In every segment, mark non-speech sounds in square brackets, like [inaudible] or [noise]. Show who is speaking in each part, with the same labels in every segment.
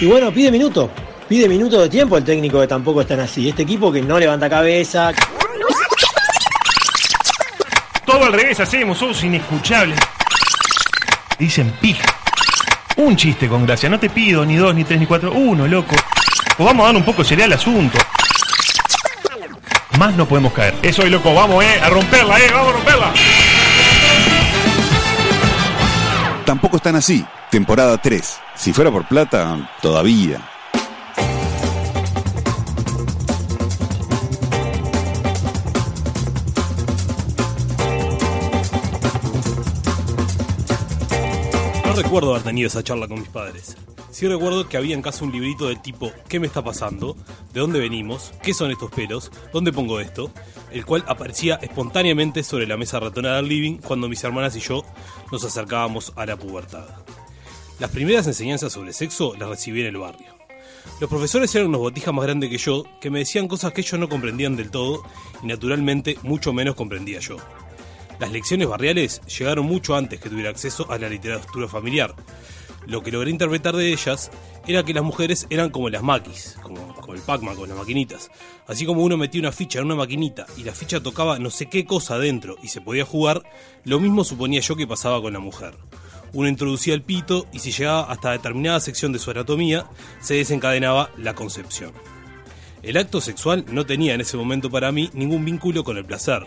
Speaker 1: Y bueno, pide minuto. Pide minuto de tiempo el técnico que tampoco están así. Este equipo que no levanta cabeza.
Speaker 2: Todo al revés hacemos, somos inescuchables. Dicen pija. Un chiste con gracia, no te pido ni dos, ni tres, ni cuatro, uno, loco. O vamos a dar un poco sería el asunto. Más no podemos caer. Eso es loco, vamos, eh, a romperla, eh, vamos a romperla.
Speaker 3: Tampoco están así. Temporada 3. Si fuera por plata, todavía.
Speaker 4: No recuerdo haber tenido esa charla con mis padres. Sí recuerdo que había en casa un librito del tipo ¿Qué me está pasando? ¿De dónde venimos? ¿Qué son estos pelos? ¿Dónde pongo esto? El cual aparecía espontáneamente sobre la mesa ratona del living cuando mis hermanas y yo nos acercábamos a la pubertad. Las primeras enseñanzas sobre sexo las recibí en el barrio. Los profesores eran unos botijas más grandes que yo, que me decían cosas que ellos no comprendían del todo y naturalmente mucho menos comprendía yo. Las lecciones barriales llegaron mucho antes que tuviera acceso a la literatura familiar. Lo que logré interpretar de ellas era que las mujeres eran como las maquis, como, como el Pac-Man con las maquinitas. Así como uno metía una ficha en una maquinita y la ficha tocaba no sé qué cosa adentro y se podía jugar, lo mismo suponía yo que pasaba con la mujer. Uno introducía el pito y si llegaba hasta determinada sección de su anatomía, se desencadenaba la concepción. El acto sexual no tenía en ese momento para mí ningún vínculo con el placer,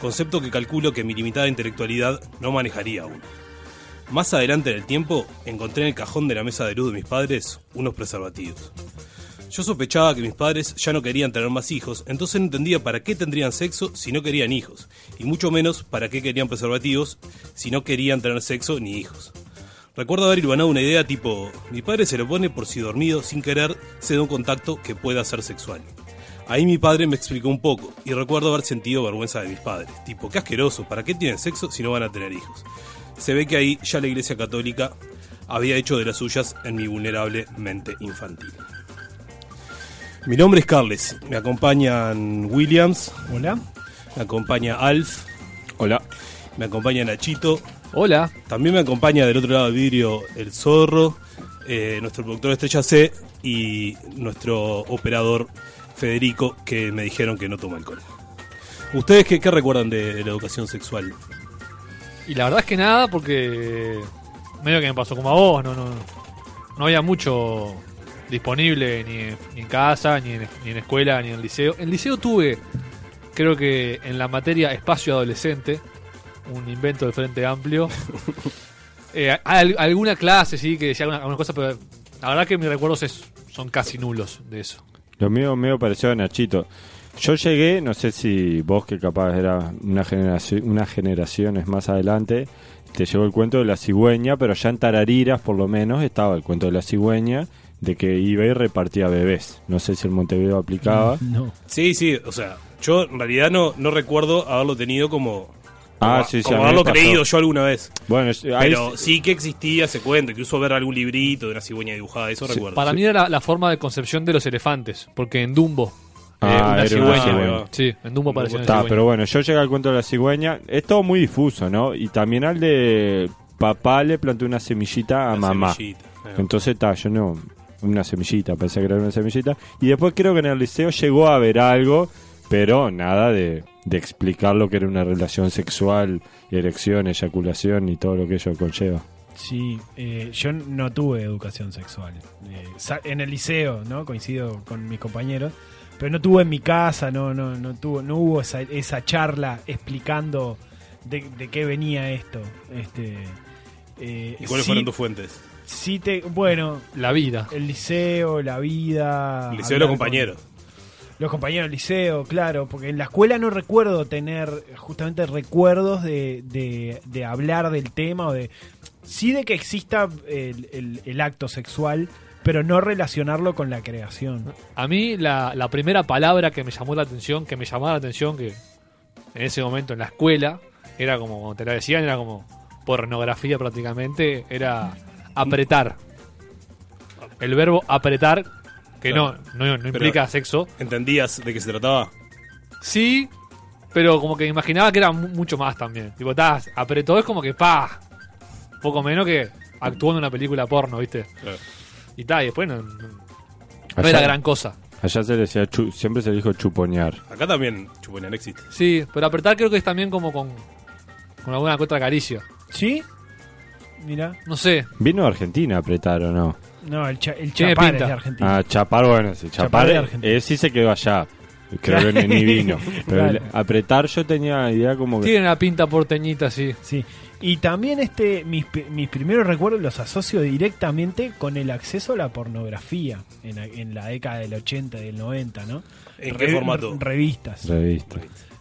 Speaker 4: concepto que calculo que mi limitada intelectualidad no manejaría aún. Más adelante en el tiempo, encontré en el cajón de la mesa de luz de mis padres unos preservativos. Yo sospechaba que mis padres ya no querían tener más hijos, entonces no entendía para qué tendrían sexo si no querían hijos, y mucho menos para qué querían preservativos si no querían tener sexo ni hijos. Recuerdo haber iluminado una idea tipo, mi padre se lo pone por si dormido, sin querer, se da un contacto que pueda ser sexual. Ahí mi padre me explicó un poco y recuerdo haber sentido vergüenza de mis padres. Tipo, qué asqueroso, ¿para qué tienen sexo si no van a tener hijos? Se ve que ahí ya la Iglesia Católica había hecho de las suyas en mi vulnerable mente infantil. Mi nombre es Carles, me acompañan Williams,
Speaker 5: Hola.
Speaker 4: me acompaña Alf,
Speaker 5: Hola.
Speaker 4: me acompaña Nachito,
Speaker 5: Hola.
Speaker 4: también me acompaña del otro lado del vidrio el Zorro, eh, nuestro productor Estrella C y nuestro operador Federico, que me dijeron que no toma alcohol. ¿Ustedes qué, qué recuerdan de, de la educación sexual?
Speaker 5: Y la verdad es que nada, porque medio que me pasó como a vos, no, no, no había mucho disponible ni, en- ni en casa, ni en, ni en escuela, ni en liceo. En liceo tuve, creo que en la materia espacio adolescente, un invento del Frente [laughs] Amplio. Eh, al- alguna clase, sí, que decía alguna- algunas cosas, pero la verdad que mis recuerdos es- son casi nulos de eso.
Speaker 6: Lo mío medio pareció a Nachito. Yo llegué, no sé si vos que capaz era una generación, unas generaciones más adelante, te llegó el cuento de la cigüeña, pero ya en Tarariras por lo menos estaba el cuento de la cigüeña de que iba y repartía bebés. No sé si el Montevideo aplicaba.
Speaker 5: No.
Speaker 4: Sí, sí, o sea, yo en realidad no, no recuerdo haberlo tenido como,
Speaker 6: Ah,
Speaker 4: como-
Speaker 6: sí, sí,
Speaker 4: como
Speaker 6: a mí me
Speaker 4: haberlo
Speaker 6: pasó.
Speaker 4: creído yo alguna vez.
Speaker 6: Bueno, es- ahí
Speaker 4: Pero eh, sí que existía ese cuento, incluso ver algún librito de una cigüeña dibujada, eso recuerdo.
Speaker 5: Para
Speaker 4: Sí.
Speaker 5: mí era la, la forma de concepción de los elefantes, porque en Dumbo.
Speaker 6: Ah,
Speaker 5: eh,
Speaker 6: era una
Speaker 4: cigüeña.
Speaker 5: Sí, en Dumbo apareció una
Speaker 6: Está,
Speaker 5: cigüeña.
Speaker 6: pero bueno, yo llegué al cuento de la cigüeña. Es todo muy difuso, ¿no? Y también al de papá le plantó una semillita a
Speaker 4: Una
Speaker 6: mamá.
Speaker 4: semillita, eh. ahí va.
Speaker 6: Entonces está, yo no, una semillita, pensé que era una semillita. Y después creo que en el liceo llegó a ver algo, pero nada de, de explicar lo que era una relación sexual, erección, eyaculación y todo lo que ello conlleva.
Speaker 7: Sí, eh, yo no tuve educación sexual. Eh, sa- en el liceo, ¿no? Coincido con mis compañeros. Pero no tuve en mi casa, no, no, no, tuvo, no hubo esa, esa charla explicando de, de qué venía esto. Este, eh,
Speaker 4: ¿Y cuáles
Speaker 7: sí-
Speaker 4: fueron tus fuentes?
Speaker 7: sí te, bueno,
Speaker 5: La vida.
Speaker 7: el liceo, la vida.
Speaker 4: El liceo de los
Speaker 7: hablar Ah, con-
Speaker 4: compañeros.
Speaker 7: Los compañeros del liceo, claro, porque en la escuela no recuerdo tener justamente recuerdos de, de- de hablar del tema o de... Sí de que exista el, el- el acto sexual, pero no relacionarlo con la creación.
Speaker 5: A mí la, la primera palabra que me llamó la atención, que me llamaba la atención, que en ese momento en la escuela, era como, cuando te la decían, era como pornografía prácticamente, era apretar. El verbo apretar, que no, no, no implica sexo.
Speaker 4: ¿Entendías de qué se trataba?
Speaker 5: Sí, pero como que me imaginaba que era mu- mucho más también. Tipo, estás, apretó, es como que pa. Poco menos que actuó en una película porno, ¿viste? Y tal, y después no, no- no
Speaker 6: Allá-
Speaker 5: era gran cosa.
Speaker 6: Allá se le decía, chu- siempre se le dijo chuponear.
Speaker 4: Acá también Chuponear existe.
Speaker 5: Sí, pero apretar creo que es también como con, con alguna que otra caricia.
Speaker 7: ¿Sí? Mirá.
Speaker 5: No sé,
Speaker 6: ¿Vino a Argentina a apretar o no?
Speaker 7: No, el, cha- el
Speaker 5: Tiene
Speaker 7: chapar
Speaker 5: pinta.
Speaker 7: es de Argentina.
Speaker 6: Ah, Chapar, bueno, sí,
Speaker 7: Chapar
Speaker 6: Chapar,
Speaker 7: de Argentina.
Speaker 6: eh, sí se quedó allá. Creo que ni vino. Pero el
Speaker 7: Claro.
Speaker 6: apretar yo tenía idea como que...
Speaker 5: tiene una pinta porteñita así.
Speaker 7: Sí. Y también este mis, pri- mis primeros recuerdos los asocio directamente con el acceso a la pornografía en, la- en la década del 80 y del 90, ¿no?
Speaker 4: ¿En qué
Speaker 7: Re-
Speaker 4: formato?
Speaker 7: re- Revistas.
Speaker 6: Revista.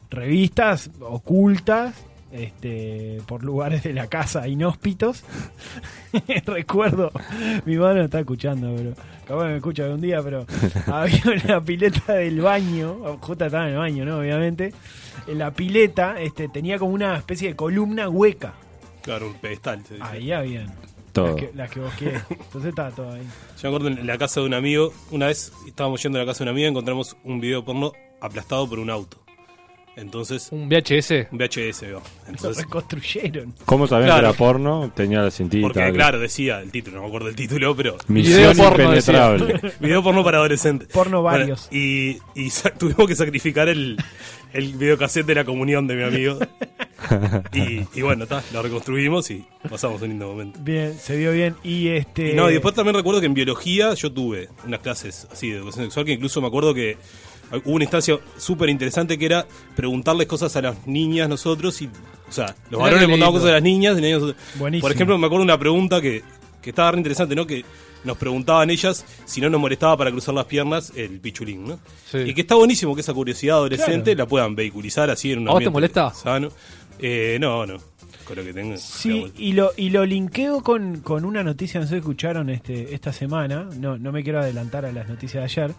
Speaker 7: revistas ocultas este, por lugares de la casa inhóspitos. [laughs] Recuerdo, mi madre no está escuchando, pero capaz que me escucha algún día, pero había una pileta del baño, J estaba en el baño, ¿no? Obviamente. En La pileta este, tenía como una especie de columna hueca.
Speaker 4: Claro, un pedestal. se dice.
Speaker 7: Ahí habían las
Speaker 6: Todo.
Speaker 7: que, las que vos quieres. Entonces estaba todo ahí.
Speaker 4: Yo me acuerdo en la casa de un amigo, una vez estábamos yendo a la casa de un amigo y encontramos un video porno aplastado por un auto. Entonces,
Speaker 5: Un VHS.
Speaker 4: un VHS, veo.
Speaker 7: Lo [laughs]
Speaker 4: Entonces,
Speaker 7: reconstruyeron.
Speaker 6: ¿Cómo sabían
Speaker 4: Claro.
Speaker 6: que era porno? Tenía la cintita.
Speaker 4: porque claro, decía el título, no me acuerdo el título, pero
Speaker 5: Video
Speaker 6: Misión
Speaker 5: porno,
Speaker 6: impenetrable.
Speaker 4: video porno para adolescentes.
Speaker 7: Porno varios.
Speaker 4: Bueno, y y sa- [laughs] tuvimos que sacrificar el, el videocassette de la comunión de mi amigo. Y, y bueno, está, lo reconstruimos y pasamos un lindo momento.
Speaker 7: Bien, se vio bien. Y
Speaker 4: Y
Speaker 7: este.
Speaker 4: no, y después también recuerdo que en biología yo tuve unas clases así de educación sexual que incluso me acuerdo que hubo una instancia súper interesante que era preguntarles cosas a las niñas nosotros y, o sea, los varones
Speaker 5: qué
Speaker 4: le contaban
Speaker 5: lindo.
Speaker 4: cosas a las niñas y las niñas nosotros.
Speaker 7: Buenísimo.
Speaker 4: Por ejemplo, me acuerdo una pregunta que, que estaba re interesante, ¿no? Que nos preguntaban ellas si no nos molestaba para cruzar las piernas el pichulín, ¿no?
Speaker 5: Sí.
Speaker 4: Y que está buenísimo que esa curiosidad adolescente la puedan vehiculizar así en un
Speaker 5: ¿A vos te
Speaker 4: ambiente
Speaker 5: molesta?
Speaker 4: sano. Eh, no, no. Con lo que tengo. la
Speaker 7: Sí,
Speaker 4: vuelta.
Speaker 7: y lo, y lo linkeo con, con una noticia que se escucharon este, esta semana. No, no me quiero adelantar a las noticias de ayer.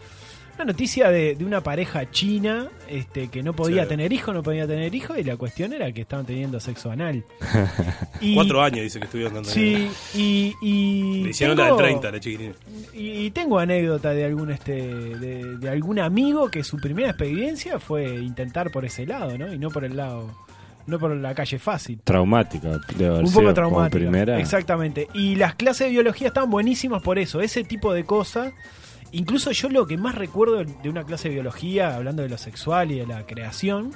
Speaker 7: Una noticia de, de una pareja china este, que no podía
Speaker 4: Sí.
Speaker 7: tener hijo, no podía tener hijo, y la cuestión era que estaban teniendo
Speaker 4: [laughs]
Speaker 7: sexo anal. y,
Speaker 4: Cuatro años dice que estuvieron dando.
Speaker 7: Sí, y. y
Speaker 4: Le hicieron la
Speaker 7: tengo-
Speaker 4: de 30 a la chiquitina.
Speaker 7: Y, y tengo anécdota de algún, este, de, de algún amigo que su primera experiencia fue intentar por ese lado, ¿no? Y no por el lado. No por la calle fácil.
Speaker 6: [laughs] Traumática. De haber
Speaker 7: Un
Speaker 6: sido
Speaker 7: poco
Speaker 6: como
Speaker 7: traumática.
Speaker 6: primera.
Speaker 7: Exactamente. Y las clases de biología estaban buenísimas por eso, ese tipo de cosas. Incluso yo lo que más recuerdo de una clase de biología, hablando de lo sexual y de la creación,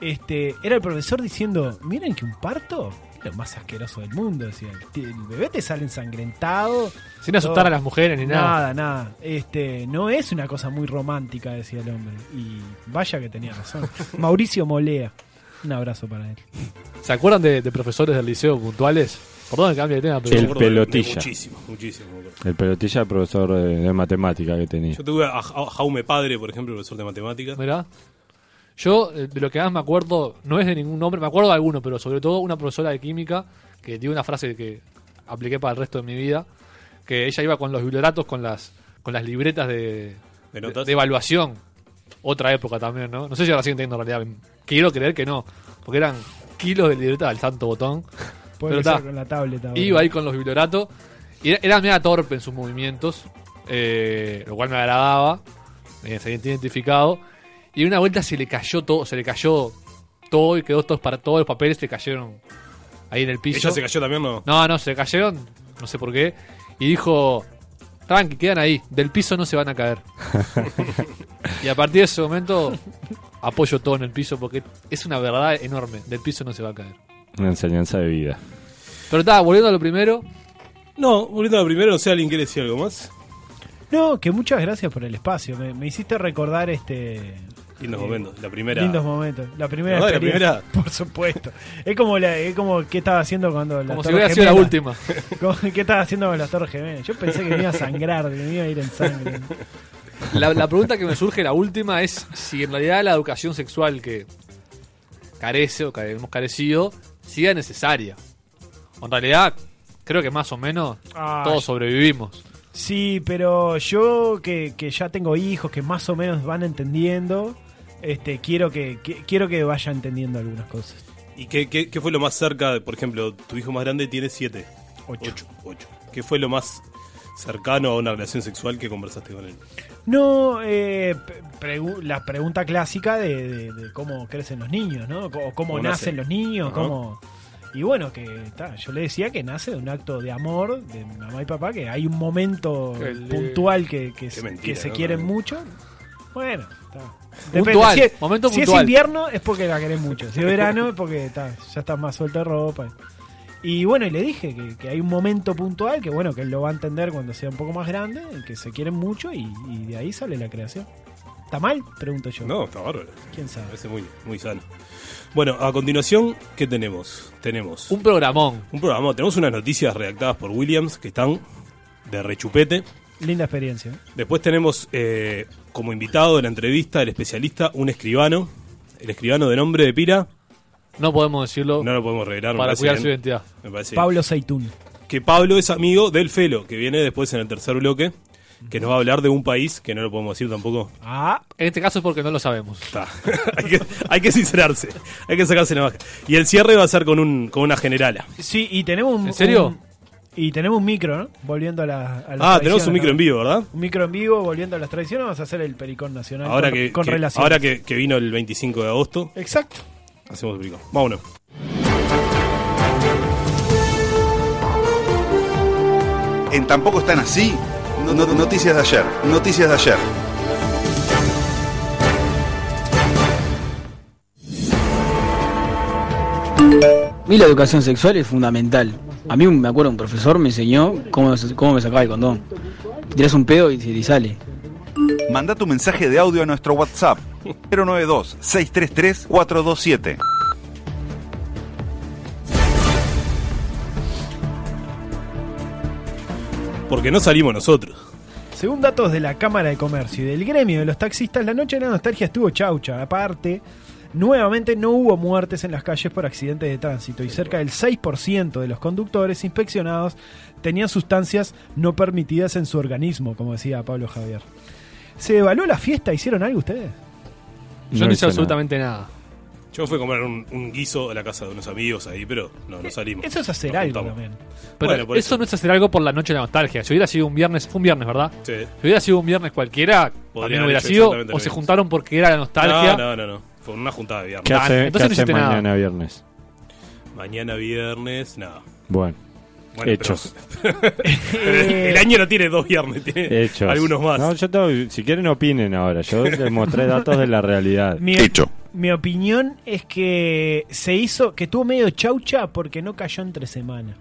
Speaker 7: este, era el profesor diciendo, miren que un parto es lo más asqueroso del mundo. Decía, el, t- el bebé te sale ensangrentado.
Speaker 5: Sin asustar a las mujeres ni nada.
Speaker 7: Nada, nada. Este, no es una cosa muy romántica, decía el hombre. Y vaya que
Speaker 5: [laughs]
Speaker 7: tenía razón. Mauricio Molea. Un abrazo para él.
Speaker 5: ¿Se acuerdan de, de profesores del liceo puntuales? Perdón que cambie de tema, pero
Speaker 6: El
Speaker 4: Me acuerdo de- de
Speaker 6: pelotilla.
Speaker 4: Muchísimo, muchísimo. me acuerdo.
Speaker 6: El pelotilla, profesor de, de matemática que tenía.
Speaker 4: Yo tuve a, Ja- Jaume Padre, por ejemplo, profesor de matemáticas.
Speaker 5: mirá. Yo, eh, de lo que más me acuerdo, no es de ningún nombre, me acuerdo de alguno, pero sobre todo una profesora de química que dio una frase que apliqué para el resto de mi vida, que ella iba con los biblioratos, con las, con las libretas de,
Speaker 4: ¿De notas?
Speaker 5: de evaluación. Otra época también, ¿no? No sé si ahora siguen teniendo en realidad. Quiero creer que no, porque eran kilos de libretas al santo botón.
Speaker 7: Puede
Speaker 5: Pero
Speaker 7: ser
Speaker 5: ta.
Speaker 7: con la tableta. boludo.
Speaker 5: Iba ahí con los biblioratos. Y era, era media torpe en sus movimientos. eh, lo cual me agradaba. eh, se había identificado. Y una vuelta se le cayó todo. Se le cayó todo y quedó todos para todos los papeles. Se cayeron ahí en el piso.
Speaker 4: Ella se cayó también, ¿no?
Speaker 5: No, no, se cayeron. No sé por qué. Y dijo: Tranqui, quedan ahí. Del piso no se van a caer. y a partir de ese momento. Apoyo todo en el piso porque es una verdad enorme. Del piso no se va a caer.
Speaker 6: Una enseñanza de vida.
Speaker 5: Pero está, volviendo a lo primero.
Speaker 4: No, volviendo a la primera, no sé, ¿alguien quiere decir algo más?
Speaker 7: No, que muchas gracias por el espacio. Me, me hiciste recordar este
Speaker 4: Lindos
Speaker 7: eh,
Speaker 4: momentos. La primera.
Speaker 7: lindos momentos. La primera,
Speaker 4: ¿Verdad? ¿La
Speaker 7: experiencia, [laughs] por supuesto. Es como la, es como qué estaba haciendo cuando las
Speaker 5: Como si hubiera
Speaker 7: Torres
Speaker 5: sido la
Speaker 7: Gemelas.
Speaker 5: última.
Speaker 7: [laughs] Como, ¿Qué estaba haciendo con las torres gemelas? Yo pensé que me iba a sangrar, que me iba a ir en sangre.
Speaker 5: La, la pregunta que me surge, la última, es si en realidad la educación sexual que carece o que hemos carecido siga necesaria. O en realidad, creo que más o menos
Speaker 7: Ah,
Speaker 5: todos sobrevivimos.
Speaker 7: Sí, pero yo que, que ya tengo hijos que más o menos van entendiendo, este quiero que, que- quiero que vaya entendiendo algunas cosas.
Speaker 4: ¿Y qué, qué, qué fue lo más cerca? de- por ejemplo, tu hijo más grande tiene siete.
Speaker 7: Ocho.
Speaker 4: Ocho. ocho. ¿Qué fue lo más cercano a una relación sexual que conversaste con él?
Speaker 7: No, eh, pre- pregu- la pregunta clásica de, de- de cómo crecen los niños, ¿no? O cómo
Speaker 4: ¿Cómo nacen?
Speaker 7: nacen los niños,
Speaker 4: Ajá.
Speaker 7: cómo... Y bueno, que ta, yo le decía que nace de un acto de amor de mamá y papá, que hay un momento
Speaker 5: Qué lindo.
Speaker 7: puntual que, que, se-
Speaker 4: mentira,
Speaker 7: que se
Speaker 4: ¿no?
Speaker 7: quieren mucho. Bueno, está.
Speaker 5: Puntual,
Speaker 7: Si, es,
Speaker 5: momento
Speaker 7: si es
Speaker 5: puntual.
Speaker 7: invierno es porque la querés mucho. Si es verano es porque ta, ya estás más suelta de ropa. Y bueno, y le dije que, que hay un momento puntual que bueno, que él lo va a entender cuando sea un poco más grande, que se quieren mucho y, y de ahí sale la creación. ¿Está mal? Pregunto yo.
Speaker 4: No, está bárbaro.
Speaker 7: ¿Quién
Speaker 4: Me
Speaker 7: sabe?
Speaker 4: parece muy, muy sano. Bueno, a continuación, ¿qué tenemos? Tenemos
Speaker 5: Un programón.
Speaker 4: un programa, tenemos unas noticias redactadas por Williams que están de rechupete.
Speaker 7: Linda experiencia. ¿eh?
Speaker 4: Después tenemos eh, como invitado de la entrevista el especialista, un escribano. El escribano de nombre de Pira,
Speaker 5: No podemos decirlo
Speaker 4: no eh. lo podemos revelar. me
Speaker 5: para
Speaker 4: parece
Speaker 5: cuidar
Speaker 4: bien.
Speaker 5: su identidad.
Speaker 4: Me parece bien.
Speaker 7: Pablo Zaitún.
Speaker 4: Que Pablo es amigo del Felo, que viene después en el tercer bloque, que nos va a hablar de un país que no lo podemos decir tampoco.
Speaker 7: Ah,
Speaker 5: En este caso es porque no lo sabemos.
Speaker 4: Está. [laughs] hay, que, hay que sincerarse, hay que sacarse navaja. Y el cierre va a ser con, un, con una generala.
Speaker 7: sí, y tenemos un.
Speaker 5: ¿En serio?
Speaker 7: un- y tenemos un micro, ¿no? Volviendo a la. a las
Speaker 4: Ah, tenemos un
Speaker 7: tradiciones,
Speaker 4: micro
Speaker 7: ¿no?
Speaker 4: en vivo, ¿verdad?
Speaker 7: Un micro en vivo, volviendo a las tradiciones, vamos a hacer el Pericón Nacional
Speaker 4: Ahora,
Speaker 7: con,
Speaker 4: que,
Speaker 7: con
Speaker 4: que-
Speaker 7: relación.
Speaker 4: ahora que, que vino el 25 de agosto,
Speaker 7: Exacto.
Speaker 4: hacemos el pico. Vámonos.
Speaker 3: En Tampoco están así. No- no- noticias de ayer. Noticias de ayer.
Speaker 8: A mí la educación sexual es fundamental. A mí me acuerdo un profesor me enseñó cómo, cómo me sacaba el condón. Tiras un pedo y se te sale.
Speaker 3: Manda tu mensaje de audio a nuestro [laughs] WhatsApp 092 633 427.
Speaker 4: Porque no salimos nosotros.
Speaker 7: Según datos de la Cámara de Comercio y del gremio de los taxistas, la noche de la nostalgia estuvo chaucha. Aparte, nuevamente no hubo muertes en las calles por accidentes de tránsito y cerca del 6% de los conductores inspeccionados tenían sustancias no permitidas en su organismo, como decía Pablo Javier. ¿Se evaluó la fiesta? ¿Hicieron algo ustedes?
Speaker 5: Yo no,
Speaker 6: No hice
Speaker 5: hice
Speaker 6: nada.
Speaker 5: absolutamente nada.
Speaker 4: Yo fui a comer un, un guiso a la casa de unos amigos ahí, pero no, no salimos.
Speaker 7: Eh, Eso es hacer
Speaker 4: Nos
Speaker 7: algo
Speaker 4: juntamos.
Speaker 7: también.
Speaker 5: Pero
Speaker 4: Bueno, por
Speaker 5: eso,
Speaker 4: eso.
Speaker 5: no es hacer algo por la noche de la nostalgia. Si hubiera sido un viernes, fue un viernes, ¿verdad?
Speaker 4: Sí.
Speaker 5: Si hubiera sido un viernes cualquiera,
Speaker 4: Podrían
Speaker 5: también hubiera
Speaker 4: haber hecho
Speaker 5: sido.
Speaker 4: exactamente lo
Speaker 5: O se
Speaker 4: mismo.
Speaker 5: juntaron porque era la nostalgia.
Speaker 4: No, no, no, no. Fue una juntada de viernes.
Speaker 6: ¿Qué
Speaker 5: Nah,
Speaker 6: hace,
Speaker 5: entonces
Speaker 6: qué
Speaker 5: no
Speaker 6: hace
Speaker 5: hiciste nada.
Speaker 6: mañana viernes?
Speaker 4: Mañana viernes, nada.
Speaker 6: Bueno,
Speaker 4: Bueno,
Speaker 6: hechos.
Speaker 4: [laughs] pero- pero
Speaker 7: Eh,
Speaker 4: el año no tiene dos viernes, tiene
Speaker 6: hechos.
Speaker 4: eh, algunos más.
Speaker 6: No, yo tengo- si quieren opinen ahora. Yo les mostré datos de la realidad.
Speaker 7: Mi-
Speaker 3: Hecho.
Speaker 7: Mi opinión es que se hizo, que estuvo medio chaucha porque no cayó entre semana.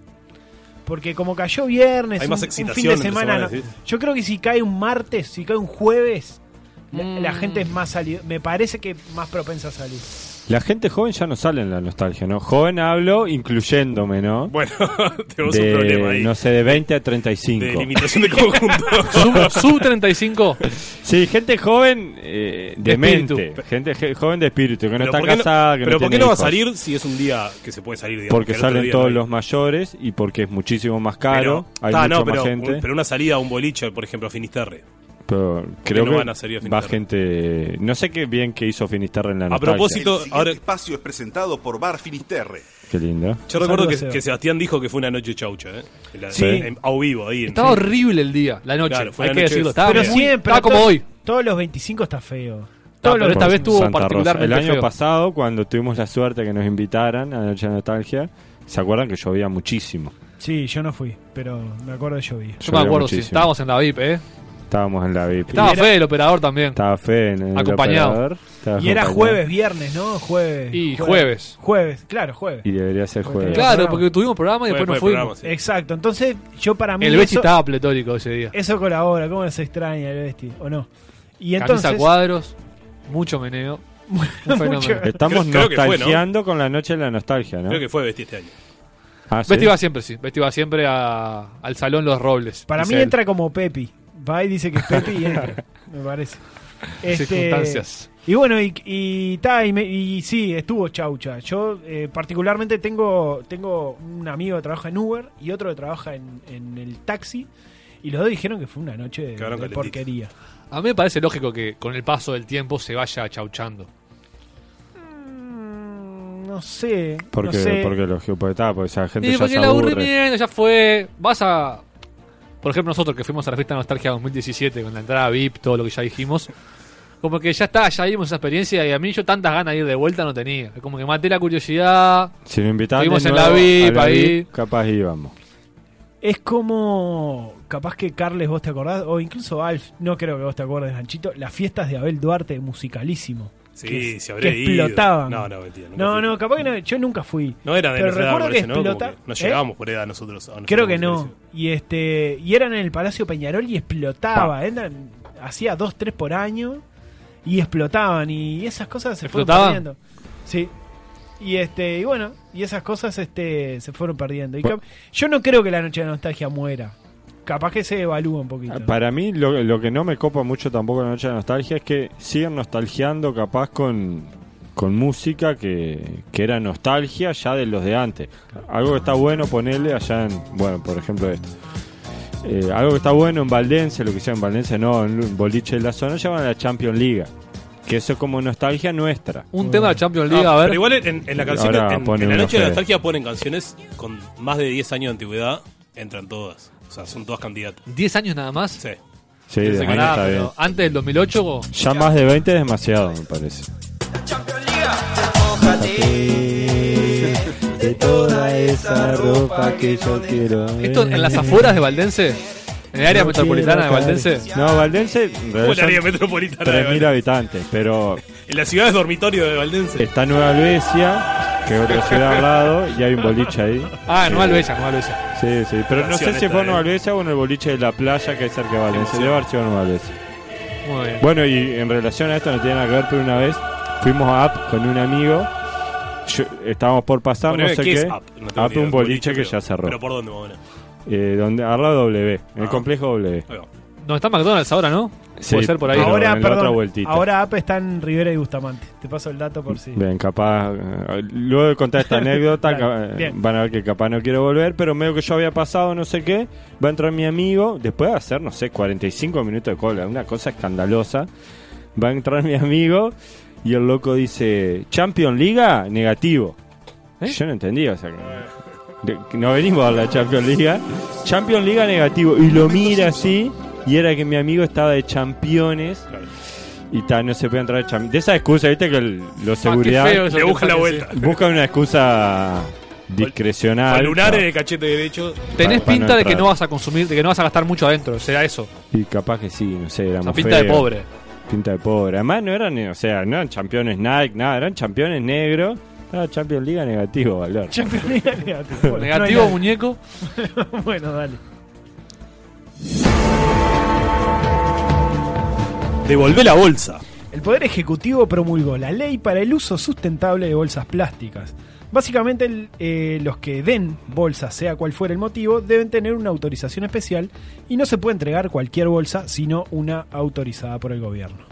Speaker 7: Porque como cayó viernes,
Speaker 4: Hay
Speaker 7: un,
Speaker 4: más
Speaker 7: un
Speaker 4: excitación
Speaker 7: fin de
Speaker 4: entre
Speaker 7: semana.
Speaker 4: semana,
Speaker 7: no.
Speaker 4: ¿sí?
Speaker 7: Yo creo que si cae un martes, si cae un jueves, la,
Speaker 5: Mm.
Speaker 7: la gente es más salida. Me parece que más propensa a salir.
Speaker 6: La gente joven ya no sale en la nostalgia, ¿no? Joven hablo incluyéndome, ¿no?
Speaker 4: Bueno, [laughs] tenemos
Speaker 6: de,
Speaker 4: un problema ahí.
Speaker 6: No sé, de 20 a
Speaker 4: de
Speaker 6: 35.
Speaker 4: limitación de conjunto.
Speaker 7: [laughs]
Speaker 5: Sub, sub
Speaker 4: [laughs]
Speaker 5: 35.
Speaker 6: Sí, gente joven eh,
Speaker 5: De espíritu.
Speaker 6: demente. Gente je- joven de espíritu, que no
Speaker 4: Pero
Speaker 6: está
Speaker 4: ¿por qué no-
Speaker 6: casada, que
Speaker 4: pero
Speaker 6: no
Speaker 4: ¿por qué
Speaker 6: tiene
Speaker 4: no va a
Speaker 6: hijos.
Speaker 4: salir si es un día que se puede salir? digamos,
Speaker 6: Porque
Speaker 4: que el otro
Speaker 6: salen
Speaker 4: día
Speaker 6: todos
Speaker 4: no hay?
Speaker 6: los mayores y porque es muchísimo más
Speaker 4: Pero-
Speaker 6: caro, hay
Speaker 4: Ta,
Speaker 6: mucha
Speaker 4: no, pero,
Speaker 6: más gente.
Speaker 4: un- pero una salida a un boliche, por ejemplo, a Finisterre.
Speaker 6: pero creo
Speaker 4: no
Speaker 6: que,
Speaker 4: van a salir a
Speaker 6: va
Speaker 4: Finisterre.
Speaker 6: gente... No sé qué bien que hizo Finisterre en la
Speaker 4: A
Speaker 6: nostalgia.
Speaker 4: propósito-
Speaker 3: El siguiente
Speaker 4: ahora-
Speaker 3: espacio es presentado por Bar Finisterre.
Speaker 6: Qué lindo.
Speaker 4: Yo
Speaker 7: Un
Speaker 4: recuerdo
Speaker 7: saludo a
Speaker 4: que,
Speaker 7: Seba.
Speaker 4: que Sebastián dijo que fue una noche chaucha, ¿eh? En la-
Speaker 7: Sí.
Speaker 4: en- a vivo, ahí. en-
Speaker 5: Estaba horrible el día, la noche.
Speaker 4: Claro, fue
Speaker 5: hay
Speaker 4: la
Speaker 5: que
Speaker 4: noche-
Speaker 5: decirlo. Estaba,
Speaker 7: pero
Speaker 5: muy-
Speaker 7: siempre.
Speaker 5: estaba como
Speaker 7: todo-
Speaker 5: hoy.
Speaker 7: Todos los 25 está feo.
Speaker 5: Estaba- pero esta
Speaker 6: Por
Speaker 5: vez estuvo
Speaker 6: Santa Rosa.
Speaker 5: particularmente
Speaker 6: El año
Speaker 5: feo.
Speaker 6: pasado, cuando tuvimos la suerte que nos invitaran a la Noche de Nostalgia, ¿se acuerdan que llovía muchísimo?
Speaker 7: Sí, yo no fui, pero me acuerdo de llovía.
Speaker 5: Yo me
Speaker 6: Llovía
Speaker 5: acuerdo, sí,
Speaker 6: muchísimo.
Speaker 5: estábamos en la VIP, ¿eh?
Speaker 6: Estábamos en la VIP.
Speaker 5: Estaba
Speaker 7: Y era-
Speaker 5: fe el operador también.
Speaker 6: Estaba fe en el
Speaker 5: Acompañado.
Speaker 6: operador, estaba
Speaker 7: Y era
Speaker 6: acompañado.
Speaker 7: jueves, viernes, ¿no? Jueves.
Speaker 5: Y jueves.
Speaker 7: Jueves, claro, jueves.
Speaker 6: Y debería ser jueves.
Speaker 5: Claro,
Speaker 7: programa.
Speaker 5: porque tuvimos programa y
Speaker 4: fue-
Speaker 5: después
Speaker 4: fue
Speaker 5: nos
Speaker 4: el
Speaker 5: fuimos.
Speaker 4: programa, sí.
Speaker 7: Exacto, entonces yo para mí.
Speaker 5: El Bechi
Speaker 7: eso-
Speaker 5: estaba pletórico ese día.
Speaker 7: Eso colabora, ¿cómo se extraña el Besti? ¿O no? Y entonces.
Speaker 5: Camisa cuadros, mucho meneo. Un
Speaker 7: [laughs] Mucho.
Speaker 5: fenómeno.
Speaker 6: Estamos
Speaker 4: Creo- creo que fue, ¿no?
Speaker 6: nostalgiando con la Noche de la Nostalgia, ¿no?
Speaker 4: Creo que fue vestir este año.
Speaker 6: Ah, ¿sí?
Speaker 5: Besti va siempre, sí. Besti va siempre a- al salón Los Robles.
Speaker 7: para
Speaker 5: dice
Speaker 7: mí
Speaker 5: él.
Speaker 7: entra como Pepi. Va y dice que es Pepi
Speaker 5: [laughs]
Speaker 7: y entra, me parece. Este,
Speaker 5: Circunstancias.
Speaker 7: Y bueno, y, y, ta, y, me- y sí, estuvo chaucha. Yo eh, particularmente tengo, tengo un amigo que trabaja en Uber y otro que trabaja en, en el taxi. Y los dos dijeron que fue una noche de,
Speaker 4: Quedaron
Speaker 7: de
Speaker 4: calentitos.
Speaker 7: porquería.
Speaker 5: A mí me parece lógico que con el paso del tiempo se vaya chauchando.
Speaker 7: Mm, No sé.
Speaker 6: Porque,
Speaker 7: no sé.
Speaker 6: porque los geopoetas, porque pues, esa gente
Speaker 5: Y
Speaker 6: ya
Speaker 5: porque
Speaker 6: se
Speaker 5: el
Speaker 6: aburre.
Speaker 5: aburrimiento ya fue. Vas a. Por ejemplo, nosotros que fuimos a la fiesta Nostalgia 2017 con la entrada VIP, todo lo que ya dijimos. Como que ya está, ya vimos esa experiencia y a mí yo tantas ganas de ir de vuelta no tenía. Como que maté la curiosidad.
Speaker 6: Si lo invitaban de
Speaker 5: Estuvimos en
Speaker 6: nuevo
Speaker 5: la
Speaker 6: a
Speaker 5: VIP ahí.
Speaker 6: capaz íbamos.
Speaker 7: Es como, capaz que Carles vos te acordás, o incluso Alf, no creo que vos te acuerdes, Anchito, las fiestas de Abel Duarte, musicalísimo.
Speaker 4: Sí,
Speaker 7: que,
Speaker 4: se habría
Speaker 7: que
Speaker 4: ido.
Speaker 7: explotaban.
Speaker 4: No, no, mentira, nunca
Speaker 7: No,
Speaker 4: fui.
Speaker 7: no, capaz que no, yo nunca fui.
Speaker 4: No era de
Speaker 7: Pero
Speaker 4: nuestra edad,
Speaker 7: recuerdo
Speaker 4: me
Speaker 7: que
Speaker 4: parece, ¿no? Como
Speaker 7: explota-
Speaker 4: que no
Speaker 7: ¿Eh?
Speaker 4: llegábamos por edad nosotros. a nuestra
Speaker 7: Creo que no.
Speaker 4: generación.
Speaker 7: Y este y eran en el Palacio Peñarol y explotaba. Eran, hacía dos, tres por año y explotaban. Y esas cosas se
Speaker 5: ¿Explotaban?
Speaker 7: fueron perdiendo. Sí. Y este y bueno, y esas cosas este se fueron perdiendo. Y
Speaker 6: Pa-
Speaker 7: cap- yo no creo que la noche de la nostalgia muera. Capaz que se evalúa un poquito.
Speaker 6: Ah, Para mí, lo, lo que no me copa mucho tampoco en la noche de nostalgia es que siguen nostalgiando capaz con, con música que, que era nostalgia ya de los de antes. Algo que está bueno ponerle allá en, bueno, por ejemplo esto. Eh, algo que está bueno en Valdense, lo que sea en Valdense, no, en un boliche de la zona, llaman a la Champions League. Que eso es como nostalgia nuestra.
Speaker 5: Un tema de la Champions League,
Speaker 4: Ah,
Speaker 5: a ver.
Speaker 4: Pero igual en, en la canción,
Speaker 6: Ahora
Speaker 4: en,
Speaker 6: pone
Speaker 4: en la
Speaker 6: uno
Speaker 4: noche de la
Speaker 6: feo.
Speaker 4: nostalgia ponen canciones con más de 10 años de antigüedad, entran todas. O sea, son todas candidatas.
Speaker 5: 10 años nada más.
Speaker 4: Sí.
Speaker 6: Sí, de
Speaker 5: Pará,
Speaker 6: ahí está
Speaker 5: pero
Speaker 6: bien.
Speaker 5: antes del 2008,
Speaker 6: Ya más de 20 es demasiado, me parece. De toda esa ropa que yo quiero.
Speaker 5: esto en las afueras de Valdense, en el área metropolitana de Valdense,
Speaker 6: No, Valdense en
Speaker 4: Fue la
Speaker 6: realidad
Speaker 4: área
Speaker 6: son
Speaker 4: metropolitana de
Speaker 6: 3.000
Speaker 4: Valdense.
Speaker 6: habitantes, pero
Speaker 4: En la ciudad es dormitorio de Valdense.
Speaker 6: está Nueva Albesia, que es otra ciudad al lado, y hay un boliche ahí.
Speaker 5: Ah, no Albella, no Albella.
Speaker 6: Sí, sí, pero no sé
Speaker 4: Canción
Speaker 6: si
Speaker 4: esta,
Speaker 6: fue en Nueva
Speaker 4: eh.
Speaker 6: Albesia o en el boliche de la playa que hay cerca de Valdense. Debe haber sido en Nueva Albesia.
Speaker 5: Muy bien.
Speaker 6: Bueno, y en relación a esto no tiene nada que ver, pero una vez fuimos a App con un amigo. Yo- estábamos por pasar,
Speaker 4: Poneme,
Speaker 6: no sé
Speaker 4: ¿qué
Speaker 6: qué.
Speaker 4: es Up? No tengo
Speaker 6: Up,
Speaker 4: ni idea.
Speaker 6: un boliche que
Speaker 4: creo.
Speaker 6: ya cerró.
Speaker 4: ¿Pero por dónde, bueno?
Speaker 6: Eh, donde, al lado de W, en el
Speaker 4: Ah.
Speaker 6: complejo W.
Speaker 4: Ahí va.
Speaker 5: No está McDonald's ahora, ¿no?
Speaker 6: Sí, Ah,
Speaker 5: Puede ser por ahí. Ah,
Speaker 6: pero
Speaker 7: ahora,
Speaker 6: en la otra
Speaker 7: perdón,
Speaker 6: vueltita.
Speaker 7: ahora AP está en Rivera y Bustamante. Te paso el dato por si. [laughs]
Speaker 6: Bien, capaz. eh, Luego de
Speaker 4: [laughs]
Speaker 6: contar esta anécdota,
Speaker 7: Dale,
Speaker 6: ca- eh,
Speaker 7: bien.
Speaker 6: van a ver que capaz no quiero volver, pero medio que yo había pasado, no sé qué. Va a entrar mi amigo, después de hacer, no sé, 45 minutos de cola, una cosa escandalosa. Va a entrar mi amigo y el loco dice: Champion Liga, negativo.
Speaker 5: ¿Eh?
Speaker 6: Yo no entendía, o sea, de- no venimos a la Champions League. Champions League negativo. Y lo mira así. Y era que mi amigo estaba de campeones. Y ta, no se puede entrar de champ- De esa excusa, viste que el-
Speaker 5: Ah,
Speaker 6: los seguridad
Speaker 4: Le busca la vuelta.
Speaker 6: buscan una excusa discrecional.
Speaker 4: Con lunares
Speaker 6: pa-
Speaker 4: de cachete derecho.
Speaker 5: Tenés
Speaker 6: Para- para
Speaker 5: pinta
Speaker 6: no
Speaker 5: de que
Speaker 6: entrar.
Speaker 5: no vas a consumir, de que no vas a gastar mucho adentro, será eso.
Speaker 6: Y capaz que sí, no sé,
Speaker 5: O
Speaker 6: éramos
Speaker 5: sea, pinta de
Speaker 6: feos.
Speaker 5: pobre.
Speaker 6: Pinta de pobre. Además no eran, o sea, no eran campeones Nike, nada, eran campeones negros. Era Champions League negativo, valor.
Speaker 7: [laughs] negativo,
Speaker 5: Negativo, muñeco.
Speaker 7: [laughs] bueno, dale.
Speaker 4: Devolvé la bolsa.
Speaker 7: El Poder Ejecutivo promulgó la ley para el uso sustentable de bolsas plásticas. Básicamente, el- eh, los que den bolsas, sea cual fuera el motivo, deben tener una autorización especial y no se puede entregar cualquier bolsa, sino una autorizada por el gobierno.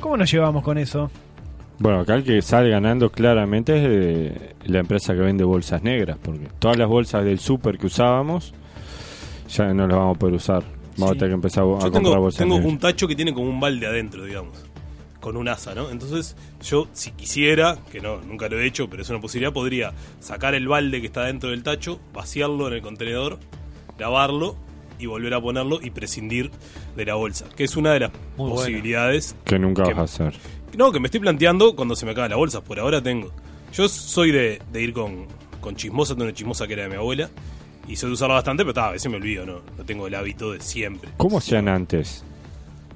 Speaker 7: ¿Cómo nos llevamos con eso?
Speaker 6: Bueno, acá el que sale ganando claramente es eh, la empresa que vende bolsas negras, porque todas las bolsas del super que usábamos ya no las vamos a poder usar. Vamos
Speaker 7: Sí.
Speaker 6: a tener que empezar a
Speaker 4: Yo
Speaker 6: comprar
Speaker 4: tengo,
Speaker 6: bolsas
Speaker 4: tengo
Speaker 6: negras.
Speaker 4: un tacho que tiene como un balde adentro, digamos. Con un asa, ¿no? Entonces, yo, si quisiera, que no, nunca lo he hecho, pero es una posibilidad, podría sacar el balde que está dentro del tacho, vaciarlo en el contenedor, lavarlo y volver a ponerlo y prescindir de la bolsa. Que es una de las
Speaker 5: Muy buena.
Speaker 4: posibilidades.
Speaker 6: Que nunca
Speaker 4: que-
Speaker 6: vas a hacer.
Speaker 4: No, que me estoy planteando cuando se me acaban las bolsas. Por ahora tengo. Yo soy de, de ir con, con chismosa, tengo una chismosa que era de mi abuela. Y soy de usarla bastante, pero ta, a veces me olvido, ¿no? No tengo el hábito de siempre.
Speaker 6: ¿Cómo hacían antes?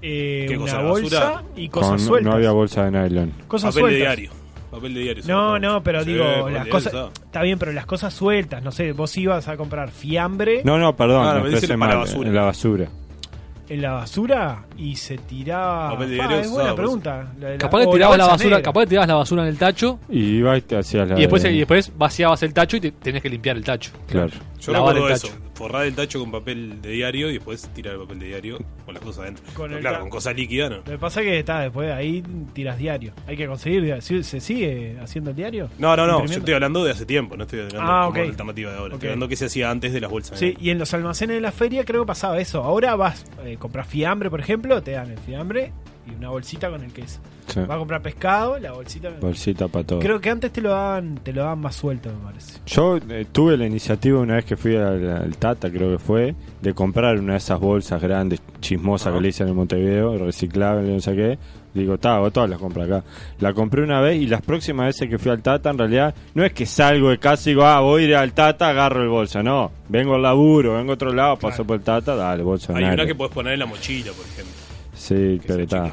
Speaker 7: Eh,
Speaker 4: ¿Qué
Speaker 7: una
Speaker 4: cosa, la
Speaker 7: bolsa
Speaker 4: basura?
Speaker 7: y cosas
Speaker 6: Con-
Speaker 7: sueltas.
Speaker 6: no había bolsa de nylon.
Speaker 4: papel
Speaker 7: cosas
Speaker 4: de
Speaker 7: sueltas.
Speaker 4: diario. Papel de diario.
Speaker 7: No,
Speaker 4: sobre todo.
Speaker 7: no, pero
Speaker 4: Sí,
Speaker 7: digo,
Speaker 4: papel
Speaker 7: las
Speaker 4: de
Speaker 7: cosas.
Speaker 4: diario, está.
Speaker 7: Está bien, pero las cosas sueltas. No sé, vos ibas a comprar fiambre
Speaker 6: No, no, perdón,
Speaker 4: Ah,
Speaker 6: me
Speaker 4: me dice
Speaker 6: expresé
Speaker 4: para
Speaker 6: mal,
Speaker 4: basura.
Speaker 6: en la basura.
Speaker 7: en la basura y se tiraba.
Speaker 4: Papel de
Speaker 7: Ah,
Speaker 4: diario
Speaker 7: es
Speaker 4: usado,
Speaker 7: buena
Speaker 4: por
Speaker 7: pregunta. La de la-
Speaker 5: Capaz que
Speaker 7: o
Speaker 5: tirabas la
Speaker 7: bolsa
Speaker 5: basura,
Speaker 7: negra.
Speaker 5: capaz que tirabas la basura en el tacho
Speaker 6: Y ibas y te hacías la
Speaker 5: y después,
Speaker 6: de-
Speaker 5: y después vaciabas el tacho y te, tenés que limpiar el tacho.
Speaker 6: Claro.
Speaker 4: Yo
Speaker 5: Lavar
Speaker 4: recuerdo
Speaker 5: el
Speaker 4: eso.
Speaker 5: tacho.
Speaker 4: Forrar el tacho con papel de diario y después tirar el papel de diario con las cosas adentro.
Speaker 7: Con
Speaker 4: Pero
Speaker 7: el
Speaker 4: claro,
Speaker 7: ta-
Speaker 4: con cosas líquidas, ¿no?
Speaker 7: Lo que pasa es que está, después ahí tiras diario. Hay que conseguir. diario. ¿Sí- ¿Se sigue haciendo el diario?
Speaker 4: No, no, no. Yo
Speaker 7: Imprimiendo.
Speaker 4: estoy hablando de hace tiempo, no estoy hablando
Speaker 7: Ah,
Speaker 4: como
Speaker 7: ok.
Speaker 4: de alternativa de ahora.
Speaker 7: Ok.
Speaker 4: Estoy hablando que se hacía antes de las bolsas.
Speaker 7: Sí, y en eh, los almacenes de la feria creo que pasaba eso. Ahora vas, eh, compras fiambre, por ejemplo, te dan el fiambre y una bolsita con el queso.
Speaker 6: Sí.
Speaker 7: Va a comprar pescado, la bolsita.
Speaker 6: Bolsita para todo.
Speaker 7: Creo que antes te lo daban, te lo daban más suelto, me parece.
Speaker 6: Yo eh, tuve la iniciativa una vez que fui al, al Tata, creo que fue, de comprar una de esas bolsas grandes, chismosas que le hicieron en Montevideo, reciclable, no sé qué. Digo, ta, hago todas las compras acá. La compré una vez y las próximas veces que fui al Tata, en realidad, no es que salgo de casa y digo, ah, voy a ir al Tata, agarro el bolso. No, vengo al laburo, vengo a otro lado, paso por el Tata, dale, bolso.
Speaker 4: Hay una
Speaker 6: negro.
Speaker 4: que podés poner en la mochila, por ejemplo.
Speaker 6: Sí,
Speaker 4: que
Speaker 6: pero
Speaker 4: se
Speaker 6: está,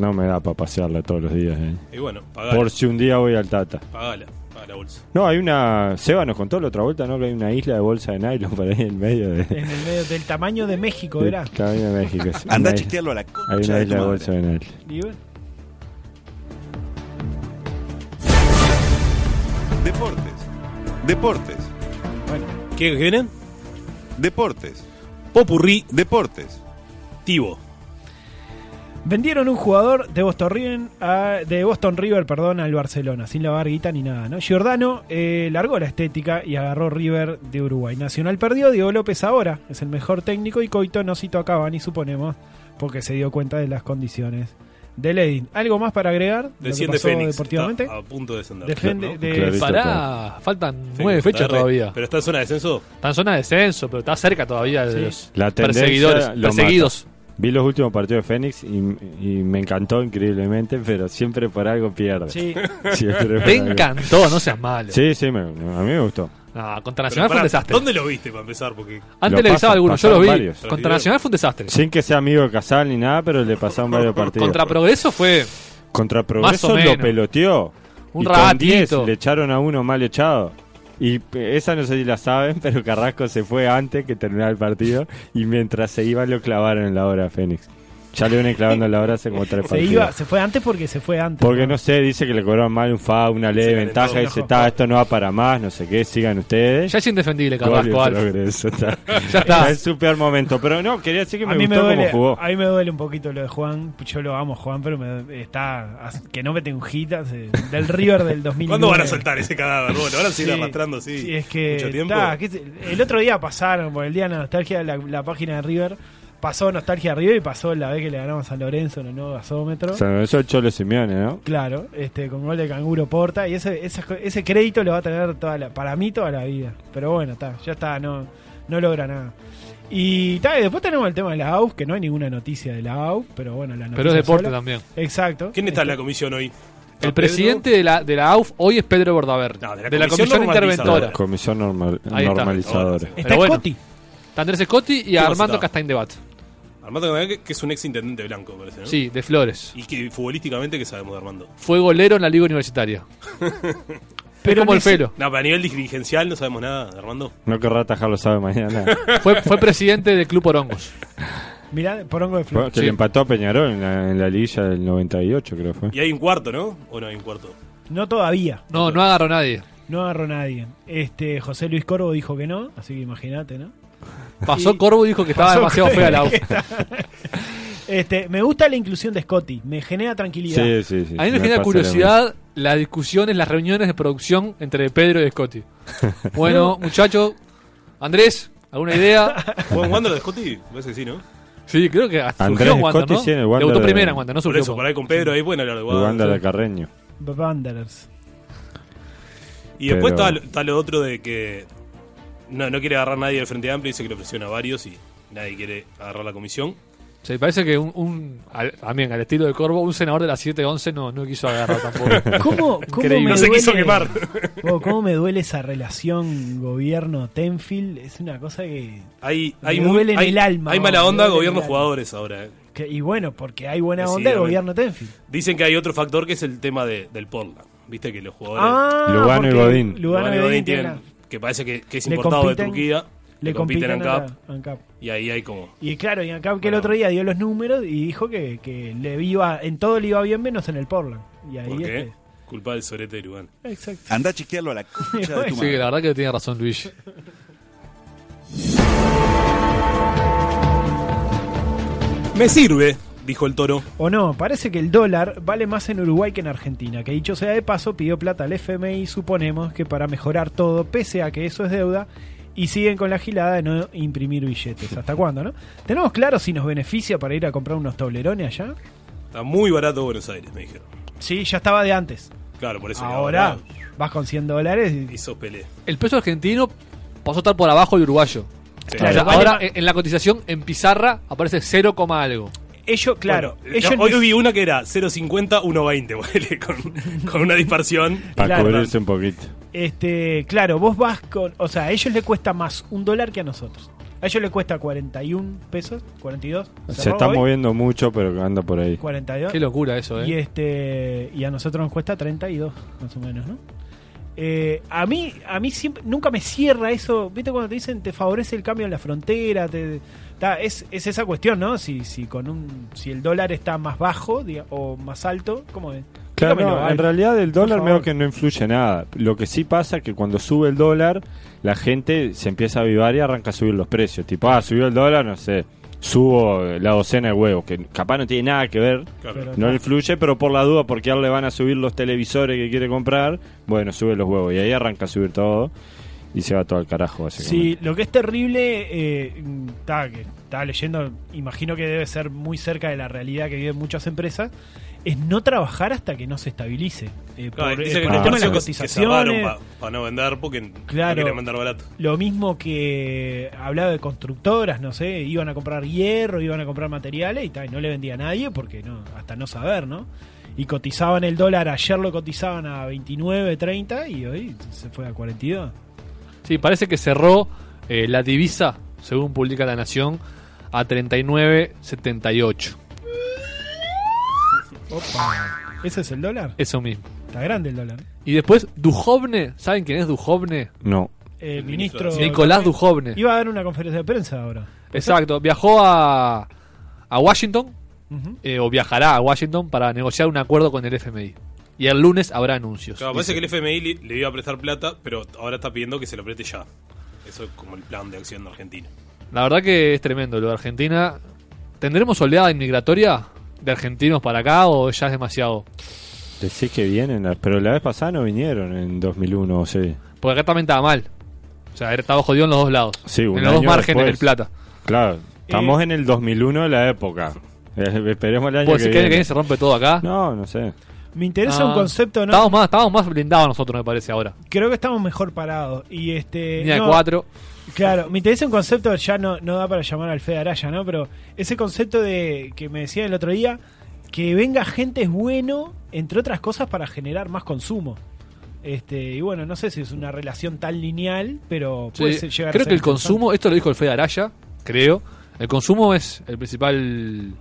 Speaker 6: no me da para pasearla todos los días. eh.
Speaker 4: Y bueno, pagala.
Speaker 6: Por si un día voy al Tata.
Speaker 4: Pagala. Paga la bolsa.
Speaker 6: No, hay una. Seba nos contó la otra vuelta, ¿no? Que hay una isla de bolsa de nylon por ahí en el medio de.
Speaker 7: En el medio del tamaño de México,
Speaker 6: de
Speaker 7: era.
Speaker 6: Camino de México. sí.
Speaker 3: Anda a
Speaker 6: Una isla-
Speaker 3: chequearlo a la
Speaker 6: Hay
Speaker 3: concha
Speaker 6: una
Speaker 3: de tu
Speaker 6: isla de
Speaker 3: madre.
Speaker 6: bolsa de nylon.
Speaker 7: Y bueno,
Speaker 3: Deportes. Deportes.
Speaker 4: ¿Qué qué vienen?
Speaker 3: Deportes.
Speaker 4: Popurrí
Speaker 3: Deportes.
Speaker 4: Tivo.
Speaker 7: Vendieron un jugador de Boston River, a- de Boston River perdón, al Barcelona, sin la barguita ni nada. ¿no? Giordano eh, largó la estética y agarró River de Uruguay. Nacional perdió, Diego López ahora es el mejor técnico y Coito no citó a Cavani, suponemos, porque se dio cuenta de las condiciones de Edin. ¿Algo más para agregar? de lo que
Speaker 4: Desciende
Speaker 7: pasó
Speaker 4: Fénix.
Speaker 7: deportivamente?
Speaker 4: Está a punto de descender.
Speaker 7: Defiende-
Speaker 4: ¿no?
Speaker 7: de-
Speaker 6: Clarito
Speaker 5: Pará, faltan
Speaker 4: Sí,
Speaker 5: nueve
Speaker 4: está
Speaker 5: fechas
Speaker 4: re-
Speaker 5: todavía.
Speaker 4: Pero está en zona de descenso.
Speaker 5: Está en zona de descenso, pero está cerca todavía de
Speaker 7: Sí.
Speaker 5: los
Speaker 6: La tendencia
Speaker 5: perseguidores,
Speaker 6: lo
Speaker 5: perseguidos.
Speaker 6: Vi los últimos partidos de Fénix y, y me encantó increíblemente, pero siempre por algo pierde. [laughs]
Speaker 7: Sí, [laughs]
Speaker 6: Siempre por
Speaker 5: Te
Speaker 6: algo.
Speaker 5: encantó, no seas malo.
Speaker 6: Sí, sí, me- a mí me gustó.
Speaker 5: No, contra
Speaker 4: Pero
Speaker 5: Nacional fue
Speaker 4: pará,
Speaker 5: un desastre.
Speaker 4: ¿Dónde lo viste para empezar? Porque
Speaker 5: Antes
Speaker 6: Lo
Speaker 5: le avisaba
Speaker 6: pasan-
Speaker 5: algunos, yo los vi.
Speaker 6: pasaron varios.
Speaker 5: Contra Nacional fue un desastre.
Speaker 6: Sin que sea amigo de Casal ni nada, pero le pasaron varios partidos.
Speaker 5: Contra Progreso fue.
Speaker 6: Contra
Speaker 5: Más o
Speaker 6: Progreso lo
Speaker 5: menos.
Speaker 6: peloteó.
Speaker 5: Un
Speaker 6: y con
Speaker 5: ratito.
Speaker 6: 10 le echaron a uno mal echado. Y eh, esa no sé si la saben, [laughs] pero Carrasco se fue antes que terminara el partido. Y mientras se iba, lo clavaron en la hora a Fénix. Ya le vienen clavando en la hora hace como
Speaker 5: [laughs]
Speaker 6: tres
Speaker 7: se,
Speaker 6: partidos.
Speaker 7: iba, se fue antes porque se fue antes.
Speaker 6: Porque no sé, dice que le cobraron mal un FA, una leve
Speaker 4: calentó,
Speaker 6: ventaja.
Speaker 4: se
Speaker 6: Y dice, está, esto no va para más, no sé qué, sigan ustedes.
Speaker 5: Ya es indefendible,
Speaker 6: Gol y
Speaker 5: Carrasco, Alf.
Speaker 6: progreso, está.
Speaker 5: [laughs] Ya está.
Speaker 6: Está en su peor momento. Pero no, quería decir que
Speaker 7: a
Speaker 6: me
Speaker 7: mí me
Speaker 6: gustó
Speaker 7: duele,
Speaker 6: cómo jugó.
Speaker 7: a mí me duele un poquito lo de Juan. Yo lo amo, Juan, pero me, está que no meten unjitas eh, del River del 2009.
Speaker 4: [laughs] ¿Cuándo van a soltar ese cadáver? Bueno, ahora
Speaker 7: Sí,
Speaker 4: siguen arrastrando así.
Speaker 7: sí, es que,
Speaker 4: Mucho tiempo.
Speaker 7: ta, que se- el otro día pasaron por el día de la nostalgia la, la página de River. Pasó Nostalgia River y pasó la vez que le ganamos a San Lorenzo en el nuevo gasómetro.
Speaker 6: O sea, eso es Cholo Simeone, ¿no?
Speaker 7: Claro, este, con gol de canguro porta. Y ese, esas co- ese crédito lo va a tener toda la, para mí toda la vida. Pero bueno, está, ya está, no, no logra nada. Y, ta, y después tenemos el tema de la AUF, que no hay ninguna noticia de la AUF, pero bueno, la noticia
Speaker 5: Pero es deporte
Speaker 7: sola.
Speaker 5: también.
Speaker 7: Exacto. Este,
Speaker 4: ¿Quién está en la comisión hoy? Ah,
Speaker 5: El presidente de la, de la AUF hoy es Pedro Bordaber.
Speaker 4: No,
Speaker 5: de la, Comisión
Speaker 4: Normalizadora.
Speaker 5: Interventora.
Speaker 6: Comisión normal,
Speaker 5: Ahí está.
Speaker 6: normalizadora.
Speaker 5: Pero
Speaker 7: Está
Speaker 5: bueno.
Speaker 7: Scotti.
Speaker 5: Está Andrés Scotti y
Speaker 4: más
Speaker 5: Armando
Speaker 4: está?
Speaker 5: Castaindebat.
Speaker 4: Armando Canavera, que- que es un ex intendente blanco, parece, ¿no?
Speaker 5: Sí, de Flores.
Speaker 4: Y que futbolísticamente, ¿qué sabemos de Armando?
Speaker 5: Fue golero en la Liga [laughs] Universitaria. Pero
Speaker 7: Pero
Speaker 5: como el
Speaker 7: ni si-
Speaker 5: pelo.
Speaker 4: No, pero a nivel dirigencial no sabemos nada de Armando.
Speaker 6: No querrá atajarlo sabe mañana.
Speaker 7: [laughs]
Speaker 5: Fue, fue presidente del Club Porongos.
Speaker 7: Mirá, porongo de
Speaker 6: Bueno,
Speaker 7: flor.
Speaker 6: que
Speaker 5: Sí.
Speaker 6: le empató a Peñarol en la, en la liguilla del 98, creo que fue.
Speaker 4: Y hay un cuarto, ¿no? ¿O no hay un cuarto?
Speaker 7: No todavía,
Speaker 5: No, no agarró [laughs] nadie.
Speaker 7: no agarró nadie. Este, José Luis Corvo dijo que no, así que imagínate, ¿no?
Speaker 5: Pasó
Speaker 7: Y-
Speaker 5: Corvo y dijo que estaba
Speaker 7: Pasó
Speaker 5: demasiado
Speaker 7: Corvo.
Speaker 5: fea la AUF.
Speaker 7: Este, me gusta la inclusión de Scotti, me genera tranquilidad.
Speaker 6: Sí, sí, sí.
Speaker 5: A mí me genera
Speaker 6: pasa
Speaker 5: curiosidad las discusiones, las reuniones de producción entre Pedro y
Speaker 6: [laughs]
Speaker 5: Scotti. Bueno, muchachos, Andrés, ¿alguna idea?
Speaker 4: ¿Juegan Wander de Scotti? Parece que sí, ¿no?
Speaker 5: Sí, creo que hasta
Speaker 6: Andrés
Speaker 5: surgió en Wanda,
Speaker 6: Scotti,
Speaker 5: ¿no?
Speaker 6: sí, en el Wanda
Speaker 5: Debutó
Speaker 6: de-
Speaker 5: primero en Wanda, no
Speaker 4: Por
Speaker 5: surgió.
Speaker 4: eso, por ahí con Pedro, ahí pueden hablar de
Speaker 6: lo mismo. Uganda
Speaker 4: Wander.
Speaker 6: de Carreño.
Speaker 7: Wanderers.
Speaker 4: Y después
Speaker 6: Pero-
Speaker 4: está, lo- está lo otro de que no, no quiere agarrar nadie del Frente Amplio, dice que le ofrecieron a varios y nadie quiere agarrar la comisión.
Speaker 5: Sí, parece que un, un al, también al estilo de Corvo, un senador de la 711 no, no quiso agarrar
Speaker 6: [laughs]
Speaker 5: tampoco.
Speaker 4: [laughs]
Speaker 7: ¿Cómo, cómo me
Speaker 4: No se quiso
Speaker 7: duele-
Speaker 4: quemar.
Speaker 7: Oh, [laughs] ¿Cómo me duele esa relación gobierno-Tenfield? Es una cosa que,
Speaker 4: Hay,
Speaker 7: Me
Speaker 4: hay,
Speaker 7: duele en
Speaker 4: hay,
Speaker 7: el alma,
Speaker 4: hay
Speaker 7: vamos,
Speaker 4: mala
Speaker 7: me
Speaker 4: onda
Speaker 7: duele en el
Speaker 4: gobierno
Speaker 7: alma.
Speaker 4: jugadores ahora. eh.
Speaker 7: que- Y bueno, porque hay buena onda de
Speaker 4: Decididamente.
Speaker 7: gobierno-Tenfield.
Speaker 4: Dicen que hay otro factor que es el tema de, del Portland. Viste que los jugadores
Speaker 7: Ah,
Speaker 6: Lugano y Godín.
Speaker 7: Lugano y Godín
Speaker 4: tienen-
Speaker 7: tienen-
Speaker 4: que parece que, que es
Speaker 7: le
Speaker 4: importado
Speaker 7: compiten-
Speaker 4: de Turquía,
Speaker 7: le compiten
Speaker 4: en
Speaker 7: a
Speaker 4: CAP
Speaker 7: la- ANCAP.
Speaker 4: y ahí hay como
Speaker 7: Y claro, y ANCAP que
Speaker 4: Bueno.
Speaker 7: el otro día dio los números y dijo que, que le iba, en todo le iba bien menos en el Portland. Y ahí
Speaker 4: ¿por qué?
Speaker 7: este-
Speaker 4: Culpa del sorete de Lugano.
Speaker 7: Exacto.
Speaker 3: Anda a chequearlo a la concha de tu
Speaker 5: [laughs] sí,
Speaker 3: madre.
Speaker 5: la verdad que tiene razón Luis.
Speaker 4: Me sirve, dijo el toro.
Speaker 7: O no, parece que el dólar vale más en Uruguay que en Argentina, que dicho sea de paso pidió plata al FMI, suponemos que para mejorar todo, pese a que eso es deuda, y siguen con la gilada de no [laughs] imprimir billetes. ¿Hasta cuándo, no? ¿Tenemos claro si nos beneficia para ir a comprar unos toblerones allá?
Speaker 4: Está muy barato Buenos Aires, me dijeron.
Speaker 7: Sí, ya estaba de antes.
Speaker 4: Claro, por eso. que
Speaker 7: Ahora vas con 100 dólares y
Speaker 4: Y sos Pelé.
Speaker 5: El peso argentino pasó a estar por abajo del uruguayo.
Speaker 4: Sí.
Speaker 5: O sea,
Speaker 7: vale
Speaker 5: ahora
Speaker 7: más.
Speaker 5: en en la cotización en pizarra aparece 0, coma algo.
Speaker 7: ellos, claro,
Speaker 4: Bueno,
Speaker 7: ellos
Speaker 4: no, hoy
Speaker 7: no-
Speaker 4: vi una que era 0.50, 1.20, [laughs] ponele, con, con una dispersión.
Speaker 6: Para
Speaker 7: Claro.
Speaker 6: cubrirse un poquito.
Speaker 7: Este, claro, vos vas con. O sea, a ellos les cuesta más un dólar que a nosotros. A ellos les cuesta 41 pesos, 42.
Speaker 6: Se
Speaker 7: cerró
Speaker 6: está
Speaker 7: hoy,
Speaker 6: moviendo mucho, pero anda por ahí.
Speaker 7: 42.
Speaker 5: Qué locura eso,
Speaker 7: Ah. Y
Speaker 5: ¿eh?
Speaker 7: este y a nosotros nos cuesta 32, más o menos, ¿no? Eh, a mí, a mí siempre, nunca me cierra eso. ¿Viste cuando te dicen te favorece el cambio en la frontera? Te, ta, es, es esa cuestión, ¿no? Si, si con un si el dólar está más bajo diga- o más alto, ¿cómo es?
Speaker 6: Claro,
Speaker 7: Explícamelo,
Speaker 6: no, en
Speaker 7: Alf.
Speaker 6: realidad el dólar
Speaker 7: favor.
Speaker 6: medio que no influye nada. Lo que sí pasa es que cuando sube el dólar, la gente se empieza a avivar y arranca a subir los precios. Tipo, ah, subió el dólar, no sé, subo la docena de huevos, que capaz no tiene nada que ver,
Speaker 4: Claro.
Speaker 7: Pero-
Speaker 6: no influye, pero por la duda, porque ahora le van a subir los televisores que quiere comprar, bueno, sube los huevos. Y ahí arranca a subir todo y se va todo al carajo, básicamente.
Speaker 7: Sí, lo que es terrible, eh, mm, ta, que estaba leyendo, imagino que debe ser muy cerca de la realidad que viven muchas empresas, es no trabajar hasta que no se estabilice. Eh,
Speaker 4: Claro,
Speaker 7: por,
Speaker 4: dice
Speaker 7: eh,
Speaker 4: que
Speaker 7: por
Speaker 4: los
Speaker 7: el tema de las
Speaker 4: precios que- que cerraron
Speaker 7: cotizaciones.
Speaker 4: para no vender porque
Speaker 7: Claro.
Speaker 4: no querían vender barato.
Speaker 7: Lo mismo que hablaba de constructoras, no sé, iban a comprar hierro, iban a comprar materiales y, ta, y no le vendía a nadie porque no, hasta no saber, ¿no? Y cotizaban el dólar, ayer lo cotizaban a 29, 30 y hoy se fue a 42.
Speaker 5: Sí, parece que cerró eh, la divisa, según publica La Nación, a 39.78.
Speaker 7: Opa. ¿Ese es el dólar?
Speaker 5: Eso mismo.
Speaker 7: Está grande el dólar.
Speaker 5: Y después, Dujovne, ¿saben quién es Dujovne?
Speaker 6: No.
Speaker 4: ministro
Speaker 7: El Eh, ministro.
Speaker 4: de
Speaker 5: Nicolás Dujovne.
Speaker 7: Iba a haber una conferencia de prensa ahora.
Speaker 5: Exacto, viajó a, a Washington,
Speaker 7: Ujú.
Speaker 5: eh, o viajará a Washington para negociar un acuerdo con el FMI. Y el lunes habrá anuncios.
Speaker 4: Claro, pues. parece
Speaker 5: dice.
Speaker 4: que el FMI le, le iba a prestar plata, pero ahora está pidiendo que se lo preste ya. Eso es como el plan de acción de Argentina.
Speaker 5: La verdad que es tremendo lo de Argentina. ¿Tendremos oleada inmigratoria de argentinos para acá o ya es demasiado?
Speaker 6: Decís que vienen, pero la vez pasada no vinieron en 2001, o sea.
Speaker 5: Porque acá también estaba mal. O sea, estaba jodido en los dos lados.
Speaker 6: Sí, un
Speaker 5: en los dos
Speaker 6: año
Speaker 5: márgenes del
Speaker 6: después.
Speaker 5: plata.
Speaker 6: Claro,
Speaker 7: Eh.
Speaker 6: estamos en el 2001 de la época. Eh, Esperemos el año
Speaker 5: Porque
Speaker 6: que
Speaker 5: si que
Speaker 6: viene.
Speaker 5: viene se rompe todo acá.
Speaker 6: No, no sé.
Speaker 7: Me interesa
Speaker 5: Ah,
Speaker 7: un concepto, ¿no?
Speaker 5: Estamos más, estamos más blindados nosotros, me parece, ahora.
Speaker 7: Creo que estamos mejor parados. Y este.
Speaker 5: Línea de
Speaker 7: no,
Speaker 5: cuatro.
Speaker 7: Claro, me interesa un concepto, ya no, no da para llamar al Fede Araya, ¿no? Pero ese concepto de que me decían el otro día, que venga gente es bueno, entre otras cosas, para generar más consumo. Este, y bueno, no sé si es una relación tan lineal, pero puede
Speaker 5: Sí,
Speaker 7: ser- llegar a
Speaker 5: creo
Speaker 7: ser
Speaker 5: que el
Speaker 7: interesante.
Speaker 5: consumo, esto lo dijo el Fede Araya, creo. El consumo es el principal,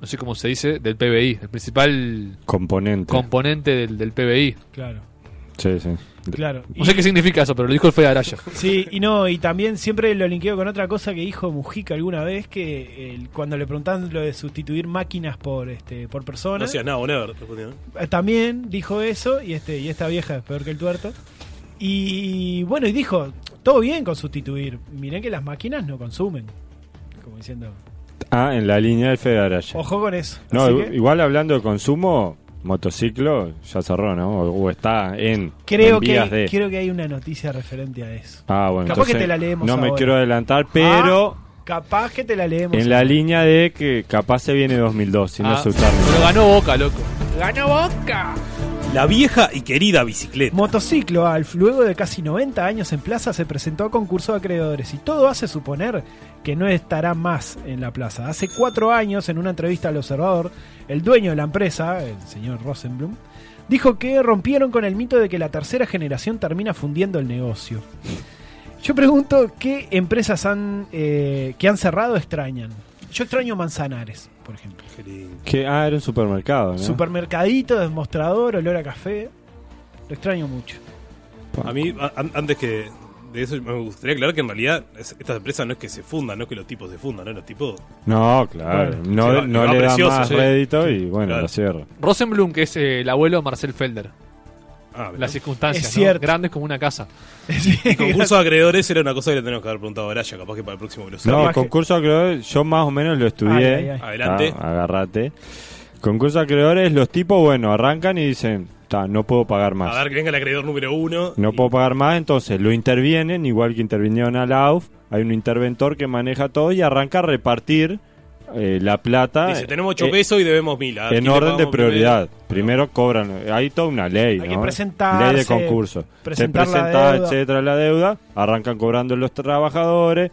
Speaker 5: no sé cómo se dice, del PBI. El principal
Speaker 6: Componente.
Speaker 5: componente del, del PBI.
Speaker 7: Claro,
Speaker 6: sí, sí.
Speaker 7: claro.
Speaker 5: No sé qué significa eso, pero lo dijo el Fede Araya.
Speaker 7: Sí, y no, y también siempre lo linkeo con otra cosa que dijo Mujica alguna vez, que el- cuando le preguntaban lo de sustituir máquinas por este por
Speaker 4: No
Speaker 7: personas,
Speaker 4: hacías nada, Bonever, respondió. ¿no?
Speaker 7: eh, también dijo eso, y este, y esta vieja es peor que el tuerto. Y bueno, y dijo, todo bien con sustituir, miren que las máquinas no consumen. Como diciendo,
Speaker 6: Ah, en la línea del Fede Araya.
Speaker 7: ojo con eso.
Speaker 6: no,
Speaker 7: Así
Speaker 6: i-
Speaker 7: que-
Speaker 6: igual hablando de consumo, motociclo ya cerró, ¿no? O, o está en,
Speaker 7: creo
Speaker 6: en
Speaker 7: que,
Speaker 6: vías
Speaker 7: hay-
Speaker 6: de.
Speaker 7: creo que hay una noticia referente a eso.
Speaker 6: Ah, bueno,
Speaker 7: Capaz que
Speaker 6: entonces
Speaker 7: te la leemos
Speaker 6: No
Speaker 7: ahora.
Speaker 6: me quiero adelantar, pero
Speaker 7: Ah, capaz que te la leemos.
Speaker 6: en la línea de que capaz se viene 2002, sin
Speaker 5: Ah,
Speaker 6: asustarme.
Speaker 5: pero ganó Boca, loco.
Speaker 4: La vieja y querida bicicleta.
Speaker 7: Motociclo Alf, luego de casi 90 años en plaza, se presentó a concurso de acreedores y todo hace suponer que no estará más en la plaza. Hace cuatro años, en una entrevista al observador, el dueño de la empresa, el señor Rosenblum, dijo que rompieron con el mito de que la tercera generación termina fundiendo el negocio. Yo pregunto qué empresas han, eh, que han cerrado extrañan. Yo extraño Manzanares, por ejemplo.
Speaker 4: Qué lindo.
Speaker 6: Que, ah, era un supermercado, ¿no?
Speaker 7: Supermercadito, demostrador, olor a café. Lo extraño mucho. [laughs]
Speaker 4: A mí, a- an- antes que de eso, me gustaría aclarar que en realidad es- estas empresas no es que se fundan, no es que los tipos se fundan, ¿no? Los tipos.
Speaker 6: No, claro.
Speaker 7: Bueno,
Speaker 6: no
Speaker 4: se va-
Speaker 6: no
Speaker 4: se va
Speaker 6: le da
Speaker 4: precioso,
Speaker 6: más
Speaker 4: sí.
Speaker 6: rédito y bueno,
Speaker 4: Claro.
Speaker 6: lo cierra.
Speaker 5: Rosenblum, que es eh, el abuelo de Marcel Felder.
Speaker 4: Ah,
Speaker 5: Las circunstancias, ¿no?
Speaker 7: Es cierto.
Speaker 5: Grandes como una casa.
Speaker 4: [laughs] El concurso de acreedores era una cosa que le tenemos que haber preguntado a Araya, capaz que para el próximo velocidad.
Speaker 6: No,
Speaker 7: Salvaje.
Speaker 6: concurso de acreedores, yo más o menos lo estudié.
Speaker 7: Ay, ay, ay.
Speaker 4: Adelante.
Speaker 6: Ah, agarrate. Concurso de acreedores, los tipos, bueno, arrancan y dicen, "Ta, no puedo pagar más.
Speaker 4: A ver, que venga el acreedor número uno.
Speaker 6: No
Speaker 4: y-
Speaker 6: puedo pagar más, entonces lo intervienen, igual que intervinieron a la AUF, hay un interventor que maneja todo y arranca a repartir eh, la plata
Speaker 4: Dice, tenemos 8
Speaker 6: eh,
Speaker 4: pesos y debemos mil. ¿A quién
Speaker 6: en
Speaker 4: le
Speaker 6: orden de
Speaker 4: pagamos
Speaker 6: prioridad. Primero, cobran, hay toda una ley,
Speaker 7: Hay que
Speaker 6: ¿no?
Speaker 7: presentarse,
Speaker 6: ley de concurso. Se
Speaker 7: presentar la
Speaker 6: presenta,
Speaker 7: deuda.
Speaker 6: etcétera, la deuda, arrancan cobrando los trabajadores,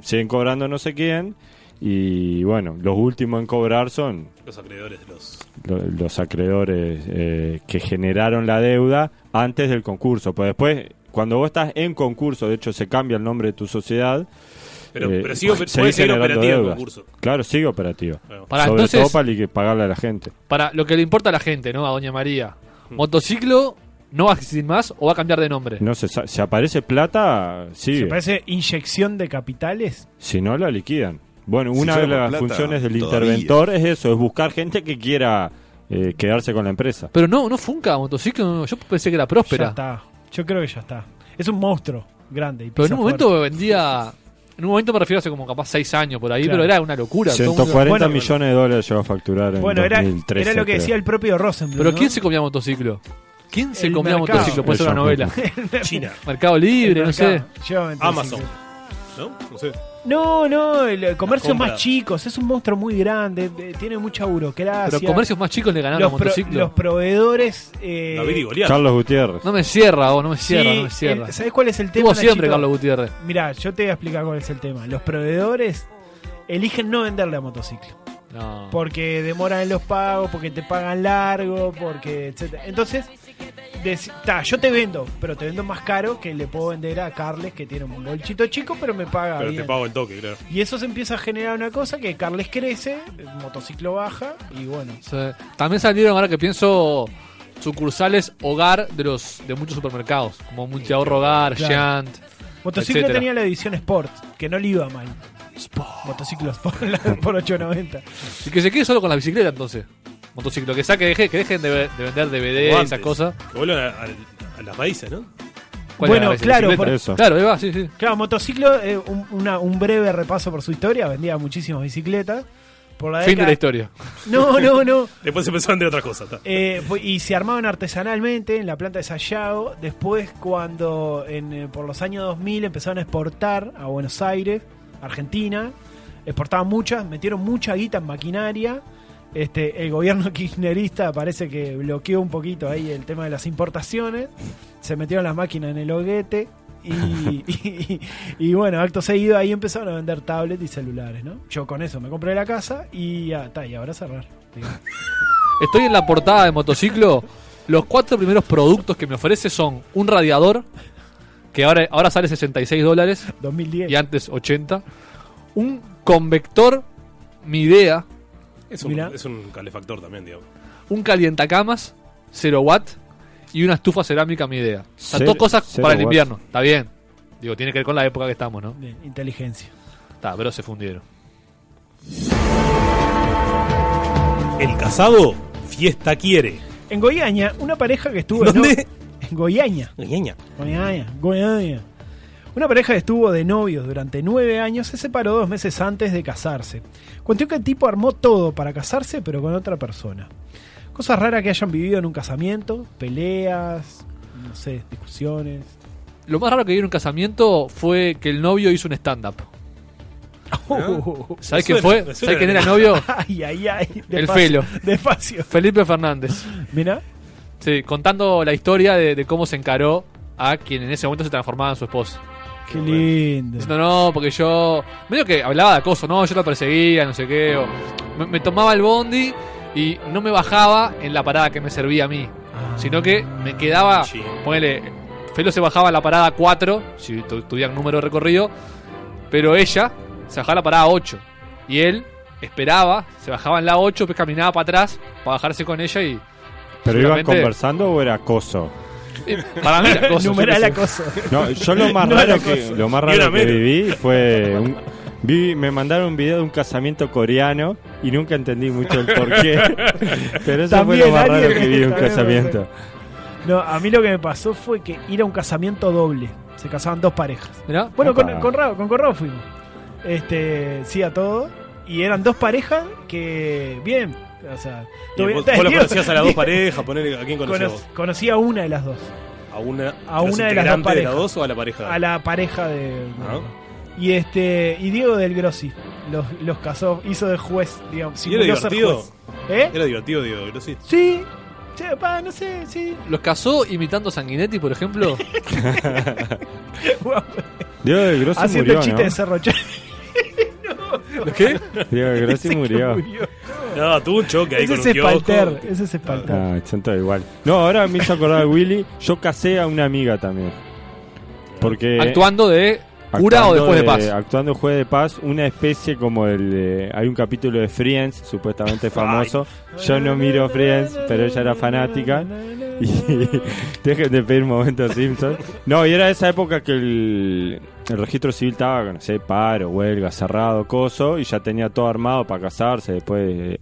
Speaker 6: siguen cobrando no sé quién, y bueno, los últimos en cobrar son
Speaker 4: primero? Los acreedores de los.
Speaker 6: lo- los acreedores eh, que generaron la deuda antes del concurso. Pues después, cuando vos estás en concurso, de hecho se cambia el nombre de tu sociedad.
Speaker 4: Pero,
Speaker 6: eh,
Speaker 4: pero sigo,
Speaker 6: seguís
Speaker 4: puede seguir
Speaker 6: generando
Speaker 4: operativo el
Speaker 6: deudas.
Speaker 4: concurso.
Speaker 6: Claro, sigue operativo.
Speaker 4: Bueno,
Speaker 5: Para,
Speaker 6: Sobre
Speaker 5: entonces,
Speaker 6: todo para li- pagarle a la gente.
Speaker 5: para lo que le importa a la gente, ¿no? A Doña María. ¿Motociclo no va a existir más o va a cambiar de nombre?
Speaker 6: Hmm. No se, sa- si aparece plata,
Speaker 7: ¿Se
Speaker 6: sigue.
Speaker 7: parece inyección de capitales?
Speaker 6: Si no, la liquidan. Bueno,
Speaker 3: Si
Speaker 6: una de
Speaker 3: fuera por
Speaker 6: las
Speaker 3: plata,
Speaker 6: funciones del
Speaker 3: todavía.
Speaker 6: interventor es eso, es buscar gente que quiera eh, quedarse con la empresa.
Speaker 5: Pero no, no Funca, motociclo, no, yo pensé que era
Speaker 7: Ya
Speaker 5: próspera.
Speaker 7: está. Yo creo que ya está. Es un monstruo grande. y
Speaker 5: Pero en
Speaker 7: pisa
Speaker 5: un momento
Speaker 7: fuerte.
Speaker 5: vendía. En un momento me refiero hace como capaz 6 años por ahí,
Speaker 7: Claro.
Speaker 5: pero era una locura. todo el mundo-
Speaker 6: 140
Speaker 7: Bueno,
Speaker 6: millones de dólares llegó a facturar en
Speaker 7: Bueno, era,
Speaker 6: 2013.
Speaker 7: era lo que
Speaker 6: creo.
Speaker 7: decía el propio Rosenblum.
Speaker 5: Pero
Speaker 7: ¿no? [laughs]
Speaker 5: ¿quién se comía motociclo? ¿Quién se
Speaker 7: El
Speaker 5: comía
Speaker 7: mercado.
Speaker 5: motociclo? Puede ser una
Speaker 6: Eso.
Speaker 5: novela.
Speaker 4: China,
Speaker 5: Mercado
Speaker 7: El
Speaker 5: Libre, no sé.
Speaker 7: mercado. Llévame,
Speaker 4: Amazon.
Speaker 7: entonces.
Speaker 4: ¿no? No sé.
Speaker 7: No, no, el comercio
Speaker 4: compra.
Speaker 7: más chicos. Es un monstruo muy grande. eh, Tiene mucha burocracia.
Speaker 5: Pero comercios más chicos le ganaron
Speaker 7: los,
Speaker 5: a
Speaker 7: pro-
Speaker 5: motociclo.
Speaker 7: los proveedores. eh,
Speaker 4: David y Goliat.
Speaker 6: Carlos Gutiérrez.
Speaker 5: No me cierra, vos, no me cierra,
Speaker 7: sí,
Speaker 5: no me cierra.
Speaker 7: el- ¿Sabés cuál es el tema?
Speaker 5: Tuvo siempre
Speaker 7: Nachito?
Speaker 5: Carlos Gutiérrez.
Speaker 7: Mirá, yo te voy a explicar cuál es el tema. Los proveedores eligen no venderle a motociclo.
Speaker 5: No.
Speaker 7: Porque demoran en los pagos, porque te pagan largo, porque etcétera. Entonces, dec- ta, yo te vendo, pero te vendo más caro que le puedo vender a Carles, que tiene un bolchito chico, pero me paga
Speaker 4: Pero te
Speaker 7: bien.
Speaker 4: pago el toque, claro.
Speaker 7: Y eso se empieza a generar una cosa que Carles crece, el motociclo baja y bueno.
Speaker 5: Sí. También salieron, ahora que pienso, sucursales hogar de los de muchos supermercados, como Multiahorro Hogar,
Speaker 7: Claro.
Speaker 5: Giant.
Speaker 7: Motociclo
Speaker 5: Etcétera.
Speaker 7: tenía la edición Sport, que no le iba mal. Motociclo Sport [laughs] la- por 8.90.
Speaker 5: Y que se quede solo con la bicicleta entonces. Motociclo, que saque, deje- que dejen de, ve- de vender DVD
Speaker 4: Como
Speaker 5: y
Speaker 4: antes.
Speaker 5: esas cosas.
Speaker 4: Que vuelvan a, a- a las raíces, ¿no?
Speaker 5: ¿Cuál era
Speaker 7: Bueno,
Speaker 5: la bicicleta?
Speaker 7: claro,
Speaker 5: ¿Bicicleta?
Speaker 7: por-
Speaker 6: Eso.
Speaker 5: Claro, ahí va, sí, sí.
Speaker 7: Claro, motociclo, eh, un, una- un breve repaso por su historia, vendía muchísimas bicicletas. Por la
Speaker 5: Fin de
Speaker 7: década-
Speaker 5: la historia.
Speaker 7: No, no, no.
Speaker 4: Después se empezaron de otra cosa. está.
Speaker 7: Eh, fue- y se armaban artesanalmente en la planta de Sayago. Después, cuando en, eh, por los años 2000 empezaron a exportar a Buenos Aires, Argentina, exportaban muchas, metieron mucha guita en maquinaria. Este, el gobierno [laughs] kirchnerista parece que bloqueó un poquito ahí el tema de las importaciones. Se metieron las máquinas en el hoguete.
Speaker 5: [laughs]
Speaker 7: Y, y- y bueno, acto seguido ahí empezaron a vender tablets y celulares, ¿no? Yo con eso me compré la casa y ya está, y ahora cerrar. digo.
Speaker 5: Estoy en la portada de motociclo. Los cuatro primeros productos que me ofrece son un radiador, que ahora, ahora sale 66 dólares
Speaker 7: 2010.
Speaker 5: y antes 80. Un convector, mi idea.
Speaker 4: Es un,
Speaker 7: Mirá.
Speaker 4: es un calefactor también, digamos.
Speaker 5: un calientacamas, 0 watt, y una estufa cerámica, mi idea. O sea,
Speaker 6: Cero-
Speaker 5: dos cosas
Speaker 6: cero
Speaker 5: para el
Speaker 6: watt.
Speaker 5: invierno, está bien. Digo, tiene que ver con la época que estamos, ¿no?
Speaker 7: Bien, inteligencia.
Speaker 5: Está, pero se fundieron.
Speaker 4: El casado, fiesta quiere.
Speaker 7: En Goiaña, una pareja que estuvo.
Speaker 4: ¿Dónde?
Speaker 7: no- en Goiaña.
Speaker 4: Ñaña.
Speaker 7: Goiaña, Goiaña. Una pareja que estuvo de novios durante nueve años se separó dos meses antes de casarse. Cuestión que el tipo armó todo para casarse, pero con otra persona. Cosas raras que hayan vivido en un casamiento: peleas, no sé, discusiones.
Speaker 5: Lo más raro que vi en un casamiento fue que el novio hizo
Speaker 4: [laughs]
Speaker 5: un stand-up. ¿Sabés
Speaker 4: ¿Eh? Me suena,
Speaker 5: quién fue?
Speaker 4: me
Speaker 5: ¿Sabés
Speaker 4: suena.
Speaker 5: quién era
Speaker 4: [laughs]
Speaker 5: el novio?
Speaker 7: [laughs] ay, ay, ay.
Speaker 5: El
Speaker 7: despacio,
Speaker 5: felo.
Speaker 7: Despacio.
Speaker 5: Felipe Fernández.
Speaker 7: Mira,
Speaker 5: Sí, contando la historia de, de cómo se encaró a quien en ese momento se transformaba en su esposo.
Speaker 7: qué lindo.
Speaker 5: Diciendo, no, porque yo. Medio que hablaba de acoso, no, yo la perseguía, no sé qué. o- me, me tomaba el bondi y no me bajaba en la parada que me servía a mí.
Speaker 7: Ah.
Speaker 5: Sino que me quedaba.
Speaker 4: Sí.
Speaker 5: Ponele. Felo se bajaba en la parada 4, si tu- tuvieran número de recorrido. Pero ella se bajaba en la parada 8. Y él esperaba, se bajaba en la 8, pues caminaba para atrás para bajarse con ella
Speaker 7: [laughs]
Speaker 5: y.
Speaker 6: ¿Pero iban
Speaker 5: seguramente-
Speaker 6: conversando o era acoso?
Speaker 5: y Para mí, la cosa,
Speaker 7: Numeral
Speaker 5: yo qué sé.
Speaker 7: acoso.
Speaker 6: No, yo
Speaker 7: [laughs]
Speaker 6: lo más
Speaker 7: No
Speaker 6: raro
Speaker 7: era
Speaker 6: que,
Speaker 7: cosa.
Speaker 6: lo más
Speaker 4: Ni
Speaker 6: raro
Speaker 4: era
Speaker 6: que
Speaker 4: menos.
Speaker 6: viví fue un- vi, me mandaron un video de un casamiento coreano y nunca entendí mucho el
Speaker 7: [laughs]
Speaker 6: porqué. Pero eso fue
Speaker 7: También
Speaker 6: lo más raro
Speaker 7: alguien-
Speaker 6: que vi de un
Speaker 7: también
Speaker 6: casamiento.
Speaker 7: No, a mí lo que me pasó fue que ir a un casamiento doble. Se casaban dos parejas.
Speaker 5: Mirá,
Speaker 7: Bueno, con,
Speaker 6: Opa.
Speaker 7: con, Rao- con Corrao fuimos. Este, sí, a todo. Y eran dos parejas que, bien, o sea,
Speaker 4: Y
Speaker 7: todo bien.
Speaker 4: vos, vos lo
Speaker 7: Digo,
Speaker 4: conocías a
Speaker 7: [laughs]
Speaker 4: las dos parejas, poner a quién conocías
Speaker 7: cono- conocí a una de las dos,
Speaker 4: vos? A una,
Speaker 7: a una de las dos
Speaker 4: integrantes
Speaker 7: parejas.
Speaker 4: dos o a la pareja.
Speaker 7: a la pareja de...
Speaker 4: Ah.
Speaker 7: Y este y Diego del Grossi, los, los casó, hizo de juez, digamos.
Speaker 4: ¿Y era
Speaker 7: simuló ser
Speaker 4: divertido?
Speaker 7: juez. ¿Eh?
Speaker 4: Era divertido, Diego Grossi.
Speaker 7: Sí, sí, pa, no sé, sí.
Speaker 4: [laughs]
Speaker 5: ¿Los casó imitando Sanguinetti, por ejemplo?
Speaker 6: Diego del Grossi
Speaker 7: Haciendo
Speaker 6: murió,
Speaker 7: el chiste
Speaker 6: ¿no?
Speaker 7: de Cerro Chá-
Speaker 5: ¿Los qué?
Speaker 6: Diego del Grossi
Speaker 7: [laughs] Dice que
Speaker 6: murió.
Speaker 7: murió.
Speaker 4: No, tuvo un choque ahí
Speaker 7: Ese
Speaker 4: con
Speaker 7: es
Speaker 4: un kiosco.
Speaker 7: Espalter, ese es Espalter.
Speaker 6: Ah, son todos igual. No, ahora me hizo acordar de Willy. Yo casé a una amiga también. Porque
Speaker 5: Actuando de cura
Speaker 6: Eh, actuando
Speaker 5: o después de, paz.
Speaker 6: Actuando en juez de paz, una especie como el de- Hay un capítulo de Friends,
Speaker 4: [laughs]
Speaker 6: supuestamente famoso. Yo no miro Friends, pero ella era fanática. [laughs] Y dejen de pedir momentos Simpson. No, y era esa época que el, el registro civil estaba, no sé, paro, huelga, cerrado, coso, y ya tenía todo armado para casarse después de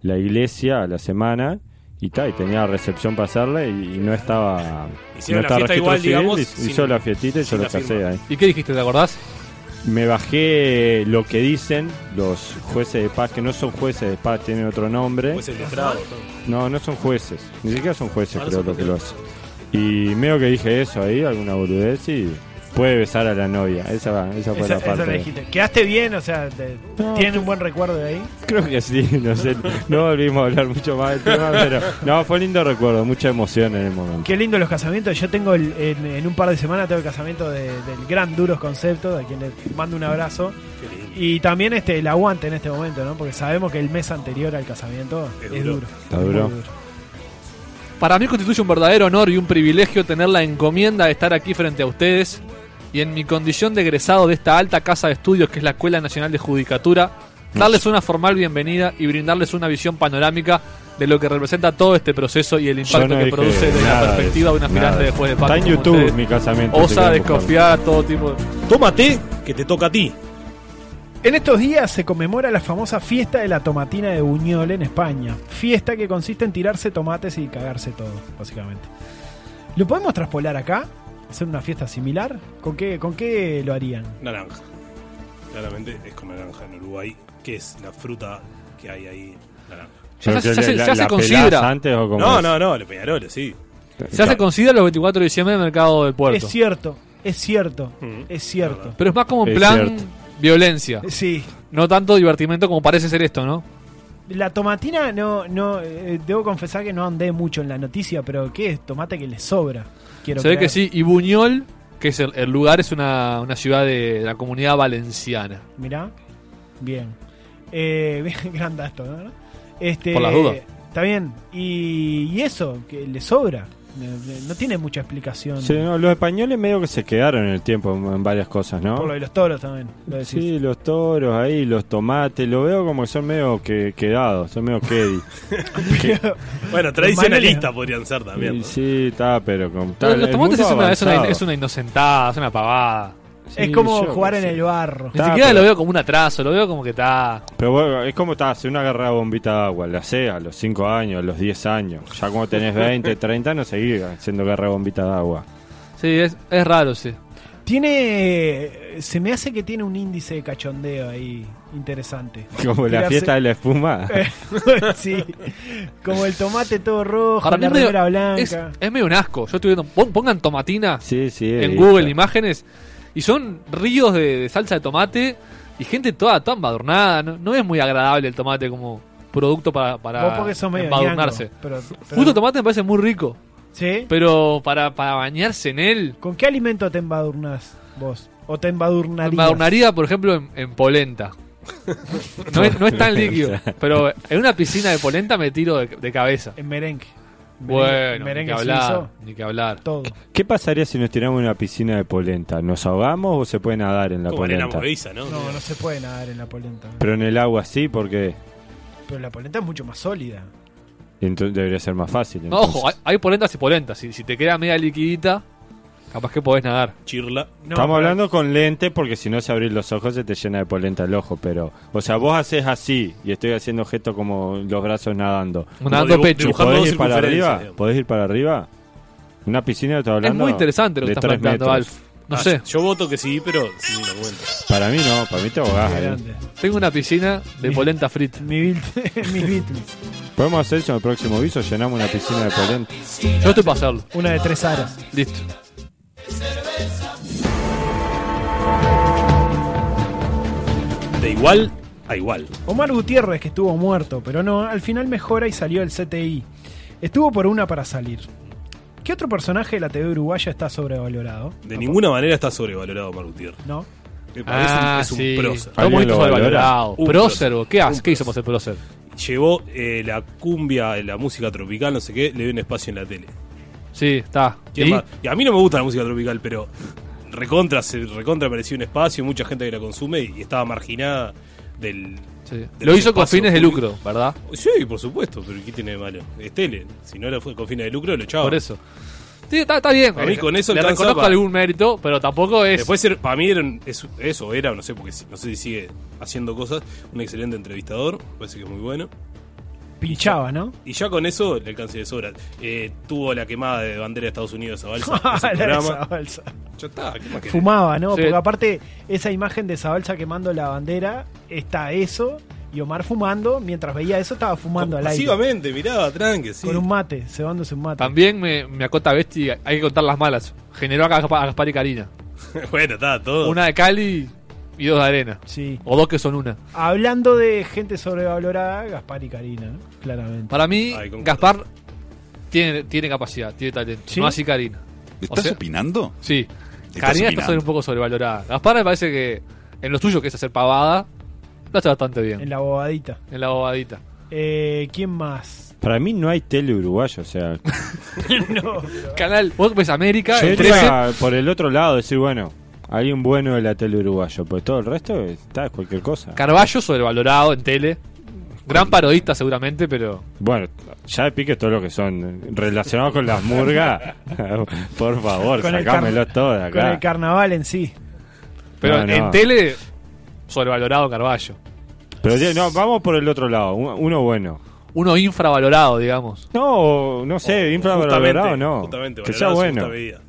Speaker 6: la iglesia a la semana. Y, ta, y tenía recepción para hacerle y, y no estaba.
Speaker 4: Hicieron
Speaker 6: no
Speaker 4: la fiesta igual, digamos,
Speaker 6: hizo
Speaker 4: sin-
Speaker 6: la fiestita y yo
Speaker 4: sin
Speaker 6: lo
Speaker 4: la firma.
Speaker 6: casé ahí.
Speaker 5: ¿Y qué dijiste? ¿Te acordás?
Speaker 6: Me bajé lo que dicen los jueces de paz, que no son jueces de paz, tienen otro nombre.
Speaker 4: Pues el letrado.
Speaker 6: No, no son jueces. Ni siquiera son
Speaker 5: Ah,
Speaker 6: jueces,
Speaker 4: Ahora
Speaker 6: creo,
Speaker 4: son
Speaker 6: lo que lo hacen. Y medio que dije eso ahí, alguna boludez, y puede besar a la novia. Esa, va- esa fue
Speaker 7: Esa,
Speaker 6: la
Speaker 7: esa
Speaker 6: parte.
Speaker 7: la dijiste. Quedaste bien, o sea, te- tienen un buen recuerdo de ahí.
Speaker 6: Creo que sí, no sé. No volvimos a hablar mucho más del tema, pero. No, fue lindo recuerdo, mucha emoción en el momento.
Speaker 7: Qué lindo los casamientos. Yo tengo el- en, en un par de semanas tengo el casamiento de- del gran Duros Conceptos, a quien le mando un abrazo. Y también este el aguante en este momento, ¿no? Porque sabemos que el mes anterior al casamiento
Speaker 4: Es
Speaker 7: es,
Speaker 4: duro.
Speaker 7: duro.
Speaker 6: Está duro.
Speaker 7: Muy duro.
Speaker 5: Para mí constituye un verdadero honor y un privilegio tener la encomienda de estar aquí frente a ustedes y en mi condición de egresado de esta alta casa de estudios que es la Escuela Nacional de Judicatura, darles una formal bienvenida y brindarles una visión panorámica de lo que representa todo este proceso y el impacto que
Speaker 6: dije
Speaker 5: produce desde la
Speaker 6: nada de
Speaker 5: perspectiva de
Speaker 6: eso,
Speaker 5: una
Speaker 6: nada
Speaker 5: aspirante
Speaker 6: de
Speaker 5: después de
Speaker 6: eso.
Speaker 5: paz.
Speaker 6: Está en
Speaker 5: como
Speaker 6: YouTube
Speaker 5: ustedes.
Speaker 6: mi casamiento. si
Speaker 5: Osa
Speaker 6: quieren buscarlo.
Speaker 5: desconfiar a todo tipo de...
Speaker 4: Tómate, que te toca a ti.
Speaker 7: En estos días se conmemora la famosa fiesta de la tomatina de Buñol en España. Fiesta que consiste en tirarse tomates y cagarse todo, básicamente. ¿Lo podemos traspolar acá? ¿Hacer una fiesta similar? ¿Con qué, con qué lo harían?
Speaker 4: Naranja. Claramente es con naranja en Uruguay, que es la fruta que hay ahí. Naranja.
Speaker 5: Ya,
Speaker 6: Pero
Speaker 5: se-
Speaker 6: que
Speaker 5: ya se-
Speaker 6: la-
Speaker 5: ya se
Speaker 6: la pelás
Speaker 5: considera,
Speaker 6: antes o cómo
Speaker 4: No,
Speaker 6: es?
Speaker 4: no, no, los Peñaroles, sí.
Speaker 5: ya se considera los 24 de diciembre en el mercado del puerto.
Speaker 7: Es cierto, es cierto,
Speaker 4: Mm,
Speaker 7: es cierto.
Speaker 5: Pero es más como en
Speaker 6: Es
Speaker 5: plan
Speaker 6: cierto.
Speaker 5: violencia.
Speaker 7: Sí,
Speaker 5: No tanto divertimento como parece ser esto, ¿no?
Speaker 7: la tomatina no, no, eh, debo confesar que no andé mucho en la noticia, pero ¿qué es? Tomate que le sobra. Quiero
Speaker 5: Se ve que
Speaker 7: creer.
Speaker 5: sí. Y Buñol, que es el, el lugar, es una, una ciudad de, la comunidad valenciana.
Speaker 7: Mirá. Bien. Eh, [laughs] bien, gran dato, ¿no? Este,
Speaker 5: Por las dudas.
Speaker 7: Está bien. Y, y eso, que le sobra. No, no tiene mucha explicación.
Speaker 6: Sí, no, los españoles medio que se quedaron en el tiempo en, en varias cosas, ¿no?
Speaker 7: Por lo de los toros también. Lo decís.
Speaker 6: Sí, los toros ahí, los tomates, lo veo como que son medio que quedados, son medio
Speaker 7: [laughs]
Speaker 6: quedi.
Speaker 4: Bueno, tradicionalista podrían ser también.
Speaker 6: Y
Speaker 4: ¿no?
Speaker 6: sí, está, pero con
Speaker 5: Pero
Speaker 6: tal-
Speaker 5: los
Speaker 6: el
Speaker 5: tomates es
Speaker 6: mundo
Speaker 5: una, es, una,
Speaker 6: avanzado.
Speaker 5: es una inocentada, es una pavada.
Speaker 6: Sí,
Speaker 7: es como
Speaker 6: yo
Speaker 7: jugar
Speaker 6: qué
Speaker 7: en
Speaker 6: sé.
Speaker 7: el barro.
Speaker 5: Ni
Speaker 6: Ta,
Speaker 5: siquiera
Speaker 6: pero-
Speaker 5: lo veo como un atraso, lo veo como que está.
Speaker 6: Pero bueno, es como está, si uno agarra bombita de agua, la hace a los 5 años, a los 10 años. Ya cuando tenés
Speaker 7: [laughs]
Speaker 6: 20, 30, no seguís haciendo agarra bombita de agua.
Speaker 5: Sí, es, es raro, sí.
Speaker 7: Tiene. Se me hace que tiene un índice de cachondeo ahí interesante.
Speaker 6: [laughs] Como la
Speaker 7: Tirarse-
Speaker 6: fiesta de la espuma.
Speaker 7: Eh. [laughs] sí. Como el tomate todo rojo,
Speaker 5: Para mí
Speaker 7: la
Speaker 5: es medio-
Speaker 7: remera blanca.
Speaker 5: es, es medio un asco. Yo estoy viendo. pon- Pongan tomatina
Speaker 6: [laughs] Sí, sí. he
Speaker 5: en
Speaker 6: visto.
Speaker 5: Google imágenes y son ríos de, de salsa de tomate y gente toda, toda embadurnada. No, no es muy agradable el tomate como producto para,
Speaker 7: Vos
Speaker 5: para
Speaker 7: porque sos medio
Speaker 5: embadurnarse.
Speaker 7: ñango, pero- pero-
Speaker 5: Justo tomate me parece muy rico.
Speaker 7: ¿Sí?
Speaker 5: Pero para, para bañarse en él,
Speaker 7: ¿Con qué alimento te embadurnás vos? ¿O te embadurnarías?
Speaker 5: embadurnaría, por ejemplo, en, en polenta. No es, no es tan
Speaker 6: [laughs]
Speaker 5: líquido, pero en una piscina de polenta me tiro de, de cabeza.
Speaker 7: En merengue.
Speaker 5: Bueno,
Speaker 7: merengue
Speaker 5: ni que hablar,
Speaker 7: suizo,
Speaker 5: ni que hablar.
Speaker 7: todo.
Speaker 6: ¿Qué pasaría si nos tiramos en una piscina de polenta? ¿Nos ahogamos o se puede nadar en la
Speaker 4: Como arena
Speaker 6: polenta?
Speaker 4: movediza, ¿no?
Speaker 7: No, no se puede nadar en la polenta.
Speaker 6: Pero en el agua sí, porque
Speaker 7: Pero la polenta es mucho más sólida.
Speaker 6: entonces debería ser más fácil.
Speaker 5: No,
Speaker 6: entonces.
Speaker 5: ojo, hay, hay polentas y polentas. Si, si te queda media liquidita, capaz que podés nadar.
Speaker 4: Chirla.
Speaker 7: No,
Speaker 6: Estamos
Speaker 7: pero-
Speaker 6: hablando con lente porque si no se abrís los ojos se te llena de polenta el ojo, pero... O sea, vos haces así y estoy haciendo gesto como los brazos nadando.
Speaker 5: Nadando
Speaker 4: dibu-
Speaker 5: pecho.
Speaker 6: ¿Y
Speaker 4: Dibujando
Speaker 6: podés ir para
Speaker 4: circunferencias,
Speaker 6: arriba?
Speaker 4: digamos.
Speaker 6: ¿Podés ir para arriba? Una piscina, estoy
Speaker 5: Es
Speaker 6: hablando...
Speaker 5: muy interesante lo que
Speaker 6: de
Speaker 5: estás
Speaker 6: tres
Speaker 5: planteando,
Speaker 6: metros.
Speaker 5: Alf. No
Speaker 4: Ah,
Speaker 5: sé,
Speaker 4: Yo voto que sí, pero sin ningún argumento.
Speaker 6: Para mí no, para mí te ahogás
Speaker 7: Qué
Speaker 6: ahí.
Speaker 7: grande.
Speaker 5: tengo una piscina de polenta frita.
Speaker 7: [laughs] Mi Beat- mis Beatles.
Speaker 6: Podemos hacer eso en el próximo viso, llenamos una piscina de polenta.
Speaker 5: Yo estoy para hacerlo.
Speaker 7: Una de tres aras.
Speaker 5: Listo.
Speaker 4: De de igual a igual.
Speaker 7: Omar Gutiérrez, que estuvo muerto, pero no, al final mejora y salió el CTI. Estuvo por una para salir. ¿Qué otro personaje de la TV uruguaya está sobrevalorado?
Speaker 4: De ninguna manera está sobrevalorado Omar Gutiérrez.
Speaker 7: No.
Speaker 4: Me parece
Speaker 5: Ah,
Speaker 4: un- es un
Speaker 5: sí.
Speaker 4: prócer.
Speaker 5: Todo muy
Speaker 6: ¿Alguien lo valora?
Speaker 5: sobrevalorado.
Speaker 4: Un
Speaker 5: ¿Prócer? o ¿Qué hace?
Speaker 4: Un
Speaker 5: ¿Qué hizo
Speaker 4: prócer.
Speaker 5: para ser prócer?
Speaker 4: Llevó eh, la cumbia, la música tropical, no sé qué, le dio un espacio en la tele.
Speaker 5: Sí, está.
Speaker 4: ¿Quién
Speaker 5: ¿Y?
Speaker 4: más? Y a mí no me gusta la música tropical, pero recontra, se recontra merecía un espacio, mucha gente que la consume y estaba marginada del...
Speaker 5: Sí.
Speaker 4: de
Speaker 5: Lo
Speaker 4: los
Speaker 5: hizo con
Speaker 4: espacios
Speaker 5: fines de
Speaker 4: públicos.
Speaker 5: lucro, ¿verdad?
Speaker 4: Sí, por supuesto, pero ¿qué tiene de malo? Es tele, si no era fue con fines de lucro, lo echaba.
Speaker 5: Por eso. Sí, está, está bien.
Speaker 4: A mí con eso
Speaker 5: Le
Speaker 4: alcanza
Speaker 5: reconozco
Speaker 4: para-
Speaker 5: algún mérito, pero tampoco es.
Speaker 4: Después, era- para mí, era un- es- eso era, no sé, porque si- no sé si sigue haciendo cosas. Un excelente entrevistador, parece que es muy bueno.
Speaker 7: Pinchaba, ¿no? [laughs]
Speaker 4: Y ya con eso le alcancé de sobra. Eh, tuvo la quemada de bandera de Estados Unidos a
Speaker 7: [laughs]
Speaker 4: Balsa.
Speaker 7: La de
Speaker 4: programa.
Speaker 7: Zabalza.
Speaker 4: Ya está, ¿qué más querés?
Speaker 7: Fumaba, ¿no?
Speaker 5: Sí.
Speaker 7: Porque aparte, esa imagen de Zabalza quemando la bandera, está eso, y Omar fumando, mientras veía eso estaba fumando al aire.
Speaker 4: Pasivamente, miraba, tranque, sí.
Speaker 7: Con un mate, cebándose un mate.
Speaker 5: También me, me acota Besti, hay que contar las malas. Generó a Gaspa- a Gaspar y Karina.
Speaker 4: [laughs] bueno, está todo.
Speaker 5: Una de Cali y dos de arena.
Speaker 7: Sí.
Speaker 5: O dos que son una.
Speaker 7: Hablando de gente sobrevalorada, Gaspar y Karina, ¿no? claramente.
Speaker 5: Para mí,
Speaker 4: Ay, concuerdo.
Speaker 5: Gaspar tiene, tiene capacidad, tiene talento.
Speaker 7: ¿Sí?
Speaker 5: No así Karina.
Speaker 3: ¿Estás
Speaker 5: sea-
Speaker 3: opinando?
Speaker 5: Sí.
Speaker 3: Estás
Speaker 5: Karina está
Speaker 3: opinando.
Speaker 5: sobre- un poco sobrevalorada. Gaspar me parece que en lo suyo, que es hacer pavada, lo hace bastante
Speaker 7: En
Speaker 5: bien.
Speaker 7: la bobadita.
Speaker 5: En la bobadita.
Speaker 7: Eh, ¿Quién más?
Speaker 6: Para mí no hay tele uruguayo, o sea,
Speaker 5: Canal, vos ves América,
Speaker 6: yo
Speaker 5: el 13,
Speaker 6: iría por el otro lado decir, bueno, alguien bueno de la tele uruguayo, pues todo el resto está es cualquier cosa.
Speaker 5: Carballo sobrevalorado en tele. Gran parodista seguramente, pero
Speaker 6: Bueno, ya de pique todo lo que son relacionados con las murgas, [laughs] por favor,
Speaker 7: Con el
Speaker 6: sacámelos
Speaker 7: car-
Speaker 6: todos de
Speaker 7: Con
Speaker 6: acá.
Speaker 7: el carnaval en sí.
Speaker 5: pero
Speaker 6: No,
Speaker 5: en,
Speaker 6: no.
Speaker 5: en tele sobrevalorado Carballo.
Speaker 6: Pero tío, no, vamos por el otro lado, un- uno bueno.
Speaker 5: Uno infravalorado, digamos.
Speaker 6: No, no
Speaker 5: Oh,
Speaker 6: sé, infravalorado o no.
Speaker 4: Justamente,
Speaker 6: que sea
Speaker 4: valorado en su
Speaker 6: bueno.
Speaker 4: justa medida.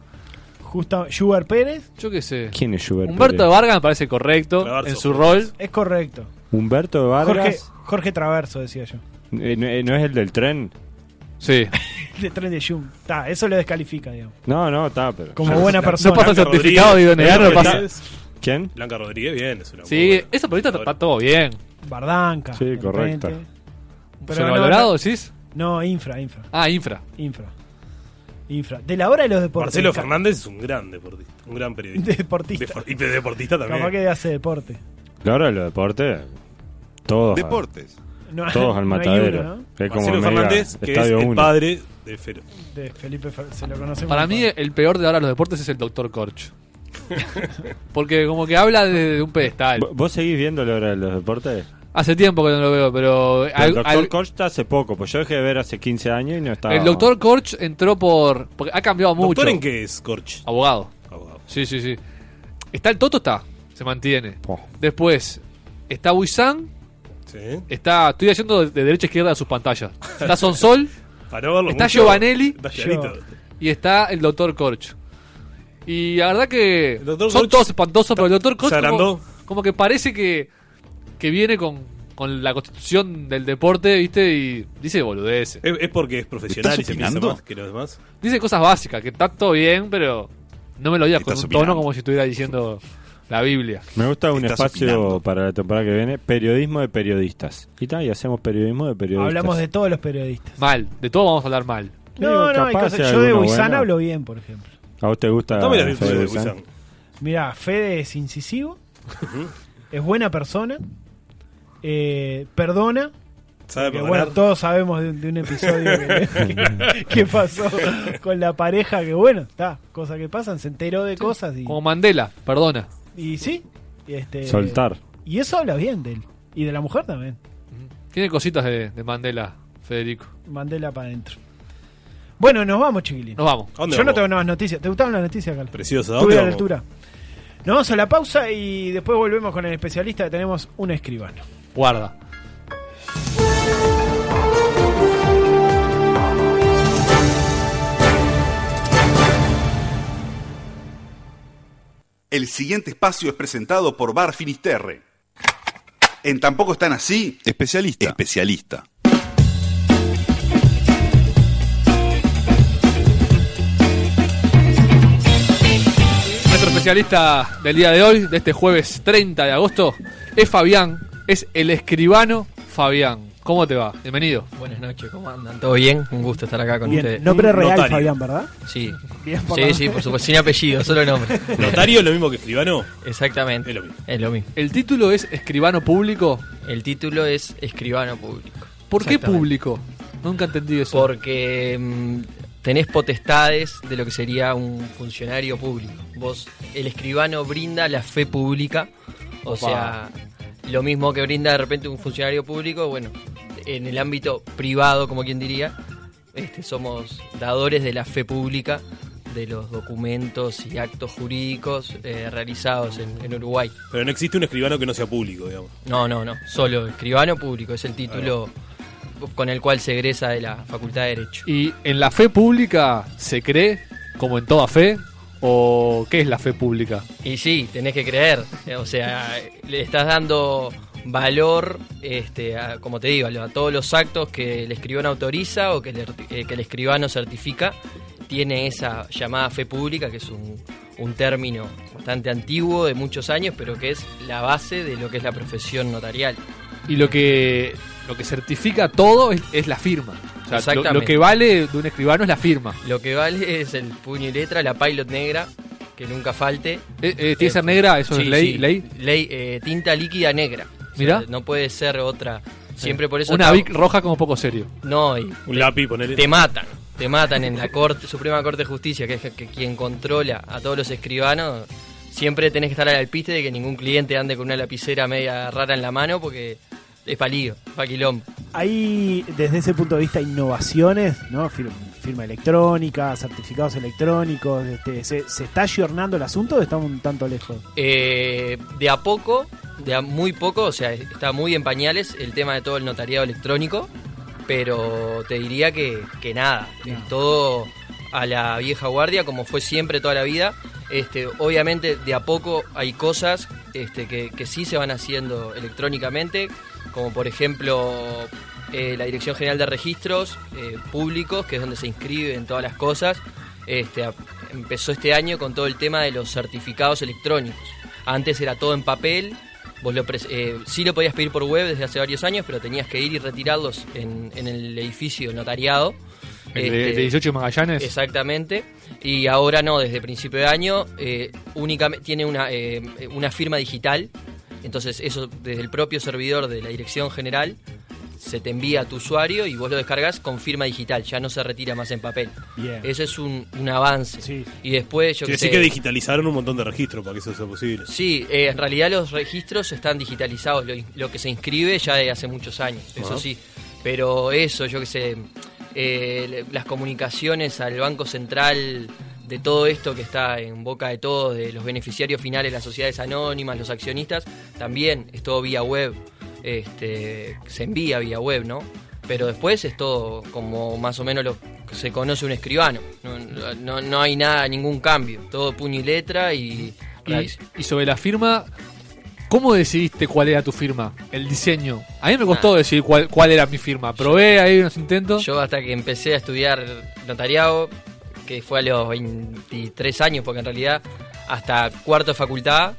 Speaker 7: Justo, Schubert Pérez
Speaker 5: Yo qué sé.
Speaker 6: ¿Quién es Schubert
Speaker 5: Humberto de
Speaker 6: Pérez?
Speaker 5: Vargas me parece correcto
Speaker 4: Traverso.
Speaker 5: en su rol.
Speaker 7: es correcto.
Speaker 6: Humberto de
Speaker 7: Jorge,
Speaker 6: Vargas.
Speaker 7: Jorge Traverso, decía yo. [laughs]
Speaker 6: eh, no, eh, ¿No es el del tren?
Speaker 5: Sí.
Speaker 7: De tren de Jung. Ta, eso lo descalifica, digamos.
Speaker 6: No, no, está, pero.
Speaker 7: Como buena
Speaker 5: No
Speaker 7: persona.
Speaker 5: pasa el
Speaker 4: Blanca
Speaker 5: certificado de
Speaker 4: Rodríguez,
Speaker 5: idoneidad, no
Speaker 4: Blanca
Speaker 5: pasa.
Speaker 4: Rodríguez.
Speaker 6: ¿Quién?
Speaker 4: Blanca Rodríguez, bien, es una muy
Speaker 5: Sí,
Speaker 4: buena.
Speaker 5: esa periodista está, está todo bien.
Speaker 7: Bardanca.
Speaker 6: Sí,
Speaker 7: de
Speaker 6: correcto.
Speaker 7: repente. Pero
Speaker 5: ¿Sobrevalorado
Speaker 7: no, no-
Speaker 5: decís?
Speaker 7: No, infra, infra,
Speaker 5: Ah, infra.
Speaker 7: infra. Infra. De la hora de los deportes.
Speaker 4: Marcelo
Speaker 7: Ca-
Speaker 4: Fernández es un gran deportista, un gran periodista.
Speaker 7: [laughs]
Speaker 4: [laughs]
Speaker 7: Deportista.
Speaker 4: Defor- y de- deportista también.
Speaker 7: Capaz que hace deporte.
Speaker 6: La hora de los deportes. Todos.
Speaker 3: Deportes.
Speaker 7: No,
Speaker 6: [laughs] Todos al
Speaker 7: no hay
Speaker 6: matadero.
Speaker 7: uno, ¿no?
Speaker 6: Es como
Speaker 4: Marcelo
Speaker 6: medio
Speaker 4: Fernández, que es
Speaker 6: estadio
Speaker 4: el
Speaker 6: uno.
Speaker 4: padre de Fero.
Speaker 7: De Felipe Fer- se lo conocemos.
Speaker 5: Para mí, el peor de ahora los deportes es el Doctor
Speaker 4: [laughs]
Speaker 5: Corch. Porque como que habla desde un pedestal.
Speaker 6: ¿Vo- ¿Vos seguís viendo la hora de los deportes?
Speaker 5: Hace tiempo que no lo veo, pero. al-
Speaker 6: el doctor
Speaker 5: al-
Speaker 6: Koch está hace poco, pues yo dejé de ver hace 15 años y no estaba.
Speaker 5: el doctor Corch entró por. Porque ha cambiado mucho.
Speaker 4: ¿Doctor en qué es, Corch?
Speaker 5: Abogado.
Speaker 4: Abogado.
Speaker 5: Sí, sí, sí. Está el Toto, está. Se mantiene.
Speaker 6: Oh.
Speaker 5: Después, está Buizán.
Speaker 4: Sí.
Speaker 5: Está. Estoy haciendo de, de derecha a izquierda de sus pantallas.
Speaker 4: [laughs]
Speaker 5: Está Sonsol
Speaker 4: Para no verlo
Speaker 5: Está
Speaker 4: mucho,
Speaker 5: Giovanelli.
Speaker 4: Está Gianito.
Speaker 7: Yo-
Speaker 5: y está el Doctor Corch. Y la verdad que.
Speaker 4: El Dr.
Speaker 5: Son
Speaker 4: Corch
Speaker 5: todos espantosos, pero el Doctor Corch.
Speaker 4: se agrandó.
Speaker 5: Como, como que parece que. Que viene con, con la constitución del deporte, ¿viste? Y dice boludeces.
Speaker 4: Es, es porque es profesional
Speaker 3: ¿Estás
Speaker 4: y se piensa
Speaker 3: opinando?
Speaker 4: más que los demás.
Speaker 5: Dice cosas básicas, que está todo bien, pero no me lo digas con un
Speaker 3: Estás
Speaker 5: tono
Speaker 3: opinando.
Speaker 5: como si estuviera diciendo la Biblia.
Speaker 6: Me gusta un
Speaker 3: Estás
Speaker 6: espacio
Speaker 3: opinando.
Speaker 6: para la temporada que viene: periodismo de periodistas. Y, tal, y hacemos periodismo de periodistas.
Speaker 7: Hablamos de todos los periodistas.
Speaker 5: Mal, de todo vamos a hablar mal.
Speaker 7: No, no, hay
Speaker 6: capaz
Speaker 7: cosas.
Speaker 6: hay
Speaker 7: Yo de
Speaker 6: alguno
Speaker 7: Buizán
Speaker 6: bueno.
Speaker 7: hablo bien, por ejemplo.
Speaker 6: ¿A vos te gusta?
Speaker 4: Dame la virtud
Speaker 6: Fede
Speaker 4: de
Speaker 6: Buizán?
Speaker 4: Buizán.
Speaker 7: Mirá, Fede es incisivo, es buena persona, eh, perdona.
Speaker 4: Sabe
Speaker 7: que,
Speaker 4: perdonar.
Speaker 7: bueno, todos sabemos de, un- de un episodio que, que- que pasó con la pareja, que bueno, está, cosas que pasan, se enteró de cosas y,
Speaker 5: Como Mandela, perdona.
Speaker 7: y sí. y este,
Speaker 6: Soltar.
Speaker 7: Y eso habla bien de él. Y de la mujer también.
Speaker 5: Tiene cositas de, de Mandela, Federico.
Speaker 7: Mandela para adentro. Bueno, nos vamos, chiquilín.
Speaker 5: Nos vamos.
Speaker 4: ¿A dónde
Speaker 7: Yo no
Speaker 4: vamos?
Speaker 7: tengo nuevas noticias. ¿Te gustaban las noticias, Carlos?
Speaker 4: Preciosa, ¿a dónde
Speaker 7: Estuve a la
Speaker 4: vamos?
Speaker 7: altura. Nos vamos a la pausa y después volvemos con el especialista que tenemos un escribano.
Speaker 5: Guarda.
Speaker 3: El siguiente espacio es presentado por Bar Finisterre. En Tampoco están así. Especialista. Especialista.
Speaker 5: Nuestro especialista del día de hoy, de este jueves 30 de agosto, es Fabián, es el escribano Fabián. ¿Cómo te va? Bienvenido.
Speaker 9: Buenas noches, ¿cómo andan? ¿Todo bien? Un gusto estar acá con
Speaker 7: Bien,
Speaker 9: ustedes.
Speaker 7: nombre real, Fabián, ¿verdad?
Speaker 9: Sí.
Speaker 7: Bien, por la-
Speaker 9: Sí, sí, por supuesto. Sin apellido, solo nombre.
Speaker 4: ¿Notario es lo mismo que escribano?
Speaker 9: Exactamente.
Speaker 4: Es lo mismo.
Speaker 9: Es lo mismo.
Speaker 5: ¿El título es escribano público?
Speaker 9: El título es Escribano Público.
Speaker 5: ¿Por qué
Speaker 9: Exactamente.
Speaker 5: público? Nunca entendí eso.
Speaker 9: Porque mm, tenés potestades de lo que sería un funcionario público. Vos, el escribano brinda la fe pública, o
Speaker 5: Opa.
Speaker 9: sea, lo mismo que brinda de repente un funcionario público, bueno, en el ámbito privado, como quien diría, este, somos dadores de la fe pública de los documentos y actos jurídicos eh, realizados en, en Uruguay.
Speaker 4: Pero no existe un escribano que no sea público, digamos.
Speaker 9: No, no, no, solo escribano público, es el título con el cual se egresa de la Facultad de Derecho.
Speaker 5: ¿Y en la fe pública se cree, como en toda fe? ¿O qué es la fe pública?
Speaker 9: Y sí, tenés que creer. Eh, O sea, le estás dando valor, este, a- como te digo, a todos los actos que el escribano autoriza o que el, ert- eh, que el escribano certifica. Tiene esa llamada fe pública, que es un, un término bastante antiguo, de muchos años, pero que es la base de lo que es la profesión notarial.
Speaker 5: Y lo que, lo que certifica todo es, es la firma. O sea, lo- lo,
Speaker 9: Exactamente.
Speaker 5: que vale de un escribano es la firma.
Speaker 9: Lo que vale es el puño y letra, la pilot negra, que nunca falte.
Speaker 5: Eh, eh, ¿Tiene que ser
Speaker 9: Este,
Speaker 5: negra? ¿Eso
Speaker 9: sí,
Speaker 5: es ley?
Speaker 9: sí.
Speaker 5: ley?
Speaker 9: eh, tinta líquida negra. O sea,
Speaker 5: Mirá.
Speaker 9: no puede ser otra. Siempre por eso.
Speaker 5: Una
Speaker 9: está-
Speaker 5: Vic roja como poco serio.
Speaker 9: No, y
Speaker 4: Un lápiz, ponele.
Speaker 9: te matan. Te matan en la corte, Suprema Corte de Justicia, que es que quien controla a todos los escribanos. Siempre tenés que estar al alpiste de que ningún cliente ande con una lapicera media rara en la mano porque es palío, va quilombo.
Speaker 10: Hay, desde ese punto de vista, innovaciones, ¿no? Fir- firma electrónica, certificados electrónicos. Este, ¿se, se está ayornando el asunto o estamos un tanto lejos?
Speaker 9: Eh, de a poco, de a muy poco, o sea, está muy en pañales el tema de todo el notariado electrónico, pero te diría que, que nada, es todo a la vieja guardia, como fue siempre toda la vida. Este, obviamente, de a poco hay cosas este, que, que sí se van haciendo electrónicamente, como por ejemplo eh, la Dirección General de Registros eh, Públicos, que es donde se inscriben todas las cosas. Este, a- empezó este año con todo el tema de los certificados electrónicos. Antes era todo en papel, vos lo pres- eh, sí lo podías pedir por web desde hace varios años, pero tenías que ir y retirarlos en, en el edificio notariado.
Speaker 5: El de-
Speaker 9: Este,
Speaker 5: el de 18 Magallanes.
Speaker 9: Exactamente. Y ahora no, desde principio de año eh, únicamente tiene una, eh, una firma digital. Entonces eso desde el propio servidor de la dirección general se te envía a tu usuario y vos lo descargas con firma digital. Ya no se retira más en papel.
Speaker 10: Bien.
Speaker 9: Ese es un, un avance.
Speaker 10: Sí.
Speaker 9: Y después yo
Speaker 4: Quiere
Speaker 9: qué
Speaker 4: decir
Speaker 9: sé,
Speaker 4: que digitalizaron un montón de registros para que eso sea posible.
Speaker 9: Sí, eh, en realidad los registros están digitalizados, lo, lo que se inscribe ya de hace muchos años, eso sí. Pero eso, yo que sé, eh, le- las comunicaciones al Banco Central de todo esto que está en boca de todos, de los beneficiarios finales, las sociedades anónimas, los accionistas, también es todo vía web, este, se envía vía web, ¿no? Pero después es todo como más o menos lo que se conoce un escribano, no, no- no hay nada, ningún cambio, todo puño y letra y...
Speaker 5: Y, y sobre la firma, ¿cómo decidiste cuál era tu firma? El diseño. A mí me costó
Speaker 9: Ah.
Speaker 5: decidir cuál, cuál era mi firma. Probé ahí unos intentos.
Speaker 9: Yo hasta que empecé a estudiar notariado, que fue a los 23 años, porque en realidad hasta cuarto de facultad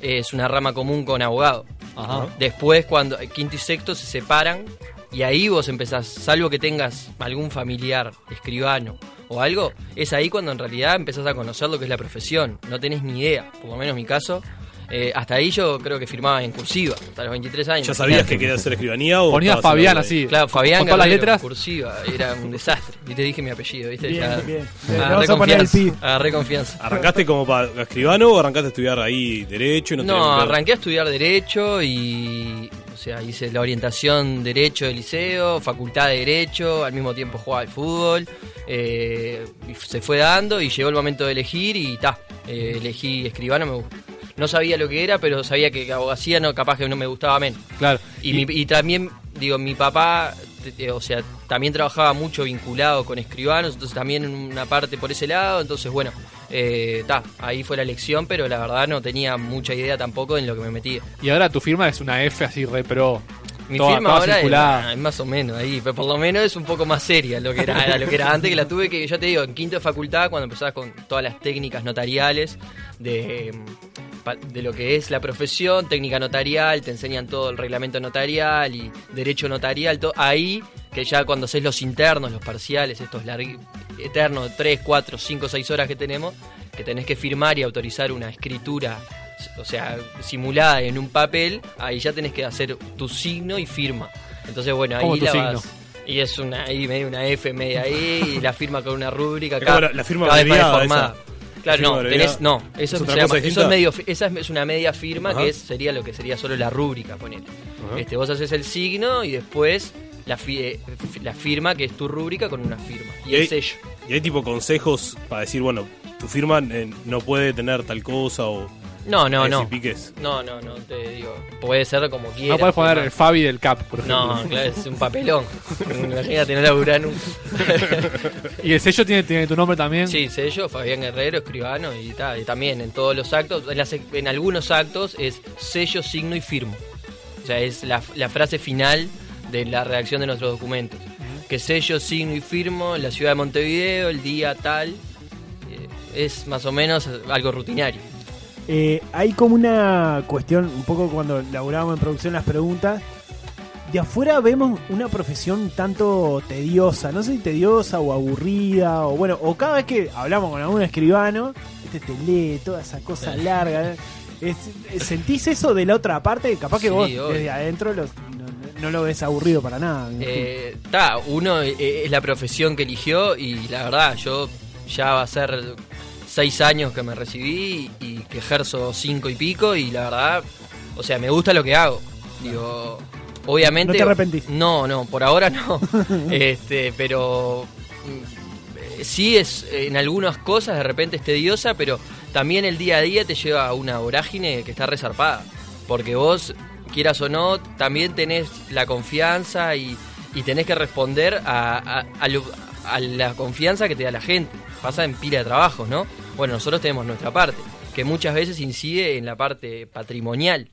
Speaker 9: eh, es una rama común con abogado.
Speaker 5: Ajá.
Speaker 9: Después, cuando eh, quinto y sexto se separan, y ahí vos empezás, salvo que tengas algún familiar, escribano o algo, es ahí cuando en realidad empezás a conocer lo que es la profesión. No tenés ni idea, por lo menos en mi caso. Eh, hasta ahí yo creo que firmaba en cursiva, hasta los 23 años.
Speaker 4: ¿Ya sabías
Speaker 9: Imagínate.
Speaker 4: que querías hacer escribanía o.?
Speaker 5: Ponía
Speaker 4: estabas
Speaker 5: Fabián
Speaker 4: hablando ahí?
Speaker 5: así.
Speaker 9: Claro, Fabián
Speaker 5: Con todas las
Speaker 9: Guerrero,
Speaker 5: letras.
Speaker 9: cursiva, era un desastre. Y te dije mi apellido, ¿viste?
Speaker 10: Bien,
Speaker 9: Ya
Speaker 10: bien. Le
Speaker 9: Agarré
Speaker 10: vamos a poner el
Speaker 9: confianza.
Speaker 10: pi.
Speaker 9: Agarré confianza.
Speaker 4: ¿Arrancaste como para escribano o arrancaste a estudiar ahí Derecho? Y no, tenías
Speaker 9: No,
Speaker 4: ni idea?
Speaker 9: arranqué a estudiar Derecho y. O sea, hice la orientación Derecho del liceo, Facultad de Derecho, al mismo tiempo jugaba al fútbol. eh, y se fue dando y llegó el momento de elegir y ta. eh, elegí escribano, me gustó. No sabía lo que era, pero sabía que abogacía no, capaz que no me gustaba menos.
Speaker 5: Claro.
Speaker 9: Y, mi- y también, digo, mi papá, te- eh, o sea, también trabajaba mucho vinculado con escribanos, entonces también una parte por ese lado, entonces bueno, eh, ta, ahí fue la elección, pero la verdad no tenía mucha idea tampoco en lo que me metía.
Speaker 5: Y ahora tu firma es una F así re pro.
Speaker 9: Mi
Speaker 5: Toda-
Speaker 9: firma
Speaker 5: toda
Speaker 9: ahora es,
Speaker 5: circulada.
Speaker 9: ah, es más o menos ahí, pero por lo menos es un poco más seria lo que era, era lo que era antes, que la tuve que, ya te digo, en quinto de facultad, cuando empezabas con todas las técnicas notariales de eh, pa- de lo que es la profesión, técnica notarial, te enseñan todo el reglamento notarial y derecho notarial, to- ahí que ya cuando haces los internos, los parciales, estos largui- eternos, 3, 4, 5, 6 horas que tenemos, que tenés que firmar y autorizar una escritura, o sea, simulada en un papel, ahí ya tenés que hacer tu signo y firma. Entonces, bueno,
Speaker 5: ¿Cómo
Speaker 9: ahí
Speaker 5: tu
Speaker 9: la
Speaker 5: signo?
Speaker 9: vas- Y es una, ahí medio una F media ahí, y la firma con una rúbrica.
Speaker 4: Es
Speaker 9: cada-
Speaker 4: como la- la firma
Speaker 9: cada vez más
Speaker 4: abreviada
Speaker 9: deformada.
Speaker 4: esa.
Speaker 9: Claro,
Speaker 4: La
Speaker 9: no,
Speaker 4: firma
Speaker 9: tenés-
Speaker 4: abreviada.
Speaker 9: no,
Speaker 4: ¿Es
Speaker 9: eso,
Speaker 4: otra
Speaker 9: se llama-
Speaker 4: cosa
Speaker 9: eso
Speaker 4: distinta?
Speaker 9: es medio, fi- esa es- es una media firma
Speaker 4: Ajá.
Speaker 9: que es- sería lo que sería solo la rúbrica, poner.
Speaker 4: Ajá.
Speaker 9: Este, vos haces el signo y después la, fi- eh, fi- la firma que es tu rúbrica con una firma. Y,
Speaker 4: Eh,
Speaker 9: el sello.
Speaker 4: Y hay tipo consejos para decir, bueno, tu firma eh, no puede tener tal cosa o.
Speaker 9: No, no,
Speaker 4: Ahí
Speaker 9: no.
Speaker 4: sí piques.
Speaker 9: No, no, no, te digo. Puede ser como quieras.
Speaker 5: No puedes poner
Speaker 9: pero-
Speaker 5: el Fabi del Cap, por ejemplo.
Speaker 9: No, claro, es un papelón. [laughs] Imagínate, no laburar nunca.
Speaker 5: [laughs] y el sello tiene, tiene tu nombre también.
Speaker 9: Sí, sello, Fabián Guerrero, escribano y, ta, y también en todos los actos, en, las- en algunos actos es sello, signo y firmo. O sea, es la, la frase final de la redacción de nuestros documentos. Que sello, signo y firmo en la ciudad de Montevideo, el día tal. eh, Es más o menos algo rutinario.
Speaker 10: Eh, hay como una cuestión, un poco cuando laburábamos en producción las preguntas. De afuera vemos una profesión un tanto tediosa, no sé si tediosa o aburrida, o bueno, o cada vez que hablamos con algún escribano, este te lee toda esa cosa larga. ¿eh? Es- es- ¿Sentís eso de la otra parte? Capaz que
Speaker 9: Sí,
Speaker 10: vos
Speaker 9: obvio.
Speaker 10: desde adentro los- no, no- no lo ves aburrido para nada. me imagino.
Speaker 9: Eh, ta, uno eh, es la profesión que eligió y la verdad, yo ya va a ser seis años que me recibí y que ejerzo cinco y pico y la verdad, o sea, me gusta lo que hago. Digo, obviamente...
Speaker 10: No te arrepentís.
Speaker 9: No, no, por
Speaker 10: [laughs]
Speaker 9: ahora no. este, pero mm, eh, sí es eh, en algunas cosas de repente es tediosa, pero también el día a día te lleva a una vorágine que está resarpada. Porque vos, quieras o no, también tenés la confianza y, y tenés que responder a, a- a lo- a la confianza que te da la gente. Pasa en pila de trabajos, ¿no? Bueno, nosotros tenemos nuestra parte, que muchas veces incide en la parte patrimonial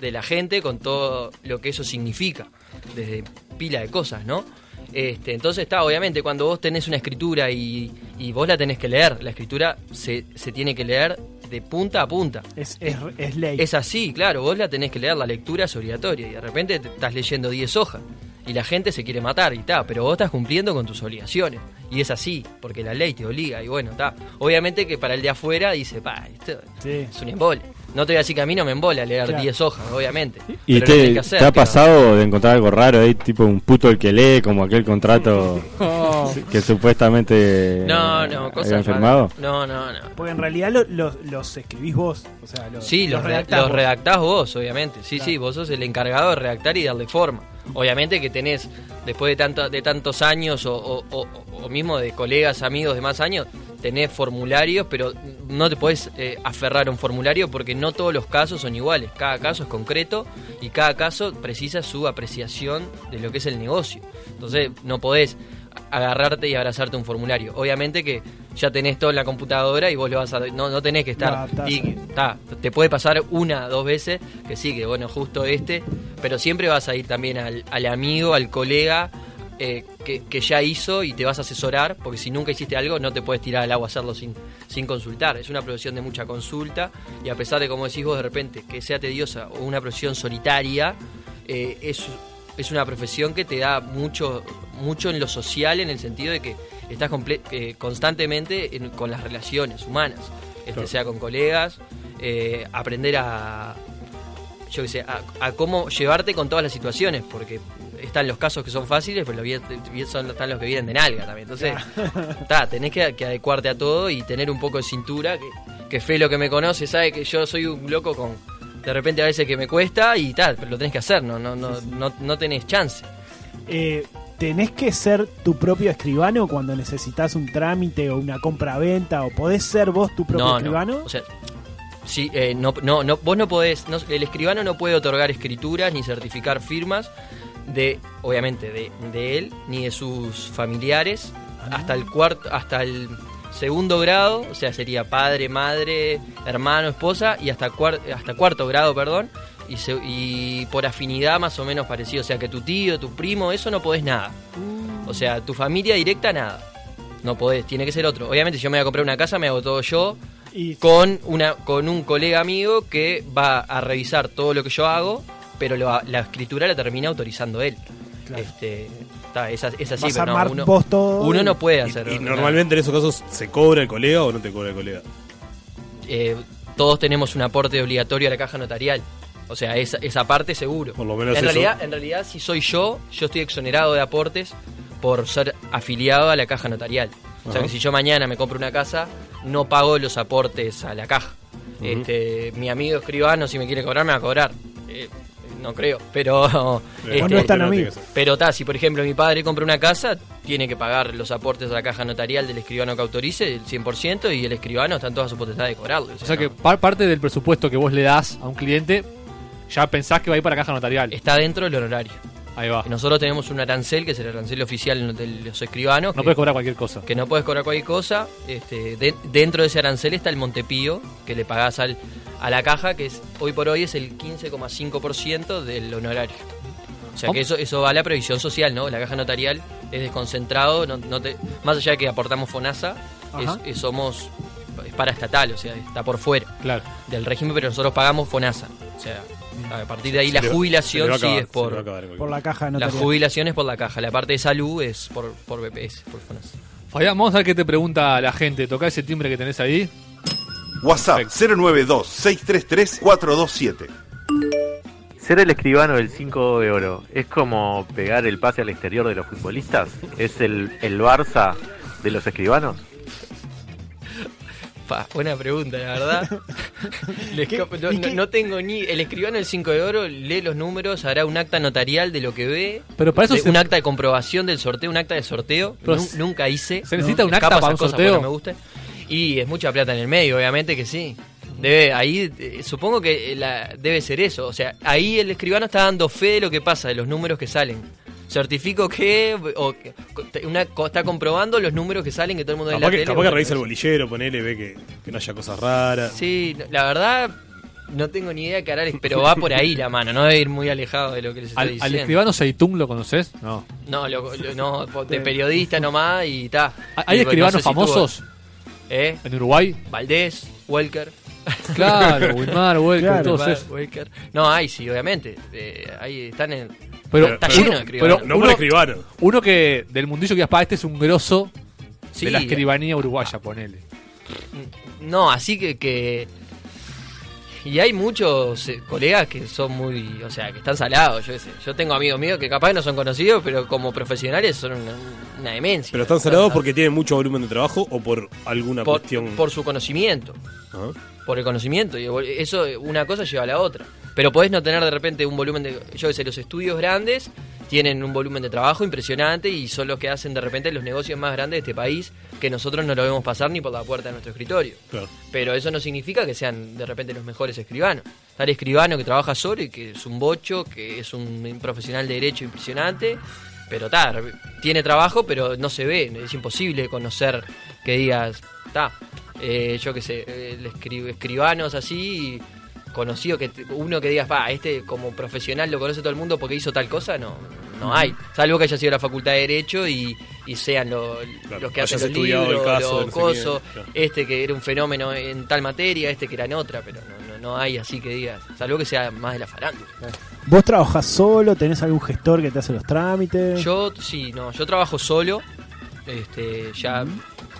Speaker 9: de la gente con todo lo que eso significa, desde pila de cosas, ¿no? Este, entonces está, obviamente, cuando vos tenés una escritura y, y vos la tenés que leer, la escritura se, se tiene que leer de punta a punta.
Speaker 10: Es, es, es ley.
Speaker 9: Es así, claro, vos la tenés que leer, la lectura es obligatoria y de repente te estás leyendo 10 hojas y la gente se quiere matar y está, pero vos estás cumpliendo con tus obligaciones y es así, porque la ley te obliga y bueno, está. Obviamente que para el de afuera dice, pa, esto
Speaker 10: Sí.
Speaker 9: es un embole. No te voy a decir que a mí no me embola leer
Speaker 10: Claro.
Speaker 9: 10 hojas, obviamente.
Speaker 6: ¿Y
Speaker 9: pero lo tenés
Speaker 6: te,
Speaker 9: que hacer,
Speaker 6: te ha
Speaker 9: claro.
Speaker 6: pasado de encontrar algo raro ahí, tipo un puto el que lee, como aquel contrato
Speaker 5: Oh.
Speaker 6: que supuestamente
Speaker 9: No,
Speaker 6: eh,
Speaker 9: no,
Speaker 6: habían
Speaker 9: cosas
Speaker 6: firmado?
Speaker 9: raras. No, no, no.
Speaker 10: Porque en realidad lo- los- los escribís vos. O sea, los,
Speaker 9: Sí, los, re-
Speaker 10: redactás
Speaker 9: los
Speaker 10: vos.
Speaker 9: redactás vos, obviamente. Sí,
Speaker 10: Claro.
Speaker 9: sí, vos sos el encargado de redactar y darle forma. Obviamente que tenés, después de, tanto, de tantos años o, o- o- o mismo de colegas, amigos de más años, tenés formularios, pero no te podés eh, aferrar a un formulario porque no todos los casos son iguales. Cada caso es concreto y cada caso precisa su apreciación de lo que es el negocio. Entonces, no podés agarrarte y abrazarte a un formulario. Obviamente que ya tenés todo en la computadora y vos lo vas a... No, no tenés que
Speaker 10: Lo
Speaker 9: estar...
Speaker 10: adaptás.
Speaker 9: y- Ta, te puede pasar una, dos veces, que sí, que bueno, justo este, pero siempre vas a ir también al, al amigo, al colega eh, que, que ya hizo y te vas a asesorar, porque si nunca hiciste algo no te puedes tirar al agua a hacerlo sin, sin consultar. Es una profesión de mucha consulta y a pesar de, como decís vos de repente, que sea tediosa o una profesión solitaria, eh, es, es una profesión que te da mucho, mucho en lo social, en el sentido de que estás comple- eh, constantemente en- con las relaciones humanas, este, sea con colegas, eh, aprender a, yo qué sé, a, a cómo llevarte con todas las situaciones, porque están los casos que son fáciles, pero lo bien- bien son, están los que vienen de nalga también. Entonces, ta, tenés que, que adecuarte a todo y tener un poco de cintura, que, que Fe lo que me conoce sabe que yo soy un loco con, de repente a veces que me cuesta y tal, pero lo tenés que hacer, no, no, no, no, no tenés chance.
Speaker 10: Eh, ¿Tenés que ser tu propio escribano cuando necesitas un trámite o una compra-venta? ¿O podés ser vos tu propio
Speaker 9: no,
Speaker 10: escribano?
Speaker 9: No. O sea, sí, eh, no, no, no, vos no podés, no- el escribano no puede otorgar escrituras ni certificar firmas de, obviamente, de, de él ni de sus familiares
Speaker 10: Ah.
Speaker 9: hasta el cuarto, hasta el segundo grado, o sea, sería padre, madre, hermano, esposa y hasta cuar- hasta cuarto grado, perdón. Y, se- y por afinidad más o menos parecido. O sea, que tu tío, tu primo, eso no podés nada. O sea, tu familia directa, nada. No podés, tiene que ser otro. Obviamente, si yo me voy a comprar una casa, me hago todo yo. con, una, con un colega amigo que va a revisar todo lo que yo hago, pero lo- la escritura la termina autorizando él. Este, está, es, a- es así,
Speaker 10: Vas a
Speaker 9: pero
Speaker 10: armar
Speaker 9: no, uno,
Speaker 10: vos todo.
Speaker 9: uno no puede
Speaker 10: Y-
Speaker 9: hacer.
Speaker 4: Y
Speaker 9: nada.
Speaker 4: normalmente en esos casos se cobra el colega o no te cobra el colega.
Speaker 9: Eh, todos tenemos un aporte obligatorio a la caja notarial. O sea, esa, esa parte seguro.
Speaker 4: Por lo menos
Speaker 9: en
Speaker 4: eso.
Speaker 9: realidad, en realidad, si soy yo, yo estoy exonerado de aportes por ser afiliado a la caja notarial. O sea
Speaker 11: Ajá.
Speaker 9: que si yo mañana me compro una casa, no pago los aportes a la caja. Este, mi amigo escribano, si me quiere cobrar, me va a cobrar. Eh, no creo, pero.
Speaker 4: Este,
Speaker 9: este,
Speaker 10: Pero vos no es tan
Speaker 9: pero-
Speaker 10: amigo.
Speaker 9: Pero ta, si por ejemplo mi padre compra una casa, tiene que pagar los aportes a la caja notarial del escribano que autorice, el 100%, y el escribano está en toda su potestad de cobrarlo.
Speaker 5: O sea que par- parte del presupuesto que vos le das a un cliente, ya pensás que va a ir para caja notarial.
Speaker 9: Está dentro del honorario.
Speaker 5: Ahí va.
Speaker 9: Nosotros tenemos un arancel, que es el arancel oficial de los escribanos.
Speaker 5: No
Speaker 9: que-
Speaker 5: puedes cobrar cualquier cosa.
Speaker 9: Que no puedes cobrar cualquier cosa. Este, de- dentro de ese arancel está el Montepío, que le pagás al, a la caja, que es hoy por hoy es el 15,5% del honorario. O sea que eso, eso va a la previsión social, ¿no? La caja notarial es desconcentrado, no, no te, más allá de que aportamos FONASA, es-
Speaker 5: Ajá.
Speaker 9: es- somos es paraestatal, o sea, está por fuera
Speaker 5: Claro.
Speaker 9: del régimen, pero nosotros pagamos FONASA. O sea, a partir de ahí
Speaker 4: Se
Speaker 9: la
Speaker 4: le va- se le
Speaker 9: jubilación
Speaker 4: va a acabar,
Speaker 9: sí es
Speaker 4: se
Speaker 9: por,
Speaker 4: le va a acabar en cualquier
Speaker 10: Por la caja
Speaker 9: la
Speaker 10: notarial.
Speaker 9: jubilación es por la caja, la parte de salud es por, por BPS, por FONASA.
Speaker 5: Fabián, vamos a ver qué te pregunta la gente. Toca ese timbre que tenés ahí.
Speaker 3: WhatsApp 092-633-427.
Speaker 12: Ser el escribano del 5 de oro es como pegar el pase al exterior de los futbolistas. ¿Es el, el Barça de los escribanos?
Speaker 9: Pa, buena pregunta,
Speaker 10: [laughs]
Speaker 9: la verdad. Les
Speaker 10: ¿Qué-
Speaker 9: capo- no,
Speaker 10: y
Speaker 9: no-
Speaker 10: qué-
Speaker 9: no tengo ni. El escribano del 5 de oro lee los números, hará un acta notarial de lo que ve.
Speaker 5: Pero para eso
Speaker 9: de-
Speaker 5: se-
Speaker 9: Un acta de comprobación del sorteo, un acta de sorteo.
Speaker 5: Pero
Speaker 9: Nun-
Speaker 5: se-
Speaker 9: nunca hice.
Speaker 5: ¿se necesita
Speaker 9: No,
Speaker 5: un acta
Speaker 9: escapo
Speaker 5: para
Speaker 9: esas
Speaker 5: un
Speaker 9: cosas porque
Speaker 5: sorteo?
Speaker 9: no me gusta. Y es mucha plata en el medio, obviamente que sí. Debe, ahí eh, supongo que eh, la- debe ser eso. O sea, ahí el escribano está dando fe de lo que pasa, de los números que salen. Certifico que. o que- una, co- está comprobando los números que salen que todo el mundo ve en
Speaker 4: Capaz
Speaker 9: la
Speaker 4: que,
Speaker 9: tele,
Speaker 4: capaz que
Speaker 9: bueno,
Speaker 4: revisa el bolillero, ponele, ve que, que no haya cosas raras.
Speaker 9: Sí, no, la verdad no tengo ni idea de qué hará el- pero va por ahí la mano, no debe ir muy alejado de lo que les estoy
Speaker 5: ¿Al,
Speaker 9: diciendo.
Speaker 5: al escribano Seitún lo conoces? No.
Speaker 9: No, lo-
Speaker 5: [laughs]
Speaker 9: lo- no, po- de periodista nomás y ta.
Speaker 5: ¿Hay
Speaker 9: Y,
Speaker 5: escribanos
Speaker 9: no sé si
Speaker 5: famosos?
Speaker 9: tuvo- ¿Eh?
Speaker 5: ¿En Uruguay?
Speaker 9: [laughs] Valdés, Welker.
Speaker 5: Claro, Wilmar, Welker, todos
Speaker 9: Wilmar,
Speaker 5: esos.
Speaker 9: Welker. No, hay sí, obviamente. Eh, ahí están en
Speaker 5: Pero,
Speaker 9: está
Speaker 5: pero-
Speaker 9: lleno de escribanos.
Speaker 5: pero
Speaker 4: No por escribano.
Speaker 5: Uno que del mundillo que para este es un grosso
Speaker 9: Sí. eh.
Speaker 5: de la escribanía uruguaya, ponele.
Speaker 9: No, así que, que- Y hay muchos eh, colegas que son muy... O sea, que están salados, yo qué sé. Yo tengo amigos míos que capaz no son conocidos, pero como profesionales son una, una demencia.
Speaker 4: Pero están salados porque tienen mucho volumen de trabajo o por alguna
Speaker 9: por,
Speaker 4: cuestión. Ah,
Speaker 9: por su conocimiento.
Speaker 4: Ajá.
Speaker 9: Por el conocimiento. y Eso, eh, una cosa lleva a la otra. Pero podés no tener de repente un volumen de... Yo qué sé, los estudios grandes tienen un volumen de trabajo impresionante y son los que hacen de repente los negocios más grandes de este país que nosotros no lo vemos pasar ni por la puerta de nuestro escritorio.
Speaker 4: Claro.
Speaker 9: Pero eso no significa que sean de repente los mejores escribanos. Está el escribano que trabaja solo y que es un bocho, que es un profesional de derecho impresionante, pero ta, tiene trabajo, pero no se ve, es imposible conocer que digas, ta, eh, yo qué sé, eh, el escri- escribanos así, conocido, que te- uno que digas, pa, este como profesional lo conoce todo el mundo porque hizo tal cosa, no, no hay. Salvo que haya sido la facultad de derecho y, y sean lo- los que
Speaker 4: hayas
Speaker 9: hacen los
Speaker 4: estudiado el
Speaker 9: libros,
Speaker 4: caso,
Speaker 9: los
Speaker 4: no sé
Speaker 9: cosos,
Speaker 4: qué, claro.
Speaker 9: este que era un fenómeno en tal materia, este que era en otra, pero no, no, no hay así que digas, salvo que sea más de la farándula.
Speaker 10: ¿Vos trabajás solo? ¿Tenés algún gestor que te hace los trámites?
Speaker 9: Yo sí, no, yo trabajo solo, este, ya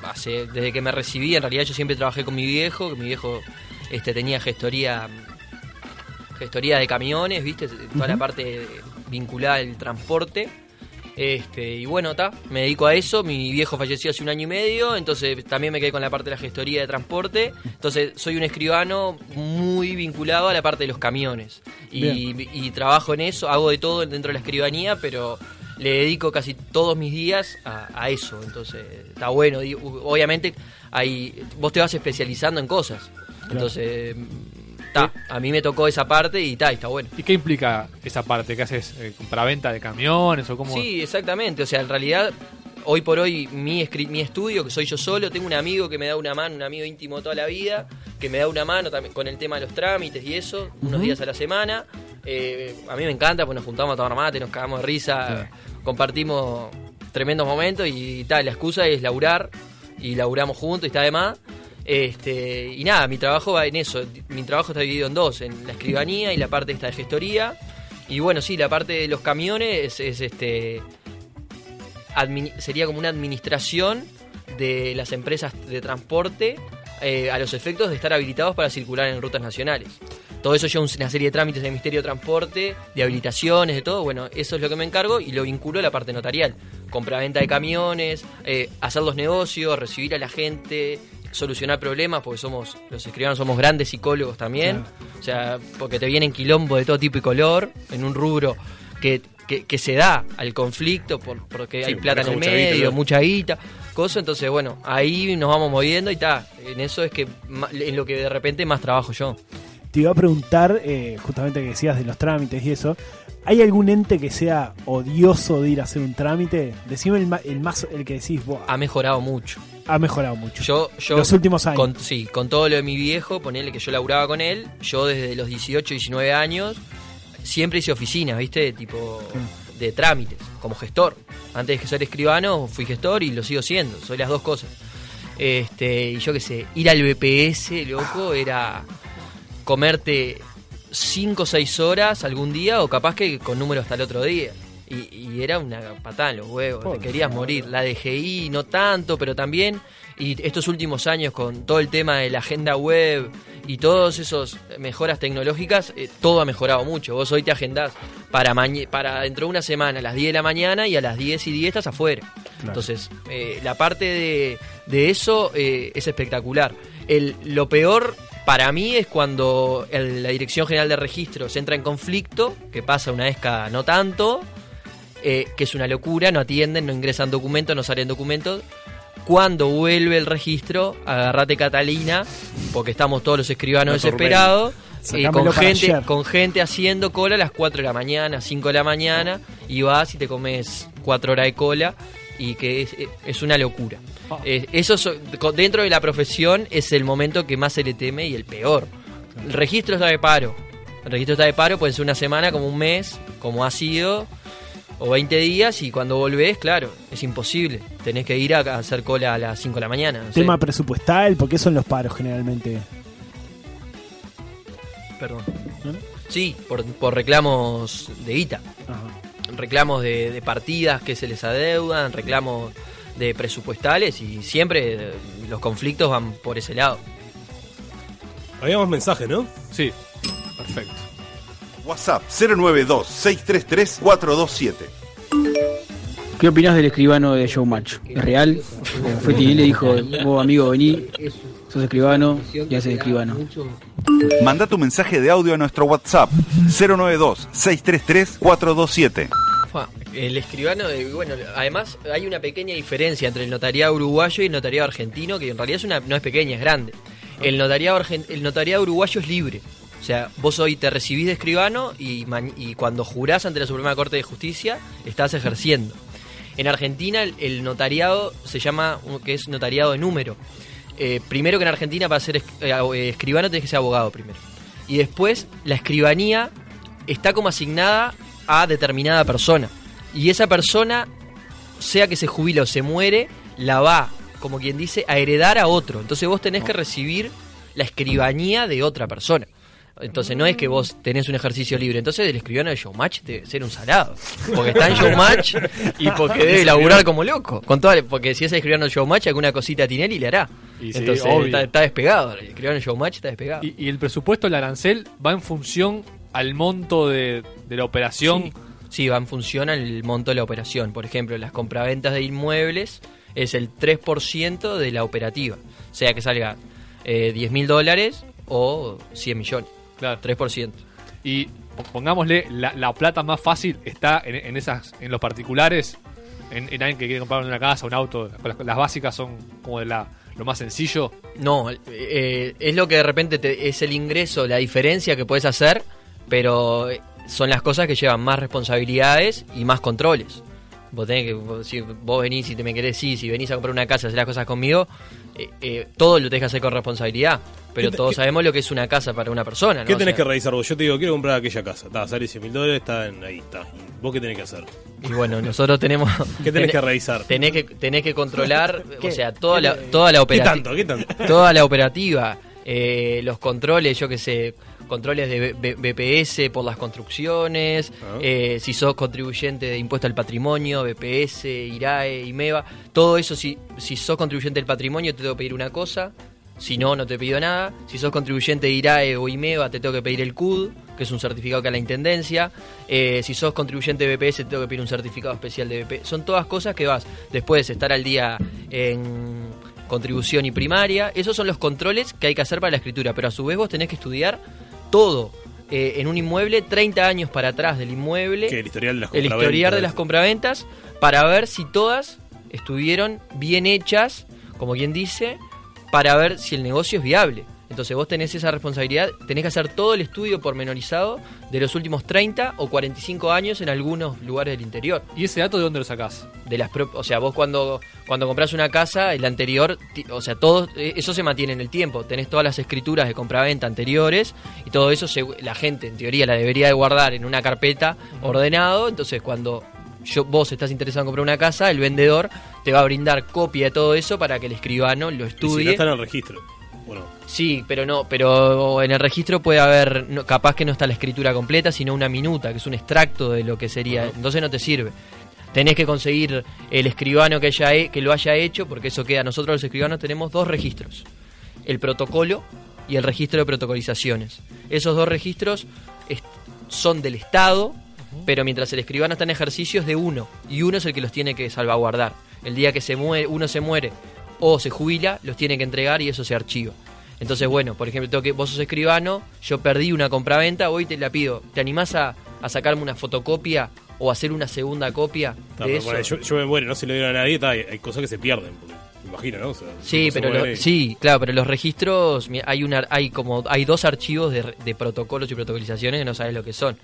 Speaker 9: hace, desde que me recibí, en realidad yo siempre trabajé con mi viejo, que mi viejo este tenía gestoría gestoría de camiones, viste, toda la
Speaker 10: Ujú.
Speaker 9: parte vinculada al transporte. Este, y bueno, ta, me dedico a eso. Mi viejo falleció hace un año y medio, entonces también me quedé con la parte de la gestoría de transporte. Entonces, soy un escribano muy vinculado a la parte de los camiones. Y, y trabajo en eso, hago de todo dentro de la escribanía, pero le dedico casi todos mis días a, a eso. Entonces, está bueno. Y, u- obviamente, hay, vos te vas especializando en cosas. Entonces, ta, a mí me tocó esa parte y ta, y está bueno.
Speaker 5: ¿Y qué implica esa parte? ¿Qué haces? Eh, ¿Compraventa de camiones o cómo?
Speaker 9: Sí, exactamente. O sea, en realidad, hoy por hoy, mi, escri- mi estudio, que soy yo solo, tengo un amigo que me da una mano, un amigo íntimo toda la vida, que me da una mano también con el tema de los trámites y eso, unos
Speaker 10: Ujú.
Speaker 9: días a la semana. Eh, a mí me encanta, pues nos juntamos a tomar mate, nos cagamos de risa, compartimos tremendos momentos y tal. La excusa es laburar y laburamos juntos y está de más. Este, y nada, mi trabajo va en eso. Mi trabajo está dividido en dos, en la escribanía y la parte esta de gestoría. Y bueno, sí, la parte de los camiones es, es, este admini- sería como una administración de las empresas de transporte eh, a los efectos de estar habilitados para circular en rutas nacionales. Todo eso lleva un- una serie de trámites de Ministerio de Transporte, de habilitaciones, de todo. Bueno, eso es lo que me encargo y lo vinculo a la parte notarial. Compraventa de camiones, eh, hacer los negocios, recibir a la gente, solucionar problemas, porque somos los escribanos somos grandes psicólogos también. O sea, porque te vienen quilombo de todo tipo y color, en un rubro que, que- que se da al conflicto, por, porque
Speaker 11: Sí,
Speaker 9: hay plata en
Speaker 11: maneja
Speaker 9: el
Speaker 11: mucha guita,
Speaker 9: medio,
Speaker 11: ¿no?
Speaker 9: mucha guita, cosa. Entonces, bueno, ahí nos vamos moviendo y está. En eso es que ma- en lo que de repente más trabajo yo.
Speaker 10: Te iba a preguntar, eh, justamente que decías de los trámites y eso, ¿hay algún ente que sea odioso de ir a hacer un trámite? Decime el, ma- el más, el que decís, "Buah,
Speaker 9: Ha mejorado mucho.
Speaker 10: ha mejorado mucho.
Speaker 9: Yo, yo
Speaker 10: Los últimos años.
Speaker 9: Con, sí, con todo lo de mi viejo, ponerle que yo laburaba con él, yo desde los 18, 19 años, siempre hice oficinas, ¿viste? Tipo de trámites, como gestor. Antes de ser escribano, fui gestor y lo sigo siendo, soy las dos cosas. Este, y yo qué sé, ir al BPS, loco, era comerte 5 o 6 horas algún día o capaz que con número hasta el otro día. Y, y era una patada en los huevos, te querías morir. La DGI no tanto, pero también, y estos últimos años con todo el tema de la agenda web y todas esas mejoras tecnológicas, eh, todo ha mejorado mucho. Vos hoy te agendás para, mañe- para dentro de una semana a las 10 de la mañana y a las 10 y 10 estás afuera. Entonces, eh, la parte de, de eso eh, es espectacular. El, lo peor para mí es cuando el- la Dirección General de Registros entra en conflicto, que pasa una vez cada no tanto, eh, que es una locura, no atienden, no ingresan documentos, no salen documentos. Cuando vuelve el registro, agarrate Catalina, porque estamos todos los escribanos
Speaker 11: Una tormenta.
Speaker 9: desesperados, eh,
Speaker 11: Sacámelo
Speaker 9: con,
Speaker 11: para
Speaker 9: gente,
Speaker 11: ayer.
Speaker 9: con gente haciendo cola a las 4 de la mañana, 5 de la mañana, y vas y te comes 4 horas de cola, y que es, es una locura.
Speaker 11: Ah.
Speaker 9: Eh, eso so- co- dentro de la profesión es el momento que más se le teme y el peor. El registro está de paro. El registro está de paro, puede ser una semana, como un mes, como ha sido, o 20 días, y cuando volvés, claro, es imposible. Tenés que ir a a hacer cola a las 5 de la mañana. no sé.
Speaker 10: Tema presupuestal, porque son los paros generalmente.
Speaker 9: Perdón. Sí, por, por reclamos de ITA. Reclamos de, de partidas que se les adeudan, reclamos de presupuestales y siempre eh, los conflictos van por ese lado.
Speaker 4: Habíamos mensaje, ¿no?
Speaker 5: Sí. Perfecto.
Speaker 3: WhatsApp 092-633-427.
Speaker 8: ¿Qué opinas del escribano de Showmatch? ¿Es real? O fue Tinelli y dijo, vos amigo, vení, sos escribano y haces escribano.
Speaker 3: Manda tu mensaje de audio a nuestro WhatsApp 092-633-427.
Speaker 9: Fua, El escribano, de- bueno, además hay una pequeña diferencia entre el notariado uruguayo y el notariado argentino, que en realidad es una, no es pequeña, es grande. El notariado, argen- el notariado uruguayo es libre. O sea, vos hoy te recibís de escribano y, ma- y cuando jurás ante la Suprema Corte de Justicia, estás ejerciendo. En Argentina el, el notariado se llama, un- que es notariado de número. Eh, primero que en Argentina para ser es- eh, abo- eh, escribano tenés que ser abogado primero. Y después la escribanía está como asignada a determinada persona. Y esa persona, sea que se jubila o se muere, la va, como quien dice, a heredar a otro. Entonces vos tenés que recibir la escribanía de otra persona. Entonces no es que vos tenés un ejercicio libre. Entonces el escribano de Showmatch debe ser un salado. Porque está en Showmatch y porque debe laburar como loco. Con toda, porque si es el escribano de Showmatch, alguna cosita a Tinelli le hará.
Speaker 5: Y sí,
Speaker 9: Entonces
Speaker 5: obvio.
Speaker 9: está, está despegado. El escribano de Showmatch está despegado.
Speaker 5: Y, y el presupuesto del arancel va en función al monto de, de la operación.
Speaker 9: Sí, va en función al monto de la operación. Por ejemplo, las compraventas de inmuebles es el 3% de la operativa. O sea, que salga eh, 10 mil dólares o 100 millones.
Speaker 5: Claro.
Speaker 9: 3%.
Speaker 5: Y pongámosle, la, la plata más fácil está en, en esas en los particulares, en, en alguien que quiere comprar una casa, un auto. Las, las básicas son como de la, lo más sencillo.
Speaker 9: No, eh, es lo que de repente te- es el ingreso, la diferencia que puedes eh, hacer, pero son las cosas que llevan más responsabilidades y más controles. Vos tenés que, vos- si vos venís y te me querés, sí, si venís a comprar una casa, hacer las cosas conmigo, eh, eh, todo lo tenés que hacer con responsabilidad. Pero
Speaker 4: ¿Qué te-
Speaker 9: todos
Speaker 4: qué-
Speaker 9: sabemos lo que es una casa para una persona, ¿no?
Speaker 4: ¿Qué
Speaker 9: O
Speaker 4: tenés
Speaker 9: sea,
Speaker 4: que revisar vos? Yo te digo, quiero comprar aquella casa. Está, sale 100 mil dólares, está en- ahí, está. ¿Vos qué tenés que hacer?
Speaker 9: Y bueno, nosotros tenemos.
Speaker 4: ¿Qué tenés que revisar?
Speaker 9: [laughs] Tenés que, tenés que controlar, o
Speaker 4: ¿Qué?
Speaker 9: sea, toda la,
Speaker 4: ¿Qué te-
Speaker 9: toda la
Speaker 4: ¿Qué
Speaker 9: operativa.
Speaker 4: tanto? ¿Qué
Speaker 9: [laughs]
Speaker 4: tanto?
Speaker 9: Toda la operativa, eh, los controles, yo que sé, controles de B- B- BPS por las construcciones, eh, si sos contribuyente de impuesto al patrimonio, BPS, IRAE, IMEVA, todo eso, si, si sos contribuyente del patrimonio, te tengo que pedir una cosa. Si no, no te pido nada. Si sos contribuyente de IRAE o IMEVA, te tengo que pedir el CUD, que es un certificado que da la Intendencia. Eh, si sos contribuyente de BPS, te tengo que pedir un certificado especial de BPS. Son todas cosas que vas después de estar al día en contribución y primaria. Esos son los controles que hay que hacer para la escritura. Pero a su vez vos tenés que estudiar todo. eh, en un inmueble, 30 años para atrás del inmueble.
Speaker 4: ¿Qué? El historial de las
Speaker 9: el
Speaker 4: compraventas.
Speaker 9: historial de las compraventas para ver si todas estuvieron bien hechas, como quien dice, para ver si el negocio es viable. Entonces vos tenés esa responsabilidad, tenés que hacer todo el estudio pormenorizado de los últimos 30 o 45 años en algunos lugares del interior.
Speaker 5: ¿Y ese dato de dónde lo sacás?
Speaker 9: De las prop- o sea, vos cuando, cuando compras una casa, el anterior, ti- o sea, todo eh, eso se mantiene en el tiempo. Tenés todas las escrituras de compraventa anteriores y todo eso se- la gente en teoría la debería de guardar en una carpeta ordenado. Entonces, cuando yo, vos estás interesado en comprar una casa, el vendedor te va a brindar copia de todo eso para que el escribano lo
Speaker 4: Y si
Speaker 9: estudie.
Speaker 4: no está en el registro. Bueno,
Speaker 9: Sí, pero no, pero en el registro puede haber, no- capaz que no está la escritura completa, sino una minuta, que es un extracto de lo que sería. Entonces no te sirve. Tenés que conseguir el escribano que, haya, he- que lo haya hecho, porque eso queda. Nosotros los escribanos tenemos dos registros. El protocolo y el registro de protocolizaciones. Esos dos registros est- son del Estado, pero mientras el escribano está en ejercicio es de uno, y uno es el que los tiene que salvaguardar. El día que se muere, uno se muere o se jubila, los tiene que entregar y eso se archiva. Entonces, bueno, por ejemplo, tengo que, vos sos escribano, yo perdí una compraventa, hoy te la pido, ¿te animás a, a sacarme una fotocopia o hacer una segunda copia
Speaker 4: está,
Speaker 9: de
Speaker 4: pero
Speaker 9: eso?
Speaker 4: bueno, yo, yo me muero, no se lo dieron a nadie. está, hay, hay cosas que se pierden. porque- me imagino, ¿no? O sea,
Speaker 9: Sí,
Speaker 4: no se
Speaker 9: pero
Speaker 4: muere
Speaker 9: lo-
Speaker 4: nadie.
Speaker 9: sí, claro, pero los registros mi- hay una, hay como hay dos archivos de, re- de protocolos y protocolizaciones que no sabes lo
Speaker 5: [laughs]
Speaker 9: que son.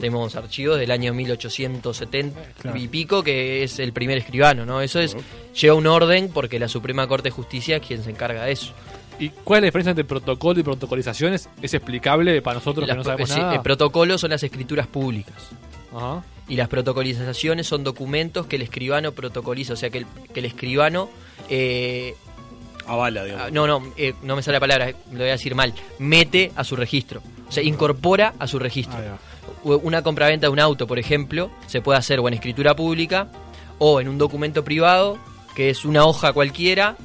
Speaker 9: Tenemos archivos del año 1870
Speaker 11: Claro.
Speaker 9: y pico que es el primer escribano, ¿no? Eso es lleva un orden porque la Suprema Corte de Justicia es quien se encarga de eso.
Speaker 5: ¿Y cuál es la diferencia entre protocolo y protocolizaciones? ¿Es explicable para nosotros que
Speaker 9: Las eh,
Speaker 5: no
Speaker 9: pro-
Speaker 5: sabemos
Speaker 9: sí,
Speaker 5: nada?
Speaker 9: El protocolo son las escrituras públicas. Y las protocolizaciones son documentos que el escribano protocoliza, o sea, que el, que el escribano... eh,
Speaker 4: Avala, digamos.
Speaker 9: ah, No, no, eh, no me sale la palabra, eh, lo voy a decir mal. Mete a su registro, o sea, incorpora a su registro. U- Una compraventa de un auto, por ejemplo, se puede hacer o en escritura pública o en un documento privado, que es una hoja cualquiera,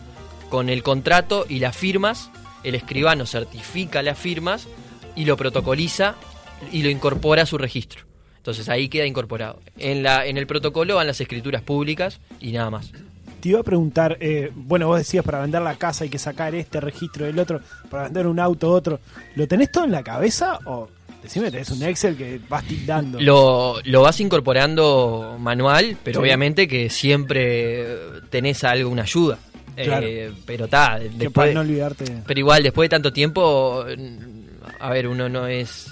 Speaker 9: con el contrato y las firmas, el escribano certifica las firmas y lo protocoliza y lo incorpora a su registro. Entonces ahí queda incorporado. En, la, en el protocolo van las escrituras públicas y nada más.
Speaker 10: Te iba a preguntar, eh, bueno, vos decías para vender la casa hay que sacar este registro del otro, para vender un auto otro. ¿Lo tenés todo en la cabeza o decime, tenés un Excel que vas tildando?
Speaker 9: Lo, lo vas incorporando manual, pero
Speaker 10: Sí.
Speaker 9: obviamente que siempre eh, tenés algo, una ayuda. Eh,
Speaker 10: Claro.
Speaker 9: pero está,
Speaker 10: que para
Speaker 9: después,
Speaker 10: no olvidarte.
Speaker 9: Pero igual, después de tanto tiempo, a ver, uno no es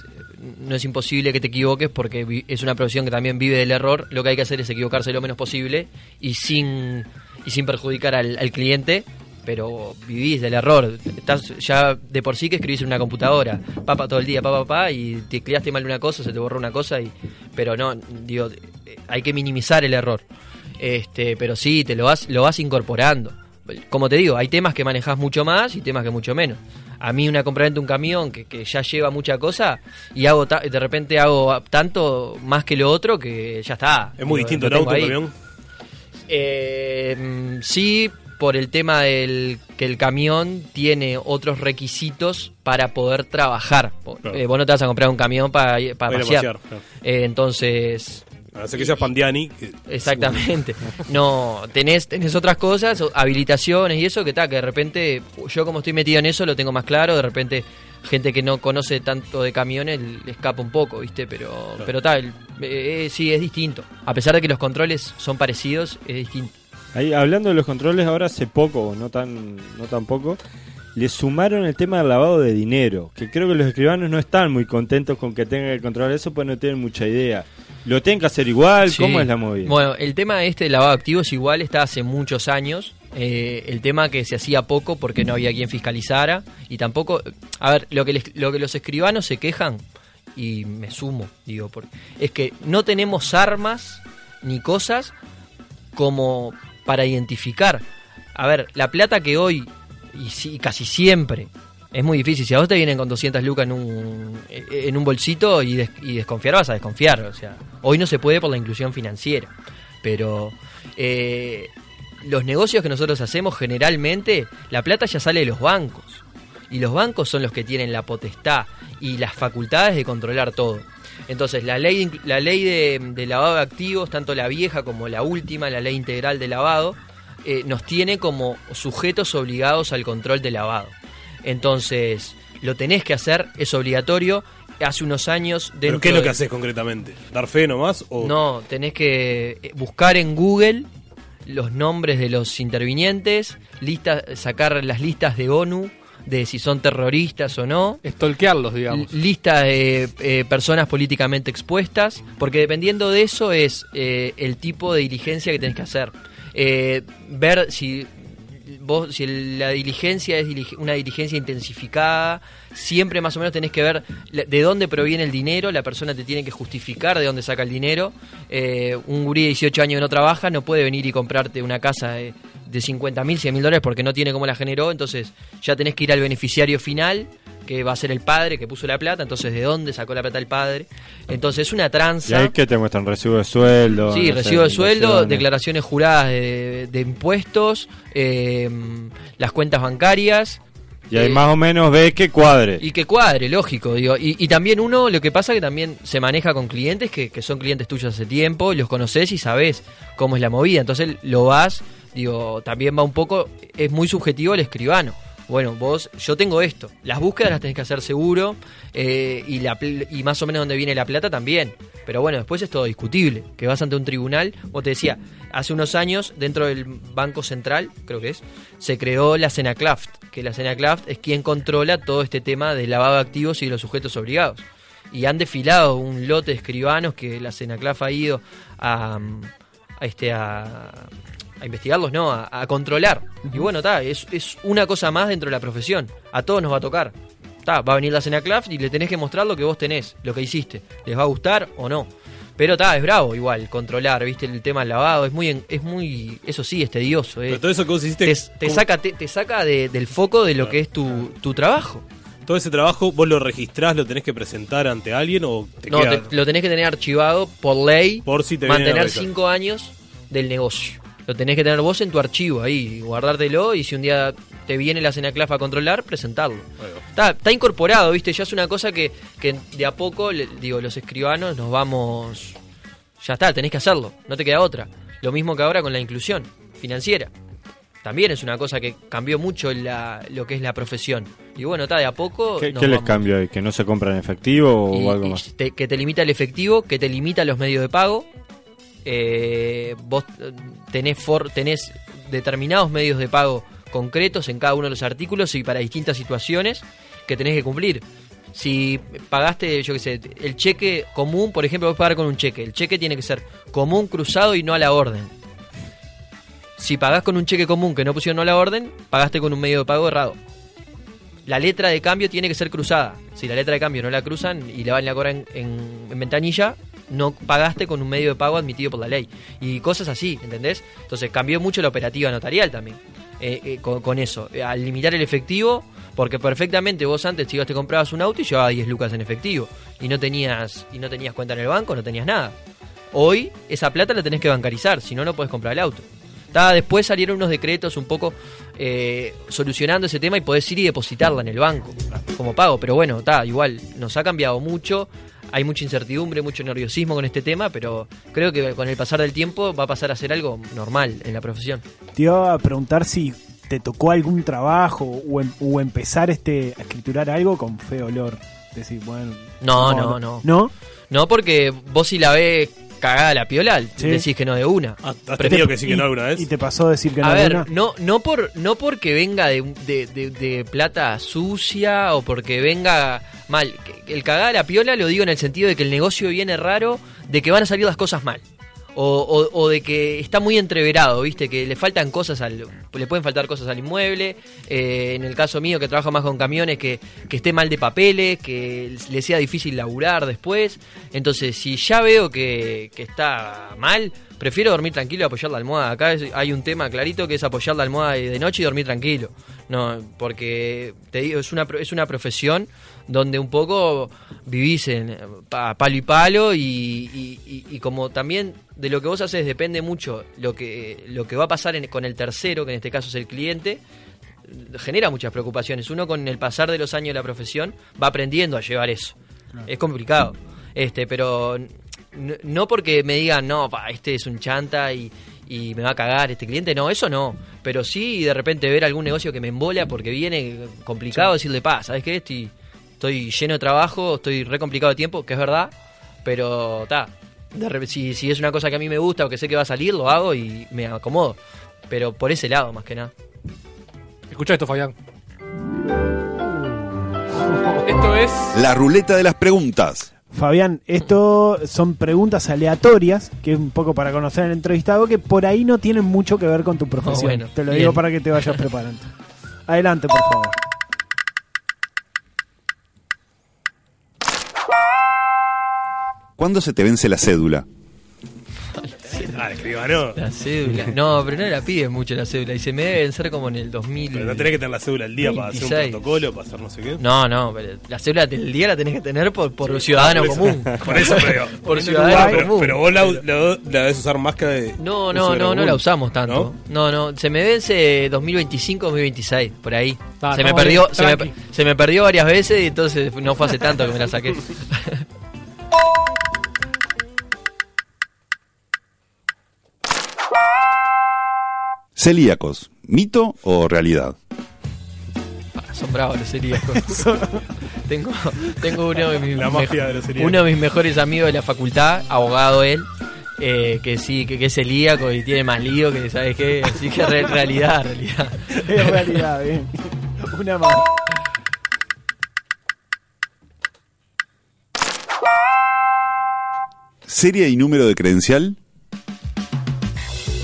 Speaker 9: no es imposible que te equivoques porque vi- es una profesión que también vive del error. Lo que hay que hacer es equivocarse lo menos posible y sin y sin perjudicar al, al cliente, pero vivís del error. Estás ya de por sí que escribís en una computadora, papá todo el día, papá, papá, y te tecleaste mal una cosa, se te borró una cosa, y pero no, digo, eh, hay que minimizar el error. Este, pero sí, te lo vas lo vas incorporando como te digo, hay temas que manejas mucho más y temas que mucho menos. A mí una compraventa de un camión que, que ya lleva mucha cosa y hago ta- de repente hago a- tanto más que lo otro que ya está.
Speaker 4: ¿Es muy
Speaker 9: Lo-
Speaker 4: distinto
Speaker 9: lo
Speaker 4: el auto
Speaker 9: tengo
Speaker 4: al
Speaker 9: ahí.
Speaker 4: avión?
Speaker 9: Eh, mm, sí, por el tema del que el camión tiene otros requisitos para poder trabajar. O- eh, vos no te vas a comprar un camión para, para
Speaker 4: Para ir a
Speaker 9: pasear.
Speaker 4: pasear, claro.
Speaker 9: Eh, entonces...
Speaker 4: Hace Ah, que seas Pandiani. que-
Speaker 9: Exactamente. No, tenés, tenés otras cosas, o- habilitaciones y eso que tal, que de repente yo como estoy metido en eso lo tengo más claro, de repente gente que no conoce tanto de camiones le escapa un poco, ¿viste? Pero pero tal, eh, eh, sí, es distinto. A pesar de que los controles son parecidos, es distinto.
Speaker 6: Ahí, hablando de los controles, ahora hace poco, no tan, no tan poco, le sumaron el tema del lavado de dinero, que creo que los escribanos no están muy contentos con que tengan que controlar eso, pues no tienen mucha idea. ¿Lo tienen que hacer igual?
Speaker 9: Sí.
Speaker 6: ¿Cómo es la movida?
Speaker 9: Bueno, el tema este del lavado de activos igual está hace muchos años. Eh, el tema que se hacía poco porque no había quien fiscalizara y tampoco... A ver, lo que, les- lo que los escribanos se quejan, y me sumo, digo, porque, es que no tenemos armas ni cosas como para identificar. A ver, la plata que hoy, y, sí, casi siempre, es muy difícil. Si a vos te vienen con 200 lucas en un, eh, en un bolsito y, des- y desconfiar, vas a desconfiar. O sea, hoy no se puede por la inclusión financiera. Pero eh, los negocios que nosotros hacemos, generalmente, la plata ya sale de los bancos. Y los bancos son los que tienen la potestad y las facultades de controlar todo. Entonces, la ley, de inclu- la ley de, de lavado de activos, tanto la vieja como la última, la ley integral de lavado, eh, nos tiene como sujetos obligados al control de lavado. Entonces, lo tenés que hacer, es obligatorio. Hace unos años...
Speaker 4: ¿Pero
Speaker 9: dentro
Speaker 4: qué es lo
Speaker 9: de-
Speaker 4: que haces concretamente? ¿Dar fe nomás? O...
Speaker 9: no, tenés que eh, buscar en Google los nombres de los intervinientes, lista- sacar las listas de ONU de si son terroristas o no.
Speaker 5: Estolquearlos,
Speaker 9: Mm,
Speaker 5: digamos.
Speaker 9: Lista de eh, personas políticamente expuestas, porque dependiendo de eso es eh, el tipo de diligencia que tenés que hacer. Eh, ver si vos, si el- la diligencia es dilige- una diligencia intensificada, siempre más o menos tenés que ver la- de dónde proviene el dinero, la persona te tiene que justificar de dónde saca el dinero. Eh, un gurí de 18 años que no trabaja no puede venir y comprarte una casa de, de 50 mil, 100 mil dólares porque no tiene cómo la generó, entonces ya tenés que ir al beneficiario final que va a ser el padre que puso la plata, entonces de dónde sacó la plata el padre. Entonces es una
Speaker 6: Y
Speaker 9: tranza.
Speaker 6: ahí que te muestran recibo de sueldo.
Speaker 9: Sí,
Speaker 6: no sé,
Speaker 9: recibo de sueldo,
Speaker 6: inversiones.
Speaker 9: declaraciones juradas de, de impuestos, eh, las cuentas bancarias.
Speaker 6: Y ahí
Speaker 9: eh,
Speaker 6: más o menos ves que cuadre.
Speaker 9: Y que cuadre, lógico. Digo. Y, y también uno, lo que pasa que también se maneja con clientes que, que son clientes tuyos hace tiempo, los conoces y sabes cómo es la movida. Entonces lo vas, digo, también va un poco, es muy subjetivo el escribano. Bueno, vos, yo tengo esto. Las búsquedas las tenés que hacer seguro eh, y, la, pl- y más o menos donde viene la plata también. Pero bueno, después es todo discutible. Que vas ante un tribunal, vos te decía, hace unos años dentro del Banco Central, creo que es, se creó la CENACLAFT, que la CENACLAFT es quien controla todo este tema del lavado de activos y de los sujetos obligados. Y han desfilado un lote de escribanos que la CENACLAFT ha ido a, mm, a este, a, a investigarlos, no, a, a controlar. Y bueno, está, es, es una cosa más dentro de la profesión. A todos nos va a tocar. Ta, va a venir la CENACLAF y le tenés que mostrar lo que vos tenés, lo que hiciste. ¿Les va a gustar o no? Pero está, es bravo igual, controlar, viste, el tema del lavado, es muy, en- es muy, eso sí, es tedioso. eh.
Speaker 4: Pero todo eso que vos hiciste-
Speaker 9: Te, te
Speaker 4: ¿cómo?
Speaker 9: saca, te, te saca de- del foco de lo que es tu, tu trabajo.
Speaker 4: ¿Todo ese trabajo vos lo registrás, lo tenés que presentar ante alguien o te
Speaker 9: No,
Speaker 4: queda-
Speaker 9: te- lo tenés que tener archivado por ley,
Speaker 4: Por si te vienen a
Speaker 9: mantener
Speaker 4: revisar.
Speaker 9: cinco años del negocio. Lo tenés que tener vos en tu archivo ahí, guardártelo y si un día te viene la CENACLAF a controlar, presentarlo. Está, está incorporado, ¿viste? Ya es una cosa que, que de a poco, le- digo, los escribanos nos vamos... Ya está, tenés que hacerlo, no te queda otra. Lo mismo que ahora con la inclusión financiera. También es una cosa que cambió mucho la- lo que es la profesión. Y bueno, está, de a poco...
Speaker 6: ¿Qué,
Speaker 9: nos
Speaker 6: qué les
Speaker 9: vamos-
Speaker 6: cambia ahí? ¿Que no se compran efectivo o
Speaker 9: y-
Speaker 6: algo
Speaker 9: y
Speaker 6: más?
Speaker 9: te- que te limita el efectivo, que te limita los medios de pago. Eh, vos eh, tenés, for- tenés determinados medios de pago concretos en cada uno de los artículos y para distintas situaciones que tenés que cumplir. Si pagaste, yo qué sé, el cheque común, por ejemplo, vos pagar con un cheque. El cheque tiene que ser común, cruzado y no a la orden. Si pagás con un cheque común que no pusieron no a la orden, pagaste con un medio de pago errado la letra de cambio tiene que ser cruzada. Si la letra de cambio no la cruzan y la van a la cobran en, en ventanilla, no pagaste con un medio de pago admitido por la ley. Y cosas así, ¿entendés? Entonces cambió mucho la operativa notarial también. eh, eh, con, con eso, Eh, al limitar el efectivo, porque perfectamente vos antes te ibas, te comprabas un auto y llevabas 10 lucas en efectivo y no tenías y no tenías cuenta en el banco, no tenías nada. Hoy esa plata la tenés que bancarizar, si no, no podés comprar el auto. Ta, después salieron unos decretos un poco eh, solucionando ese tema y podés ir y depositarla en el banco como pago. Pero bueno, está, igual, nos ha cambiado mucho. Hay mucha incertidumbre, mucho nerviosismo con este tema, pero creo que con el pasar del tiempo va a pasar a ser algo normal en la profesión.
Speaker 10: Te iba a preguntar si te tocó algún trabajo o, em- o empezar este a escriturar algo con feo olor. Decir, bueno.
Speaker 9: No,
Speaker 10: vamos a-
Speaker 9: no, no.
Speaker 10: ¿No?
Speaker 9: No, porque vos si la ves cagada la piola,
Speaker 10: Sí.
Speaker 9: decís que no de una.
Speaker 4: Ah,
Speaker 10: Te- y- ¿Y te pasó a decir que no
Speaker 9: a ver,
Speaker 10: alguna?
Speaker 9: no, no, por, no porque venga de, un- de- de- de plata sucia o porque venga mal. Que- El cagada de la piola lo digo en el sentido de que el negocio viene raro, de que van a salir las cosas mal. O, o- o de que está muy entreverado, ¿viste? Que le faltan cosas al. Le pueden faltar cosas al inmueble. eh, en el caso mío, que trabajo más con camiones, que, que esté mal de papeles, que le sea difícil laburar después. Entonces, si ya veo que, que está mal, prefiero dormir tranquilo y apoyar la almohada. Acá es- hay un tema clarito que es apoyar la almohada de noche y dormir tranquilo. No, porque te digo, es una, pro- es una profesión donde un poco vivís en eh, pa- palo y palo y, y- y- y como también de lo que vos haces depende mucho lo que, lo que va a pasar en- con el tercero, que en este caso es el cliente, genera muchas preocupaciones. Uno con el pasar de los años de la profesión va aprendiendo a llevar eso. Es complicado. Este, pero n- no porque me digan, no, pa, este es un chanta y, y me va a cagar este cliente. No, eso no. Pero sí de repente ver algún negocio que me embola porque viene complicado, decirle, pa, ¿sabes qué? Estoy, estoy lleno de trabajo, estoy re complicado de tiempo, que es verdad, pero ta. de re- Si, si es una cosa que a mí me gusta o que sé que va a salir, lo hago y me acomodo. Pero por ese lado, más que nada. mm.
Speaker 5: Escucha esto, Fabián. Esto es.
Speaker 3: La ruleta de las preguntas.
Speaker 10: Fabián, esto son preguntas aleatorias, que es un poco para conocer al entrevistado, que por ahí no tienen mucho que ver con tu profesión.
Speaker 9: Oh, bueno,
Speaker 10: te lo
Speaker 9: bien.
Speaker 10: digo para que te
Speaker 9: [laughs]
Speaker 10: vayas preparando. Adelante, por favor.
Speaker 3: ¿Cuándo se te vence la cédula?
Speaker 4: Ah, escribano.
Speaker 9: La cédula. No, pero no la piden mucho la cédula. Y se me deben ser como en el 2000.
Speaker 4: Pero no tenés que tener la cédula al día para hacer un
Speaker 9: 26.
Speaker 4: protocolo, para hacer no sé qué.
Speaker 9: No, no, pero la cédula del día la tenés que tener por, por ciudadano
Speaker 4: Ah, por eso-
Speaker 9: común.
Speaker 4: [laughs] Por eso, pero.
Speaker 9: [laughs] por
Speaker 4: Bueno,
Speaker 9: ciudadano
Speaker 4: pero,
Speaker 9: común.
Speaker 4: pero vos la, la- la debes usar más que. de-
Speaker 9: No,
Speaker 4: de
Speaker 9: no,
Speaker 4: ciudadano
Speaker 9: no, no la
Speaker 4: común.
Speaker 9: usamos tanto. No, no, se me vence 2025, 2026, por ahí.
Speaker 5: Ah,
Speaker 9: se me
Speaker 5: estamos
Speaker 9: perdió,
Speaker 5: bien,
Speaker 9: se me,
Speaker 5: tranqui.
Speaker 9: se me perdió varias veces y entonces no fue hace tanto que me la saqué.
Speaker 3: Celíacos, ¿mito o realidad?
Speaker 9: Son bravos los celíacos.
Speaker 4: [laughs]
Speaker 9: tengo, tengo uno de mis
Speaker 4: La mafia
Speaker 9: mejo-
Speaker 4: de los celíacos.
Speaker 9: uno de mis mejores amigos de la facultad, abogado él, eh, que sí, que, que es celíaco y tiene más lío que sabes qué, así que re- realidad, realidad.
Speaker 10: Es realidad, bien. Una más.
Speaker 3: ¿Serie y número de credencial?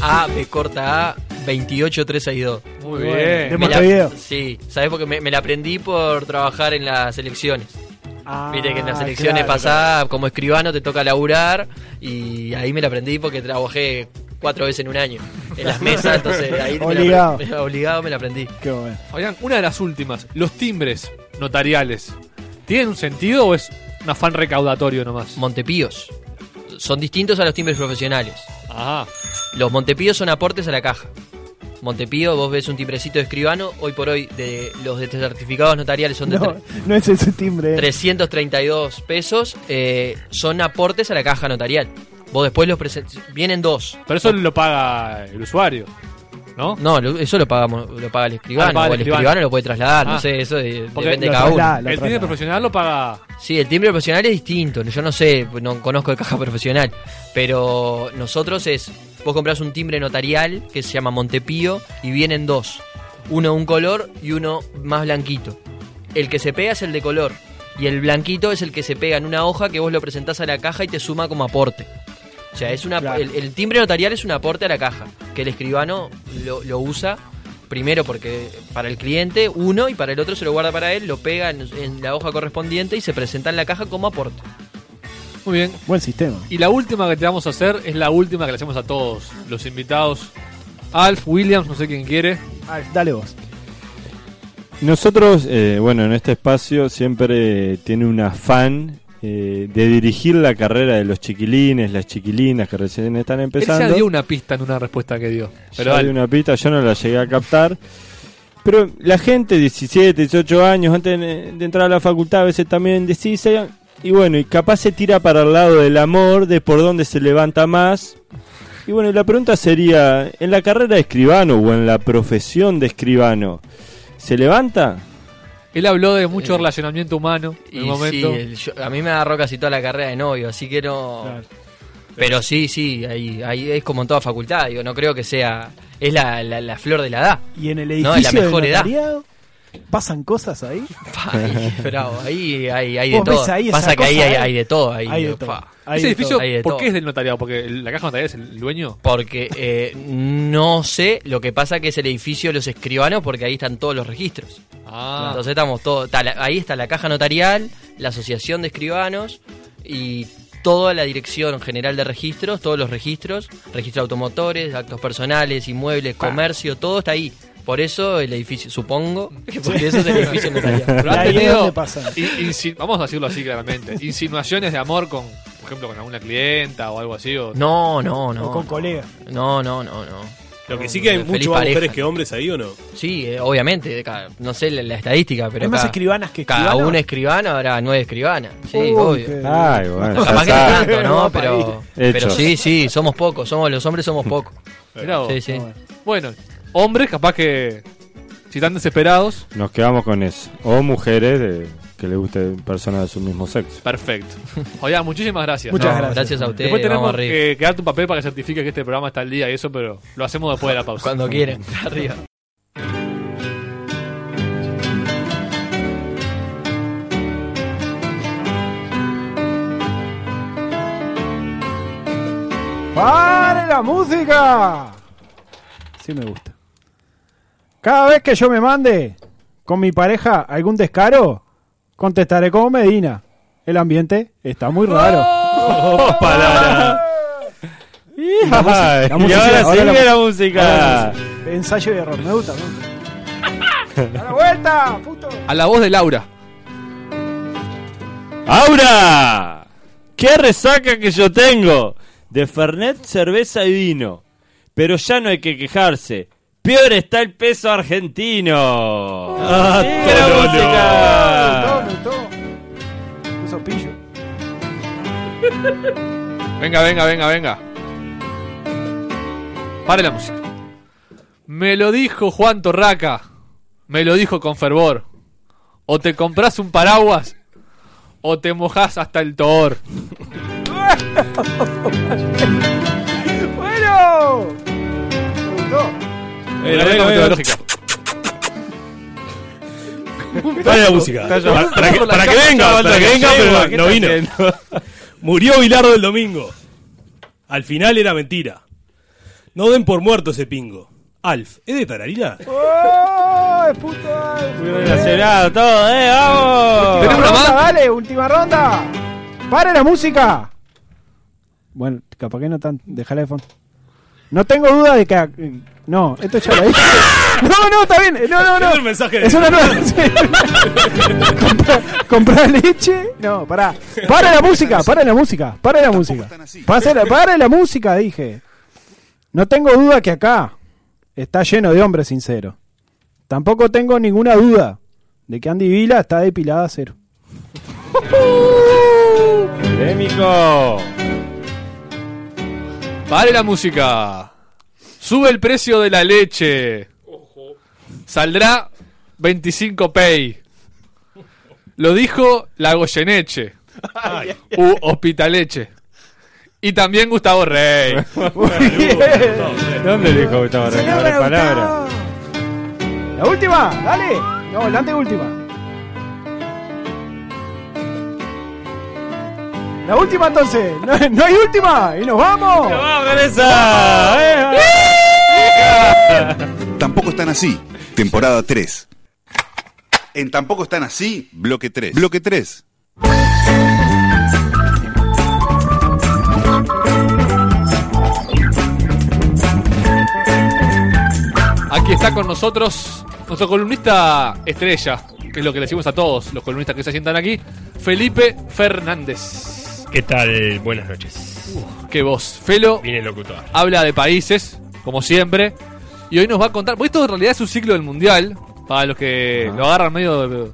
Speaker 9: A, B corta A, 28362.
Speaker 5: Muy bien. De
Speaker 9: Me la-
Speaker 5: Montevideo.
Speaker 9: Sí, ¿sabes? Porque me, me la aprendí por trabajar en las elecciones.
Speaker 10: Ah,
Speaker 9: Viste que en las elecciones
Speaker 5: Ah, claro,
Speaker 9: pasadas, como escribano, te toca laburar y ahí me la aprendí porque trabajé cuatro veces en un año en las mesas, entonces ahí me la-
Speaker 5: Obligado.
Speaker 9: Me la, [laughs] obligado me la aprendí.
Speaker 10: Qué
Speaker 9: [laughs]
Speaker 10: bueno.
Speaker 5: Fabián, una de las últimas, los timbres notariales. ¿Tienen un sentido o es un afán recaudatorio nomás?
Speaker 9: Montepíos. Son distintos a los timbres profesionales. Los Montepíos son aportes a la caja. Montepío, vos ves un timbrecito de escribano, hoy por hoy de los de certificados notariales son de
Speaker 10: No, no es ese timbre. eh.
Speaker 9: 332 pesos eh, son aportes a la caja notarial. Vos después los presen- Vienen dos.
Speaker 5: Pero eso lo paga el usuario, ¿no?
Speaker 9: No, lo- eso lo, pagamos, lo paga el escribano.
Speaker 5: Ah, lo paga
Speaker 9: o
Speaker 5: el
Speaker 9: el
Speaker 5: escribano.
Speaker 9: escribano. lo puede trasladar.
Speaker 5: Ah.
Speaker 9: No sé, eso de-
Speaker 5: Porque
Speaker 9: depende de
Speaker 5: lo
Speaker 9: cada
Speaker 5: traslada,
Speaker 9: uno.
Speaker 5: lo El timbre traslada. profesional lo paga.
Speaker 9: Sí, el timbre profesional es distinto. Yo no sé, no conozco de caja [laughs] profesional. Pero nosotros es. Vos comprás un timbre notarial que se llama Montepío y vienen dos. Uno de un color y uno más blanquito. El que se pega es el de color. Y el blanquito es el que se pega en una hoja que vos lo presentás a la caja y te suma como aporte. O sea, es una, el, el timbre notarial es un aporte a la caja, que el escribano lo, lo usa primero porque para el cliente uno y para el otro se lo guarda para él, lo pega en, en la hoja correspondiente y se presenta en la caja como aporte.
Speaker 5: Muy bien.
Speaker 10: Buen sistema.
Speaker 5: Y la última que te vamos a hacer es la última que le hacemos a todos los invitados. Alf, Williams, no sé quién quiere.
Speaker 10: Alf, dale vos.
Speaker 6: Nosotros, eh, bueno, en este espacio siempre tiene un afán eh, de dirigir la carrera de los chiquilines, las chiquilinas que recién están
Speaker 5: Él
Speaker 6: empezando.
Speaker 5: ya dio una pista en una respuesta que dio. Pero
Speaker 6: Ya
Speaker 5: dale.
Speaker 6: di una pista, yo no la llegué a captar. Pero la gente, 17, 18 años, antes de de entrar a la facultad, a veces también decide. Y bueno, y capaz se tira para el lado del amor, de por dónde se levanta más. Y bueno, y la pregunta sería, en la carrera de escribano o en la profesión de escribano, ¿se levanta?
Speaker 5: Él habló de mucho relacionamiento humano en
Speaker 9: Y
Speaker 5: un momento.
Speaker 9: sí, el- yo- a mí me agarró casi toda la carrera de novio, así que no... Pero sí, sí, ahí, ahí es como en toda facultad, digo, no creo que sea, es la, la- la flor de la edad. [laughs]
Speaker 7: Y en el
Speaker 9: No, es
Speaker 7: edificio
Speaker 9: la mejor
Speaker 7: del
Speaker 9: edad.
Speaker 7: notariado, pasan cosas ahí.
Speaker 9: Ay, bravo, ahí hay, hay de
Speaker 7: Vos ves
Speaker 9: todo.
Speaker 7: ahí esa
Speaker 9: Pasa que ahí
Speaker 7: cosa,
Speaker 9: hay,
Speaker 7: ¿eh?
Speaker 9: hay de todo. Ahí,
Speaker 7: Hay de
Speaker 9: fa.
Speaker 7: todo.
Speaker 5: ¿Ese edificio
Speaker 9: Hay de
Speaker 5: por
Speaker 9: todo.
Speaker 5: qué es del notariado? ¿Porque el- la caja notarial es el dueño?
Speaker 9: Porque eh, no sé, lo que pasa que es el edificio de los escribanos porque ahí están todos los registros.
Speaker 5: Ah.
Speaker 9: Entonces estamos todos, está la- ahí está la caja notarial, la asociación de escribanos y toda la dirección general de registros, todos los registros, registro de automotores, actos personales, inmuebles, comercio, todo está ahí. Por eso el edificio, supongo que por eso es el edificio notarial.
Speaker 5: [laughs] Pero han
Speaker 9: Ahí es
Speaker 5: tenido,
Speaker 9: donde pasa.
Speaker 5: i- insi- vamos a decirlo así claramente, insinuaciones de amor con, por ejemplo, con alguna clienta o algo así. o-
Speaker 9: No, no, no.
Speaker 5: O con
Speaker 9: no.
Speaker 5: colegas.
Speaker 9: No, no, no, no.
Speaker 4: Lo que sí que hay
Speaker 9: Feliz
Speaker 4: mucho más
Speaker 9: pareja.
Speaker 4: mujeres que hombres ahí, ¿o no?
Speaker 9: Sí, eh, obviamente, ca- no sé la, la estadística, pero.
Speaker 4: ¿Hay más
Speaker 9: ca-
Speaker 4: escribanas que
Speaker 9: Cada
Speaker 4: escribanos?
Speaker 9: una escribana habrá nueve escribanas. Sí,
Speaker 4: Uy,
Speaker 9: obvio.
Speaker 4: qué-
Speaker 6: Ay, bueno, ya
Speaker 9: Capaz que
Speaker 6: está.
Speaker 9: no tanto, ¿no?
Speaker 6: Vamos para
Speaker 9: Pero,
Speaker 6: ahí.
Speaker 9: pero
Speaker 6: Hechos.
Speaker 9: sí, sí, somos pocos, somos los hombres somos
Speaker 5: [laughs]
Speaker 9: pocos.
Speaker 5: Mirá vos.
Speaker 9: Sí, sí.
Speaker 5: Bueno, hombres capaz que si están desesperados,
Speaker 6: Nos quedamos con eso. O mujeres de- que le guste personas de su mismo sexo.
Speaker 9: [laughs]
Speaker 5: perfecto. Oiga, muchísimas gracias.
Speaker 9: Muchas No, gracias. gracias a ustedes,
Speaker 5: Después tenemos
Speaker 9: Este, vamos arriba.
Speaker 4: eh,
Speaker 5: que, que darte un papel para que certifique que este programa está al día y eso, pero lo hacemos después de la pausa.
Speaker 4: [laughs]
Speaker 9: Cuando quieran, [laughs] arriba.
Speaker 7: ¡Pare la música! Sí me gusta. Cada vez que yo me mande con mi pareja algún descaro, contestaré como Medina. El ambiente está muy raro. La música- la
Speaker 6: y ahora
Speaker 7: música, ahora
Speaker 6: sigue la
Speaker 7: ahora
Speaker 6: música.
Speaker 7: la música. Ensayo de error, me gusta. me gusta. ¡A la vuelta! puto!
Speaker 5: A la voz de Laura.
Speaker 6: ¡Aura! ¡Qué resaca que yo tengo! De Fernet, cerveza y vino. Pero ya no hay que quejarse. Peor está el peso argentino. ¡Ah,
Speaker 7: Me gustó, me gustó. Un sopillo.
Speaker 5: Venga, venga, venga, venga. Pare la música. Me lo dijo Juan Torraca. Me lo dijo con fervor. O te compras un paraguas o te mojás hasta el toor.
Speaker 4: Eh,
Speaker 7: ¡Bueno! Me gustó.
Speaker 5: Era
Speaker 4: venga,
Speaker 5: la
Speaker 4: venga.
Speaker 5: lógica.
Speaker 4: Dale la música.
Speaker 6: Está
Speaker 4: Para,
Speaker 6: llorando.
Speaker 4: para que,
Speaker 6: Por la
Speaker 4: para que
Speaker 6: cama,
Speaker 4: venga,
Speaker 6: chaval,
Speaker 4: para que
Speaker 6: la
Speaker 4: venga,
Speaker 6: yegua,
Speaker 4: pero
Speaker 6: ¿qué
Speaker 4: no
Speaker 6: está
Speaker 4: vino. Murió Bilardo el domingo. Al final era mentira. No den por muerto ese pingo. Alf, ¿es de Tararila?
Speaker 7: ¡Ay, puto! ay, puto!
Speaker 6: relacionado todo, eh, vamos.
Speaker 7: Última ronda, dale, última ronda. ¡Para la música! Bueno, capaz que no tan. Dejala de fondo. No tengo duda de que. No, esto ya lo dije. [laughs] No, no, está bien. No, no, no.
Speaker 4: Es un mensaje de-
Speaker 7: Es una nueva. sí. Compra- comprar leche. No, pará. Para la música, para la música, para la música. Pase la- Para la música, dije. No tengo duda que acá está lleno de hombres sinceros. Tampoco tengo ninguna duda de que Andy Vila está depilada a cero.
Speaker 6: Polémico.
Speaker 5: Pare la música. Sube el precio de la leche. Saldrá 25 pay. Lo dijo la Goyeneche. U Hospitaleche. Y también Gustavo Rey.
Speaker 6: ¿Dónde dijo Gustavo Rey?
Speaker 7: Señor
Speaker 6: Ahora palabra.
Speaker 7: Gustavo. La última, dale. No, la anteúltima. La última entonces. No, no hay última. Y nos vamos.
Speaker 3: Tampoco están así. Temporada 3. En Tampoco están así, bloque 3. Bloque 3.
Speaker 5: Aquí está con nosotros nuestro columnista estrella, que es lo que le decimos a todos los columnistas que se sientan aquí, Felipe Fernández.
Speaker 11: ¿Qué tal? Buenas noches.
Speaker 5: Qué voz. Felo
Speaker 11: Vine locutor.
Speaker 5: habla de países, como siempre, y hoy nos va a contar, porque esto en realidad es un ciclo del Mundial, para los que lo agarran medio de-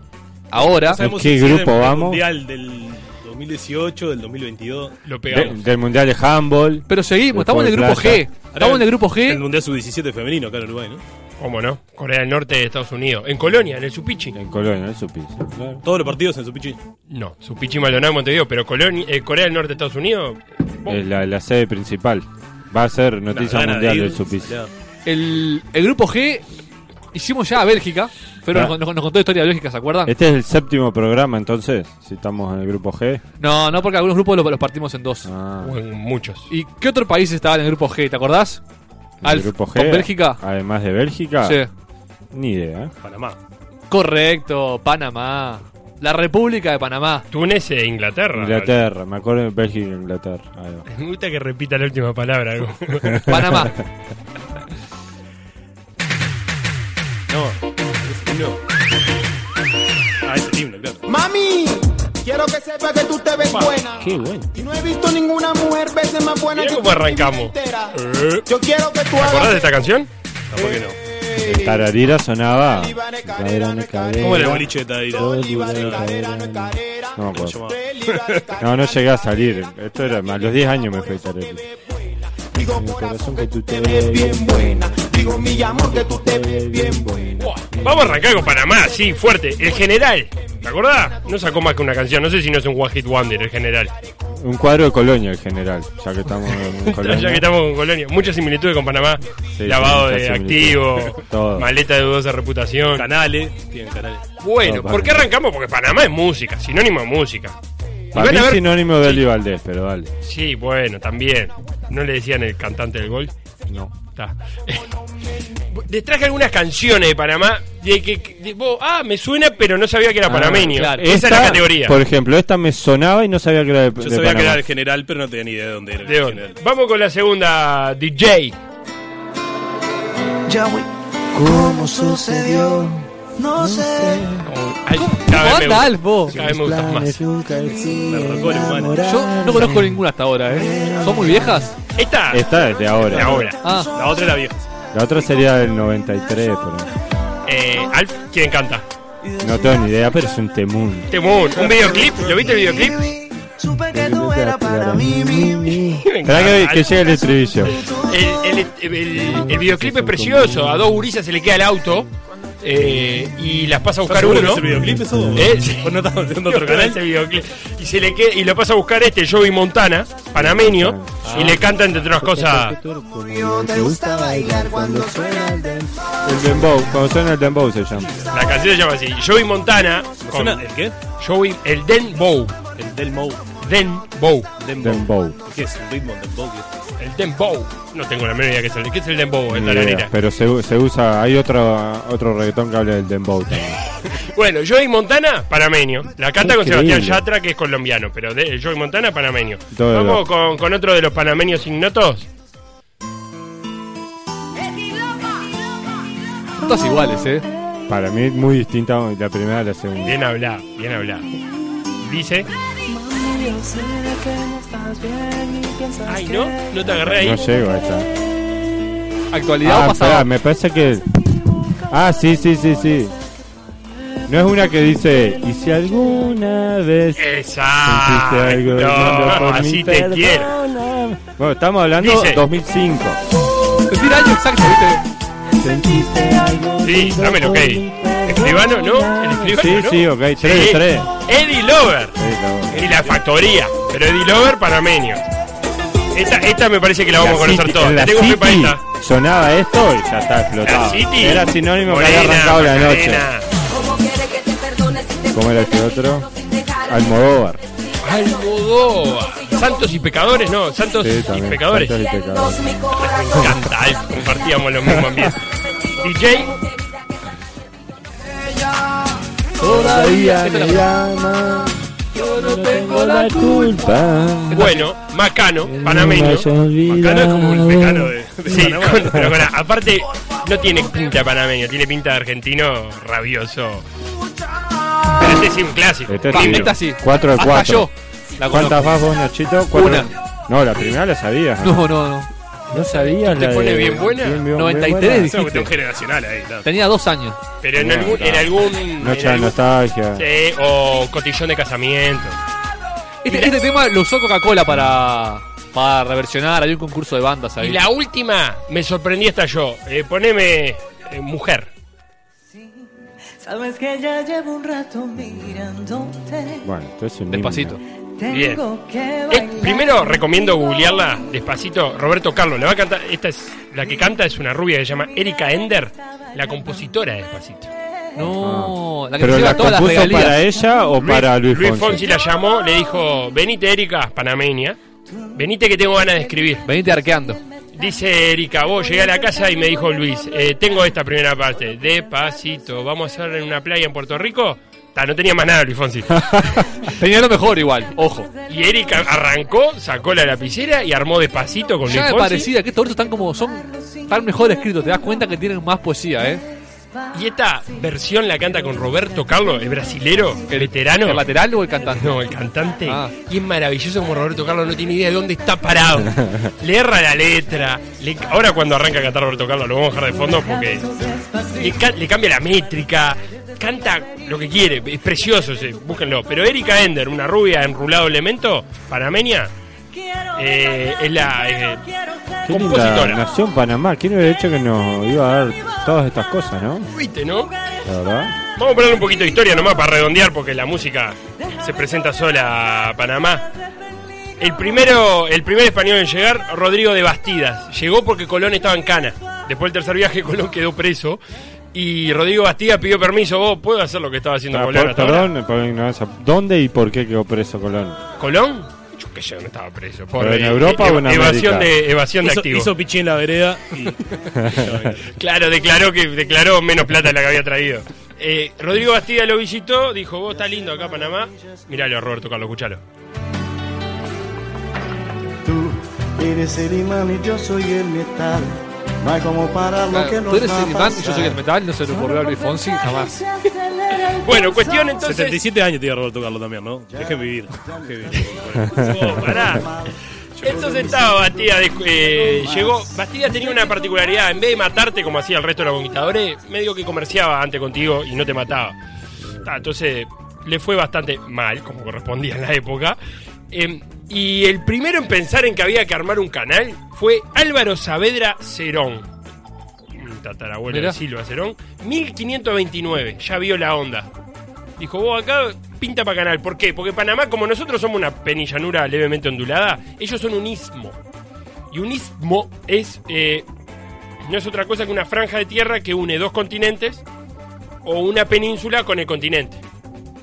Speaker 5: ahora.
Speaker 4: Sabemos si es el Mundial del 2018, del 2022.
Speaker 11: Lo
Speaker 6: De- del Mundial de Handball.
Speaker 5: Pero seguimos, estamos en el
Speaker 6: Después
Speaker 5: grupo
Speaker 6: de
Speaker 5: G.
Speaker 6: playa.
Speaker 5: Estamos en el grupo G.
Speaker 4: El Mundial Sub-17 femenino acá en Uruguay, ¿no?
Speaker 11: ¿Cómo no? Corea del Norte de Estados Unidos. En Colonia, en el Supichi.
Speaker 6: En Colonia, eso piso. claro.
Speaker 11: ¿Todos los partidos en Supichi? No, Supichi Maldonado Montevideo, pero Colonia, eh, Corea del Norte de Estados Unidos.
Speaker 6: Es la, la sede principal. Va a ser noticia
Speaker 11: gana de
Speaker 6: mundial
Speaker 11: ir,
Speaker 6: del Supis.
Speaker 11: salió.
Speaker 5: El, el grupo G hicimos ya a Bélgica, pero
Speaker 6: Ah.
Speaker 5: nos, nos- nos contó historia de Bélgica, ¿se acuerdan?
Speaker 6: Este es el séptimo programa, entonces, si estamos en el grupo G. Ah,
Speaker 5: No, no, porque algunos grupos los, los partimos en dos.
Speaker 11: O en muchos.
Speaker 5: ¿Y qué otro país estaba en el grupo G, te acordás?
Speaker 6: El
Speaker 5: Alf,
Speaker 6: grupo G. Ah.
Speaker 5: con Bélgica.
Speaker 6: Además de Bélgica.
Speaker 5: Sí.
Speaker 6: Ni idea. ¿eh?
Speaker 11: Panamá.
Speaker 5: Correcto, Panamá. La República de
Speaker 6: [laughs]
Speaker 5: Panamá.
Speaker 11: Túnez e Inglaterra.
Speaker 6: Inglaterra, me acuerdo de Bélgica e Inglaterra. Ahí va.
Speaker 11: Me gusta que repita la última palabra. algo. [laughs]
Speaker 5: Panamá.
Speaker 11: No, es- no. Ah, es el himno, claro.
Speaker 13: Mami, quiero que sepas que tú te ves buena.
Speaker 6: Qué bueno.
Speaker 13: Y no he visto ninguna mujer verse más buena
Speaker 11: Mira
Speaker 13: que
Speaker 11: cómo
Speaker 13: tú en
Speaker 11: arrancamos.
Speaker 13: mi vida entera.
Speaker 11: Eh.
Speaker 13: Yo quiero que tú
Speaker 11: ¿Te acordás de
Speaker 13: hagas
Speaker 11: esta canción? Tampoco que no.
Speaker 6: El Tararira sonaba. Cadera, no es cadera.
Speaker 11: ¿Cómo era el boliche de Tadira?
Speaker 6: Todo libre de cadera, no es cadera. No, me acuerdo. no, no llegué a salir. Esto era a los 10 años me fue Tararira. Digo corazón que tú te ves bien buena. Digo mi amor que tú te ves bien buena.
Speaker 11: Vamos a arrancar con Panamá, sí, fuerte. El general. ¿Te acordás? No sacó más que una canción. No sé si no es un One Hit Wonder, el general.
Speaker 6: Un cuadro de Colonia, el general. Ya que estamos en Colonia.
Speaker 11: [laughs] Ya que estamos con Colonia. Muchas similitudes con Panamá.
Speaker 6: Sí,
Speaker 11: Lavado
Speaker 6: sí,
Speaker 11: de
Speaker 6: muchas similitudes.
Speaker 11: activo,
Speaker 6: [laughs] Todo.
Speaker 11: maleta de dudosa reputación. Canales.
Speaker 6: No,
Speaker 11: Bueno, ¿por
Speaker 6: Panamá.
Speaker 11: qué arrancamos? Porque Panamá es música, sinónimo de música. Y
Speaker 6: Para
Speaker 11: van
Speaker 6: mí
Speaker 11: a
Speaker 6: es
Speaker 11: ver-
Speaker 6: sinónimo de Eli Valdés, pero dale.
Speaker 11: Sí, bueno, también. ¿No le decían el cantante del gol?
Speaker 6: No.
Speaker 11: [laughs] Está. Les traje algunas canciones de Panamá de que, de- vos, ah, me suena, pero no sabía que era panameño. Esa
Speaker 6: Esta,
Speaker 11: es la categoría.
Speaker 6: Ah, Por ejemplo, esta me sonaba y no sabía que era de,
Speaker 4: Yo
Speaker 6: de
Speaker 4: sabía que
Speaker 6: Panamá.
Speaker 4: era el general, pero no tenía ni idea de dónde era el
Speaker 11: ¿De dónde?
Speaker 4: general.
Speaker 11: Vamos con la segunda, DJ.
Speaker 14: ¿Cómo sucedió? No sé.
Speaker 11: Ay,
Speaker 5: ¿Cómo
Speaker 11: cada vez me
Speaker 5: anda,
Speaker 11: gusta.
Speaker 5: Alf, vos?
Speaker 11: Cada vez me gustas más.
Speaker 5: Yo no conozco ninguna hasta ahora, ¿eh? ¿Son muy viejas?
Speaker 11: Esta.
Speaker 6: Esta es de ahora.
Speaker 11: De ahora.
Speaker 5: Ah.
Speaker 11: La otra era vieja.
Speaker 6: La otra sería del 93, pero
Speaker 11: Eh, Alf, ¿quién canta?
Speaker 6: no tengo ni idea, pero es un temún.
Speaker 11: Temur. ¿Un videoclip? ¿Lo viste el videoclip?
Speaker 6: Esperá que, que llegue el estribillo.
Speaker 11: El, el- el- el videoclip es precioso. A dos gurisas se le queda el auto. eh, y las pasa a buscar
Speaker 4: seguro
Speaker 11: uno.
Speaker 4: que es el videoclip eso?
Speaker 11: ¿Eh? sí.
Speaker 4: ¿O no estamos
Speaker 11: [laughs]
Speaker 4: haciendo otro canal?
Speaker 11: Ese videoclip. Y, se le queda- y lo pasa a buscar este Joey Montana, panameño. Y le canta, entre otras cosas,
Speaker 14: ¿Te gusta bailar cuando suena el
Speaker 6: El dembow, cuando suena el dembow se llama.
Speaker 11: la canción se llama así: Joey Montana. con-
Speaker 4: ¿Suena el qué?
Speaker 11: Joey, el Den Bow.
Speaker 4: El Del Mou.
Speaker 11: Den Bow.
Speaker 6: Dembow.
Speaker 4: ¿Qué es? El ritmo del Bow.
Speaker 11: El Dembow. No tengo la menor idea que es el, ¿qué es el Dembow, el
Speaker 6: Ni idea,
Speaker 11: tararira.
Speaker 6: pero se, se usa, hay otro otro reggaetón que habla del dembow también.
Speaker 11: Bueno, Joey Montana, panameño. La canta con
Speaker 6: Increíble.
Speaker 11: Sebastián Yatra, que es colombiano, pero de, Joey Montana, panameño.
Speaker 6: Todo
Speaker 11: Vamos
Speaker 6: loco.
Speaker 11: con, con otro de los panameños ignotos.
Speaker 5: Todas iguales, ¿eh?
Speaker 6: Para mí es muy distinta la primera a la segunda.
Speaker 11: Bien hablado, bien hablado. Dice, ay, no, no te agarré ahí.
Speaker 6: No llego a esta.
Speaker 5: ¿Actualidad
Speaker 6: Ah,
Speaker 5: o pasado?
Speaker 6: espera, me parece que. Ah, sí, sí, sí, sí. No es una que dice, ¿y si alguna vez
Speaker 11: Exacto.
Speaker 6: sentiste algo de amor por
Speaker 11: Eh, así
Speaker 6: mí?
Speaker 11: te quiero.
Speaker 6: Bueno, estamos hablando
Speaker 11: Dice.
Speaker 6: 2005.
Speaker 5: Decir año exacto, ¿viste?
Speaker 11: Sí, dámelo, ok. Escribano, ¿no? El escribano,
Speaker 6: Sí,
Speaker 11: ¿no?
Speaker 6: sí, ok, tres, tres.
Speaker 11: Eddie Lover.
Speaker 6: Sí, no.
Speaker 11: Y la factoría. Pero Eddie Lover, panameño. Esta, esta me parece que la vamos a conocer
Speaker 6: City-
Speaker 11: todos.
Speaker 6: en
Speaker 11: Te
Speaker 6: la
Speaker 11: tengo fe para
Speaker 6: City
Speaker 11: esta.
Speaker 6: Sonaba esto y ya está
Speaker 11: La
Speaker 6: explotado.
Speaker 11: City.
Speaker 6: Era sinónimo que había
Speaker 11: Morena,
Speaker 6: arrancado la noche.
Speaker 11: Macarena.
Speaker 6: ¿Cómo era este otro? Almodóvar.
Speaker 11: Almodóvar. Santos y pecadores, no, Santos
Speaker 6: Sí,
Speaker 11: y
Speaker 6: también.
Speaker 11: pecadores.
Speaker 6: Santos y Pecadores.
Speaker 11: Me encanta, Alf, compartíamos los mismos ambientes. DJ,
Speaker 14: Todavía me llama. Yo no tengo la culpa.
Speaker 11: bueno, Macano, panameño.
Speaker 14: Macano
Speaker 11: es como un mecano de, Sí, con- pero con- aparte, no tiene pinta de panameño, tiene pinta de argentino rabioso. Pero este sí es un clásico.
Speaker 6: Este
Speaker 5: Pa,
Speaker 6: sí.
Speaker 5: esta sí.
Speaker 6: 4 de
Speaker 5: Hasta
Speaker 6: 4.
Speaker 5: yo la
Speaker 6: ¿Cuántas
Speaker 5: conozco.
Speaker 6: vas vos, Nachito? Cuatro.
Speaker 5: Una.
Speaker 6: No, la primera la sabías.
Speaker 5: No, no, no.
Speaker 6: No sabías
Speaker 11: ¿Te
Speaker 6: la
Speaker 11: pone
Speaker 6: de-
Speaker 11: bien buena?
Speaker 6: bien, bien
Speaker 5: 93
Speaker 6: buena.
Speaker 5: dijiste.
Speaker 4: Una cuestión generacional ahí, claro.
Speaker 5: Tenía dos años.
Speaker 11: Pero en algún. En algún,
Speaker 6: Noche
Speaker 11: en
Speaker 6: de
Speaker 11: algún-
Speaker 6: nostalgia.
Speaker 11: Sí, o cotillón de casamiento.
Speaker 5: Este, este tema lo usó Coca-Cola para, para reversionar. Había un concurso de bandas
Speaker 11: Y
Speaker 5: ahí.
Speaker 11: la última, me sorprendí hasta yo. Eh, poneme eh, mujer.
Speaker 14: Sabes que ya llevo un rato mirándote.
Speaker 6: Bueno, entonces un
Speaker 11: Despacito. Bien.
Speaker 14: Tengo que
Speaker 11: Eh,
Speaker 14: bailar.
Speaker 11: primero recomiendo googlearla despacito. Roberto Carlos, le va a cantar. Esta es la que canta, es una rubia que se llama Erika Ender, la compositora de despacito.
Speaker 5: No, la que
Speaker 6: Ah. ¿Pero
Speaker 5: se lleva
Speaker 6: la
Speaker 5: todas las
Speaker 6: compuso
Speaker 5: regalías.
Speaker 6: para ella o para Luis,
Speaker 11: Luis
Speaker 6: Fonsi?
Speaker 11: Fonsi la llamó, le dijo: Venite, Erika, panameña. Venite que tengo ganas de escribir.
Speaker 5: Venite arqueando.
Speaker 11: Dice Erika, vos llegué a la casa y me dijo Luis, eh, tengo esta primera parte, despacito, vamos a hacer en una playa en Puerto Rico. Ta, no tenía más nada Luis Fonsi.
Speaker 5: Tenía lo mejor igual, ojo.
Speaker 11: Y Erika arrancó, sacó la lapicera y armó despacito con
Speaker 5: Ya
Speaker 11: Luis
Speaker 5: me
Speaker 11: Fonsi.
Speaker 5: parecía que estos versos están como. Son tan mejor escritos, te das cuenta que tienen más poesía, ¿eh?
Speaker 11: Y esta versión la canta con Roberto Carlos, el brasilero, el veterano. ¿El
Speaker 5: lateral o el
Speaker 11: [laughs]
Speaker 5: cantante?
Speaker 11: No, el cantante. Y es maravilloso como Roberto Carlos no tiene idea de dónde está parado. Le erra la letra. le- ahora cuando arranca a cantar Roberto Carlos lo vamos a dejar de fondo porque le, ca- le cambia la métrica. Canta lo que quiere, es precioso, sí, búsquenlo. Pero Erika Ender, una rubia enrulado elemento, panameña, eh, es la eh,
Speaker 6: [laughs] Qué linda
Speaker 11: compositora.
Speaker 6: nación Panamá. ¿Quién hubiera dicho que nos iba a dar todas estas cosas, no?
Speaker 11: ¿Viste, no?
Speaker 6: La verdad.
Speaker 11: Vamos a poner un poquito de historia nomás para redondear porque la música se presenta sola a Panamá. El primero, el primer español en llegar, Rodrigo de Bastidas. Llegó porque Colón estaba en Cana. Después del tercer viaje [laughs] Colón quedó preso y Rodrigo Bastidas pidió permiso, vos puedo hacer lo que estaba haciendo
Speaker 6: Ah,
Speaker 11: Colón
Speaker 6: por-
Speaker 11: hasta ahora.
Speaker 6: perdón por la ignorancia. ¿Dónde y por qué quedó preso Colón?
Speaker 11: ¿Colón? Yo qué sé, no estaba preso. Por,
Speaker 6: ¿Pero en
Speaker 11: eh,
Speaker 6: Europa
Speaker 11: eh,
Speaker 6: o en
Speaker 11: evasión
Speaker 6: América?
Speaker 11: de evasión de
Speaker 4: hizo,
Speaker 11: activos.
Speaker 4: hizo pichín en la vereda y
Speaker 5: [laughs]
Speaker 11: Claro, declaró que declaró menos plata de la que había traído. Eh, Rodrigo Bastida lo visitó, dijo, vos estás lindo acá Panamá. Míralo, Roberto Carlos, escuchalo.
Speaker 14: Eres el imán y yo soy el metal. No hay como parar lo que
Speaker 5: Claro,
Speaker 14: nos
Speaker 5: tú eres
Speaker 14: va a
Speaker 5: el imán y yo soy el
Speaker 14: pasar.
Speaker 5: metal, no se le ocurrió a Luis Fonsi jamás.
Speaker 11: Bueno, cuestión entonces.
Speaker 4: 77 años tiene Roberto Carlos también, ¿no? Dejen vivir. Dejen vivir.
Speaker 11: [laughs] Oh, pará. Entonces estaba Bastida, de- eh, llegó. Bastida tenía una particularidad, en vez de matarte como hacía el resto de los conquistadores, medio que comerciaba antes contigo y no te mataba. Ah, Entonces le fue bastante mal, como correspondía en la época. Eh, y el primero en pensar en que había que armar un canal fue Álvaro Saavedra Cerón. Un tatarabuelo
Speaker 5: Mirá.
Speaker 11: de Silva Cerón. 1529, ya vio la onda. Dijo, vos acá pinta para canal. ¿Por qué? Porque Panamá, como nosotros somos una penillanura levemente ondulada, ellos son un istmo. Y un istmo es. eh, no es otra cosa que una franja de tierra que une dos continentes o una península con el continente.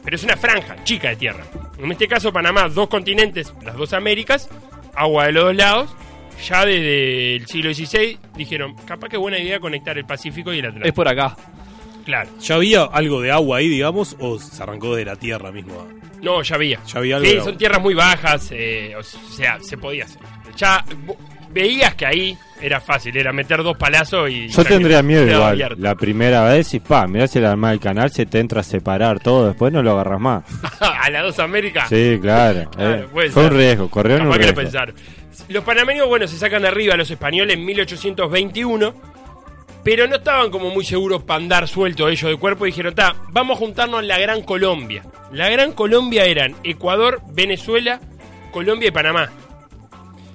Speaker 11: Pero es una franja chica de tierra. En este caso, Panamá, dos continentes, las dos Américas, agua de los dos lados. Ya desde el siglo XVI dijeron, capaz que buena idea conectar el Pacífico y el Atlántico.
Speaker 4: Es por
Speaker 5: acá.
Speaker 6: Eh,
Speaker 11: Claro.
Speaker 4: ¿Ya había algo de agua ahí, digamos, o se arrancó de la tierra mismo?
Speaker 11: No, ya había.
Speaker 4: Ya había algo
Speaker 11: Sí,
Speaker 4: de agua.
Speaker 11: son tierras muy bajas, eh, o sea, se podía hacer. Ya vo- veías que ahí era fácil, era meter dos palazos y...
Speaker 6: Yo tendría miedo
Speaker 11: quedaba
Speaker 6: igual.
Speaker 11: abierto.
Speaker 6: La primera vez y pa, mirá si el arma del canal se te entra a separar todo, después no lo
Speaker 11: [laughs]
Speaker 6: agarras más.
Speaker 11: [laughs] A las dos Américas.
Speaker 6: Sí, claro. eh.
Speaker 11: puede
Speaker 6: Fue un
Speaker 11: ser.
Speaker 6: riesgo, corrieron un
Speaker 11: Capaz que lo
Speaker 6: riesgo.
Speaker 11: pensaron. Los panameños, bueno, se sacan de arriba a los españoles en 1821, pero no estaban como muy seguros para andar suelto ellos de cuerpo y dijeron, ta, vamos a juntarnos en la Gran Colombia. La Gran Colombia eran Ecuador, Venezuela, Colombia y Panamá.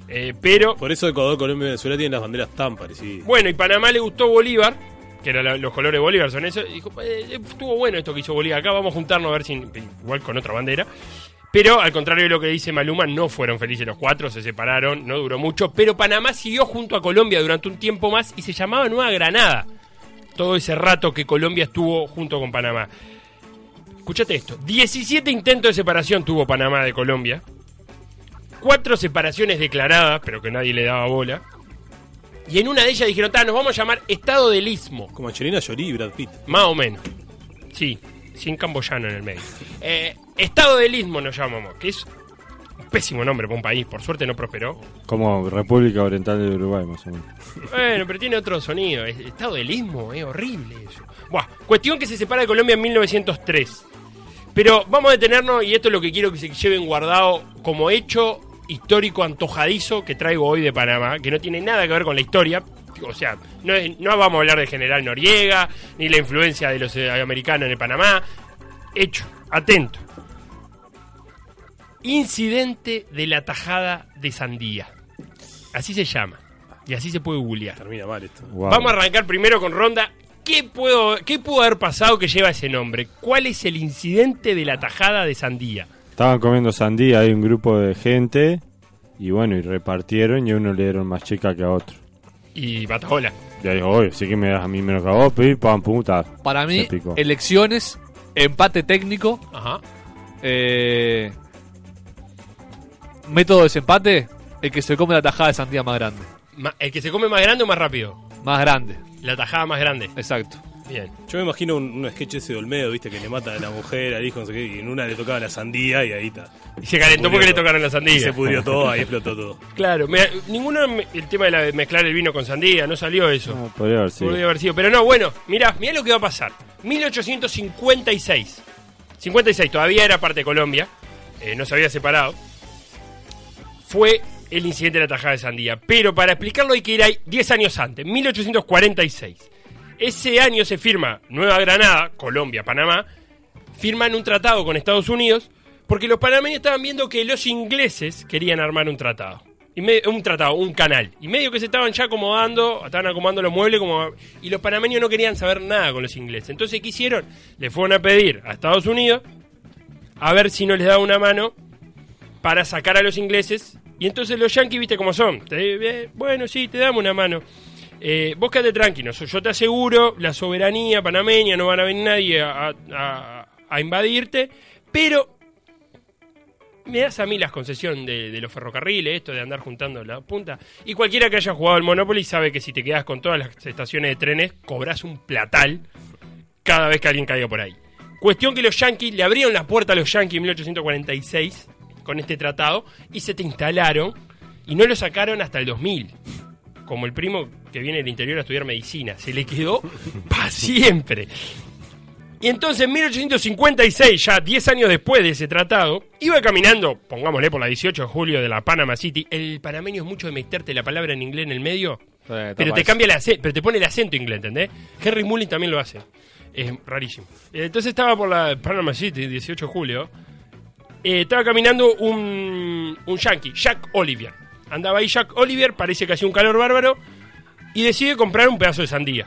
Speaker 11: Eh, pero.
Speaker 4: Por eso Ecuador, Colombia y Venezuela tienen las banderas tan parecidas.
Speaker 11: Bueno, y Panamá le gustó Bolívar, que eran la- los colores de Bolívar, son esos. y Dijo, "Eh, estuvo bueno esto que hizo Bolívar acá, vamos a juntarnos a ver si. igual con otra bandera. Pero al contrario de lo que dice Maluma, no fueron felices los cuatro, se separaron, no duró mucho. Pero Panamá siguió junto a Colombia durante un tiempo más y se llamaba Nueva Granada. Todo ese rato que Colombia estuvo junto con Panamá. Escuchate esto: 17 intentos de separación tuvo Panamá de Colombia. Cuatro separaciones declaradas, pero que nadie le daba bola. Y en una de ellas dijeron, "Ta, nos vamos a llamar Estado del Istmo.
Speaker 4: Como Angelina Jolie y Brad Pitt.
Speaker 11: Más o menos. Sí, sin camboyano en el medio. Eh, Estado del Istmo nos llamamos, que es un pésimo nombre para un país, por suerte no prosperó.
Speaker 6: Como República Oriental del Uruguay, más o menos.
Speaker 11: Bueno, pero tiene otro sonido. Es- Estado del Istmo, es horrible eso. Buah, cuestión que se separa de Colombia en 1903. Pero vamos a detenernos, y esto es lo que quiero que se lleven guardado como hecho histórico antojadizo que traigo hoy de Panamá, que no tiene nada que ver con la historia. O sea, no, es- no vamos a hablar del general Noriega, ni la influencia de los eh, americanos en el Panamá. Hecho, atento. Incidente de la tajada de sandía. Así se llama. Y así se puede googlear.
Speaker 4: Termina mal esto.
Speaker 11: Vamos a arrancar primero con ronda ¿Qué, puedo, ¿Qué pudo haber pasado que lleva ese nombre? ¿Cuál es el incidente de la tajada de sandía?
Speaker 6: Estaban comiendo sandía, hay un grupo de gente y bueno, y repartieron y a uno le dieron más chica que a otro.
Speaker 11: Y Batajola.
Speaker 6: Y ahí dijo, oye, sí que me das a mí menos que a vos, pi, pam, puta.
Speaker 5: Para
Speaker 6: Se
Speaker 5: mí,
Speaker 6: picó.
Speaker 5: elecciones, empate técnico,
Speaker 11: Ajá.
Speaker 5: eh, método de desempate, el que se come la tajada de sandía más grande.
Speaker 11: Ma- ¿El que se come más grande o más rápido?
Speaker 5: Más grande.
Speaker 11: La tajada más grande.
Speaker 5: Exacto.
Speaker 11: Bien.
Speaker 4: Yo me imagino un, un sketch ese de Olmedo, viste, que le mata a la mujer, al hijo, no sé qué, y en una le tocaba la sandía y ahí está.
Speaker 11: Y se calentó
Speaker 4: pudrió
Speaker 11: porque le
Speaker 4: todo.
Speaker 11: tocaron la sandía.
Speaker 4: Y se pudrió todo, ahí explotó
Speaker 11: [laughs]
Speaker 4: todo.
Speaker 11: Claro, me- ninguno me- el tema de la- mezclar el vino con sandía, no salió eso.
Speaker 6: Podría haber sido.
Speaker 11: Podría haber sido. Pero no, bueno, mirá, mirá lo que va a pasar. 1856. 56, todavía era parte de Colombia. eh, no se había separado. Fue el incidente de la tajada de Sandía. Pero para explicarlo hay que ir ahí 10 años antes, 1846. Ese año se firma Nueva Granada, Colombia, Panamá. Firman un tratado con Estados Unidos porque los panameños estaban viendo que los ingleses querían armar un tratado. Y me- un tratado, un canal. Y medio que se estaban ya acomodando, estaban acomodando los muebles como... Y los panameños no querían saber nada con los ingleses. Entonces, ¿qué hicieron? Le fueron a pedir a Estados Unidos a ver si no les daba una mano para sacar a los ingleses. Y entonces los yanquis, viste cómo son. Te- eh, bueno, sí, te damos una mano. Eh, vos quedate tranquilo. Yo te aseguro, la soberanía panameña, no van a venir nadie a, a- a invadirte. Pero me das a mí las concesiones de, de los ferrocarriles, esto de andar juntando la punta. Y cualquiera que haya jugado al Monopoly sabe que si te quedas con todas las estaciones de trenes, cobras un platal cada vez que alguien caiga por ahí. Cuestión que los yanquis le abrieron la puerta a los yanquis en 1846 con este tratado y se te instalaron y no lo sacaron hasta el 2000. Como el primo que viene del interior a estudiar medicina. Se le quedó para siempre. Y entonces en 1856, ya 10 años después de ese tratado, iba caminando, pongámosle por la 18 de julio de la Panama City. El panameño es mucho de meterte la palabra en inglés en el medio. Pero te cambia el acento, pero te pone el acento inglés, ¿entendés? Henry Mullin también lo hace. Es rarísimo. Eh, Entonces estaba por la Panama City, 18 de julio. Eh, estaba caminando un, un yankee, Jack Olivier. Andaba ahí Jack Olivier, parece que hacía un calor bárbaro. Y decide comprar un pedazo de sandía.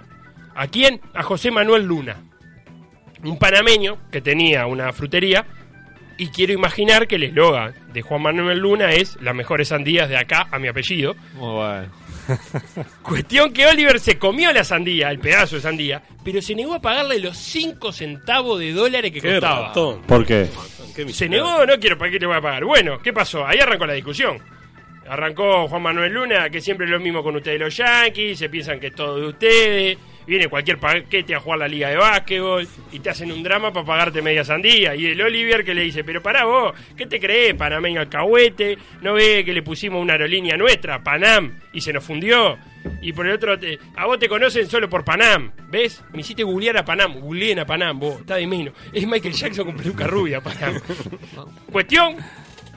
Speaker 11: ¿A quién? A José Manuel Luna. Un panameño que tenía una frutería. Y quiero imaginar que el eslogan de Juan Manuel Luna es las mejores sandías de acá a mi apellido.
Speaker 6: Muy bueno.
Speaker 11: Cuestión que Oliver se comió la sandía, el pedazo de sandía, pero se negó a pagarle los 5 centavos de dólares que
Speaker 4: Qué
Speaker 11: costaba.
Speaker 4: ratón.
Speaker 6: ¿Por qué?
Speaker 11: Se negó, no quiero, ¿para qué le voy a pagar? Bueno, ¿qué pasó? Ahí arrancó la discusión. Arrancó Juan Manuel Luna, que siempre es lo mismo con ustedes los yanquis, se piensan que es todo de ustedes, viene cualquier paquete a jugar la liga de básquetbol y te hacen un drama para pagarte media sandía. Y el Oliver que le dice, pero pará vos, ¿qué te crees, panameño alcahuete? ¿No ve que le pusimos una aerolínea nuestra, Panam, y se nos fundió? Y por el otro, te- a vos te conocen solo por Panam, ¿ves? Me hiciste googlear a Panam, googleen a Panam, vos, está de menos. Es Michael Jackson con peluca rubia, Panam. Cuestión,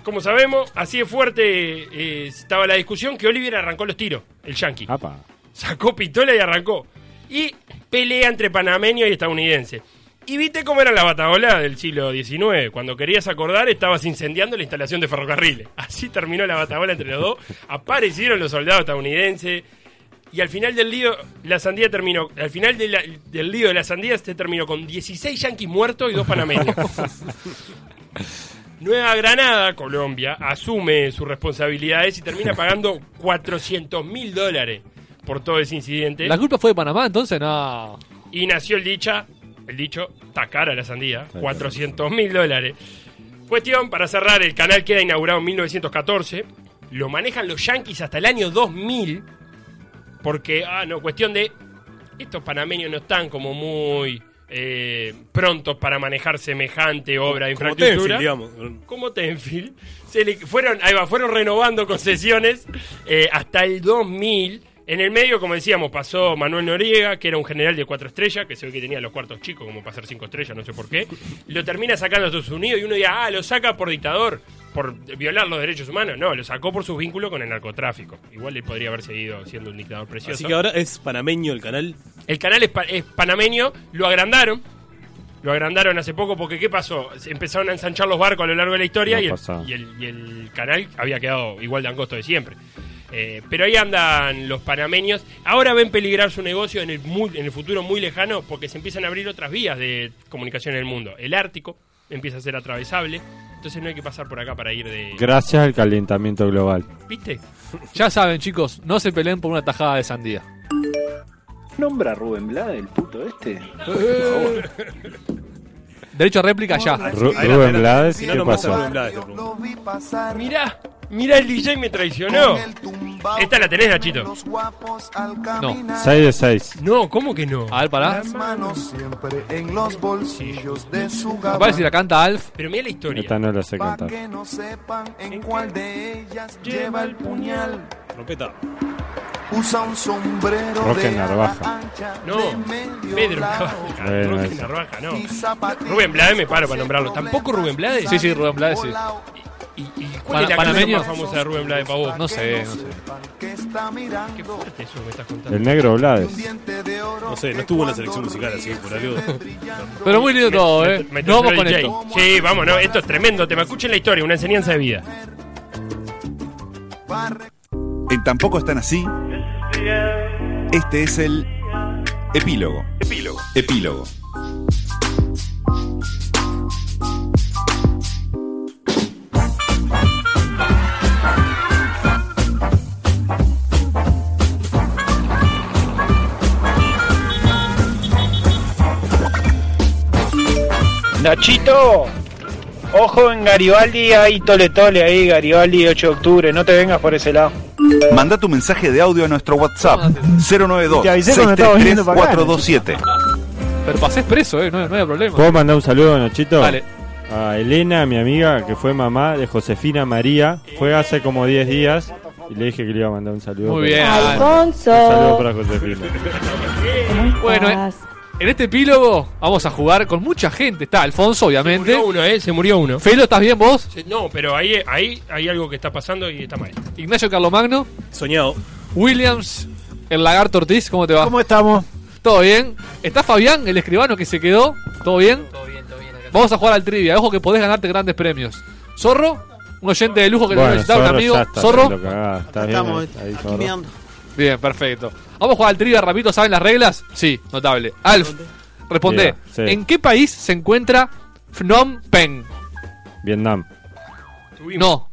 Speaker 11: como sabemos, así de fuerte eh, estaba la discusión que Oliver arrancó los tiros, el yankee.
Speaker 6: Ah.
Speaker 11: Sacó pistola y arrancó. Y pelea entre panameño y estadounidense. Y viste cómo era la batahola del siglo XIX. Cuando querías acordar, estabas incendiando la instalación de ferrocarriles. Así terminó la batahola entre los dos. Aparecieron los soldados estadounidenses. Y al final del lío, la sandía terminó. Al final de la- del lío de la sandía, se terminó con 16 yanquis muertos y dos panameños. Nueva Granada, Colombia, asume sus responsabilidades y termina pagando 400 mil dólares por todo ese incidente.
Speaker 5: ¿La culpa fue de Panamá entonces? No.
Speaker 11: Y nació el dicha, el dicho, está cara la sandía,
Speaker 5: cara.
Speaker 11: 400 mil dólares. Cuestión, para cerrar, el canal queda inaugurado en 1914. Lo manejan los yanquis hasta el año 2000. Porque, ah, no, cuestión de. Estos panameños no están como muy eh, prontos para manejar semejante obra de
Speaker 4: Como
Speaker 11: infraestructura
Speaker 4: Tenfield, digamos.
Speaker 11: como Tenfield, se le- fueron, ahí va, fueron renovando concesiones eh, hasta el 2000. En el medio, como decíamos, pasó Manuel Noriega, que era un general de cuatro estrellas, que se ve que tenía los cuartos chicos como para ser cinco estrellas, no sé por qué. Lo termina sacando a Estados Unidos y uno dirá, ah, lo saca por dictador, por violar los derechos humanos. No, lo sacó por sus vínculos con el narcotráfico. Igual él podría haber seguido siendo un dictador precioso.
Speaker 4: Así que ahora es panameño el canal.
Speaker 11: El canal es, pa- es panameño, lo agrandaron. Lo agrandaron hace poco porque ¿qué pasó? Se Empezaron a ensanchar los barcos a lo largo de la historia
Speaker 6: No
Speaker 11: y, el,
Speaker 6: pasa.
Speaker 11: y el- y el canal había quedado igual de angosto de siempre. Eh, pero ahí andan los panameños. Ahora ven peligrar su negocio en el, muy- en el futuro muy lejano porque se empiezan a abrir otras vías de comunicación en el mundo. El Ártico empieza a ser atravesable. Entonces no hay que pasar por acá para ir de...
Speaker 6: Gracias al calentamiento global.
Speaker 11: ¿Viste?
Speaker 5: Ya saben, chicos, no se peleen por una tajada de sandía.
Speaker 15: ¿Nombra Rubén Blade el puto este? Por
Speaker 5: Eh.
Speaker 15: favor.
Speaker 5: Derecho a réplica ya.
Speaker 6: Ru- Rubén Blades, ¿qué pasó?
Speaker 5: este
Speaker 11: Mirá, mirá el DJ me traicionó. Esta la tenés, Nachito.
Speaker 6: No. 6 de 6.
Speaker 11: No, ¿cómo que no?
Speaker 5: A ver, pará.
Speaker 14: manos siempre en los bolsillos de su
Speaker 5: Capaz si la canta Alf.
Speaker 11: Pero mira la historia.
Speaker 6: Esta no la sé cantar.
Speaker 14: Que no sepan en cuál de ellas lleva el puñal.
Speaker 4: Trompeta.
Speaker 14: Usa un sombrero de
Speaker 6: Roque Narvaja.
Speaker 14: ala ancha
Speaker 11: No,
Speaker 14: de medio
Speaker 11: Pedro
Speaker 14: lado
Speaker 11: Narvaja.
Speaker 6: Bueno,
Speaker 11: Rubén
Speaker 6: ese.
Speaker 11: Narvaja, no.
Speaker 14: y zapatillas
Speaker 11: Rubén Blades me paro para nombrarlo. ¿Tampoco Rubén Blades?
Speaker 5: Sí, sí, Rubén Blades, sí.
Speaker 11: ¿Y, y cuál es la canción
Speaker 5: Panameño.
Speaker 11: más famosa de Rubén Blades para vos?
Speaker 5: No sé, no sé.
Speaker 14: que está mirando.
Speaker 11: Eso me estás contando.
Speaker 6: El negro Blades.
Speaker 4: No sé, no estuvo en la selección musical, así que por algo.
Speaker 5: Pero muy lindo todo, ¿eh?
Speaker 11: Me
Speaker 5: No vamos
Speaker 11: traicionó
Speaker 5: con
Speaker 11: el
Speaker 5: esto.
Speaker 11: DJ. Sí, vamos, no, esto es tremendo tema. Escuchen la historia, una enseñanza de vida.
Speaker 3: En Tampoco están así. Este es el epílogo.
Speaker 11: Epílogo.
Speaker 3: Epílogo.
Speaker 15: Nachito, ojo en Garibaldi, hay tole tole ahí, Garibaldi 8 de octubre, no te vengas por ese lado.
Speaker 3: Manda tu mensaje de audio a nuestro WhatsApp 092
Speaker 15: Te avisé cuando estaba viniendo para acá,
Speaker 3: 427
Speaker 5: Pero pasés preso, ¿eh? No, no hay problema.
Speaker 6: ¿Puedo mandar un saludo, Nachito?
Speaker 5: Dale.
Speaker 6: A Elena, mi amiga, que fue mamá de Josefina María. Fue hace como 10 días y le dije que le iba a mandar un saludo.
Speaker 5: Muy
Speaker 6: Pero-
Speaker 5: bien.
Speaker 6: Un saludo para
Speaker 5: [laughs]
Speaker 6: Josefina.
Speaker 5: Bueno, eh, en este epílogo vamos a jugar con mucha gente. Está Alfonso, obviamente. Se murió
Speaker 11: uno, ¿eh? Se murió uno.
Speaker 5: Felo, ¿estás bien vos?
Speaker 11: Sí, No, pero ahí, ahí hay algo que está pasando y está mal.
Speaker 5: Ignacio Carlomagno.
Speaker 4: Soñado.
Speaker 5: Williams, el lagarto Ortiz, ¿cómo te va?
Speaker 10: ¿Cómo estamos?
Speaker 5: ¿Todo bien? ¿Está Fabián, el escribano que se quedó? ¿Todo bien? Todo bien, todo bien. Vamos a jugar al trivia. Ojo que podés ganarte grandes premios. Zorro, un oyente de lujo que te lo
Speaker 6: Bueno,
Speaker 5: necesitaba, un
Speaker 6: Zorro,
Speaker 5: amigo.
Speaker 6: ya está,
Speaker 5: Zorro.
Speaker 6: lo cagá, está bien,
Speaker 5: Estamos eh.
Speaker 6: ahí, ahí, Zorro.
Speaker 5: Bien, perfecto. Vamos a jugar al trivia, rapidito. ¿Saben las reglas? Sí, notable. Alf, responde.
Speaker 6: Bien, sí.
Speaker 5: ¿En qué país se encuentra Phnom Penh?
Speaker 6: Vietnam.
Speaker 5: No.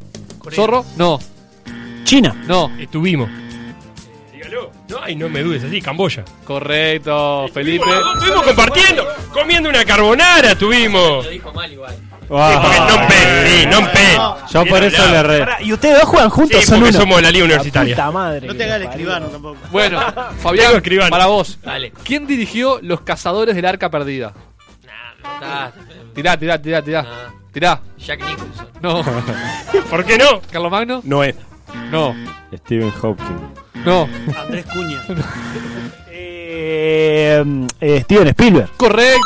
Speaker 5: ¿Zorro? No.
Speaker 10: China.
Speaker 5: No.
Speaker 11: Estuvimos. Dígalo. No, ay, no me dudes así, Camboya.
Speaker 5: Correcto, Felipe.
Speaker 11: Bueno, Estuvimos compartiendo, comiendo una carbonara, estuvimos. Lo dijo mal igual. no pe, sí, no pe.
Speaker 6: Ah, Yo por eso le re.
Speaker 10: Y ustedes dos juegan juntos,
Speaker 11: Sí,
Speaker 10: son
Speaker 11: porque
Speaker 10: uno.
Speaker 11: somos de la Liga Universitaria.
Speaker 10: La puta madre.
Speaker 11: No
Speaker 10: que
Speaker 11: te
Speaker 10: lo
Speaker 11: hagas el
Speaker 10: parió.
Speaker 11: escribano
Speaker 14: tampoco.
Speaker 5: [laughs] Bueno, Fabián, para vos. ¿Quién dirigió Los Cazadores del Arca Perdida?
Speaker 9: Está
Speaker 5: Tirá, tirá, tirá, tirá. Tirá.
Speaker 9: Jack Nicholson.
Speaker 5: No.
Speaker 6: [laughs]
Speaker 11: ¿Por qué no?
Speaker 5: ¿Carlos Magno?
Speaker 4: No es.
Speaker 6: Mm.
Speaker 5: No.
Speaker 6: Steven Hopkins.
Speaker 5: No.
Speaker 14: Andrés Cuña.
Speaker 10: [laughs] Eh, eh, Steven Spielberg.
Speaker 5: Correcto.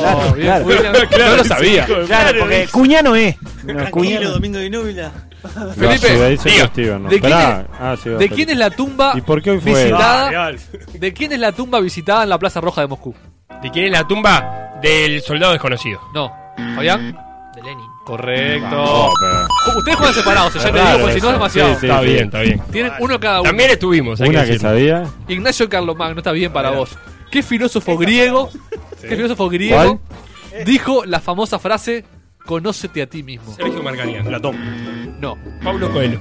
Speaker 10: Claro,
Speaker 5: Bien,
Speaker 10: claro.
Speaker 6: [laughs]
Speaker 5: William.
Speaker 10: Claro,
Speaker 5: no lo
Speaker 10: sí,
Speaker 5: sabía.
Speaker 10: hijo de Claro, porque Cuña no es. No, Cuña no.
Speaker 14: Domingo de Núbila.
Speaker 5: Felipe,
Speaker 6: Lo ayudé, dice
Speaker 5: diga,
Speaker 6: que Steven, no.
Speaker 5: ¿de quién
Speaker 6: Pará.
Speaker 5: es-
Speaker 6: Ah, sí, va,
Speaker 5: ¿De
Speaker 6: Felipe.
Speaker 5: quién es la tumba
Speaker 6: ¿Y por qué hoy fue?
Speaker 11: Ah.
Speaker 5: visitada? ¿De quién es la tumba visitada en la Plaza Roja de Moscú?
Speaker 11: ¿De quién es la tumba? Del soldado desconocido.
Speaker 5: No. ¿Fabián?
Speaker 9: De Lenin.
Speaker 5: Correcto.
Speaker 11: No, pero-
Speaker 5: Ju- Ustedes juegan separados, ya
Speaker 11: Es
Speaker 5: te
Speaker 11: raro
Speaker 5: digo, porque si no
Speaker 11: eso.
Speaker 5: es demasiado.
Speaker 11: Sí, sí, Está sí. bien, está bien.
Speaker 5: Tienen uno cada uno.
Speaker 11: También estuvimos, hay
Speaker 6: Una
Speaker 11: que
Speaker 6: que
Speaker 11: decirlo.
Speaker 6: sabía.
Speaker 5: Ignacio Carlomagno, está bien para vos. ¿Qué filósofo griego? ¿Qué filósofo griego dijo la famosa frase Conócete a ti mismo?
Speaker 11: Sergio Marganian.
Speaker 5: Platón. No.
Speaker 11: Pablo Coelho.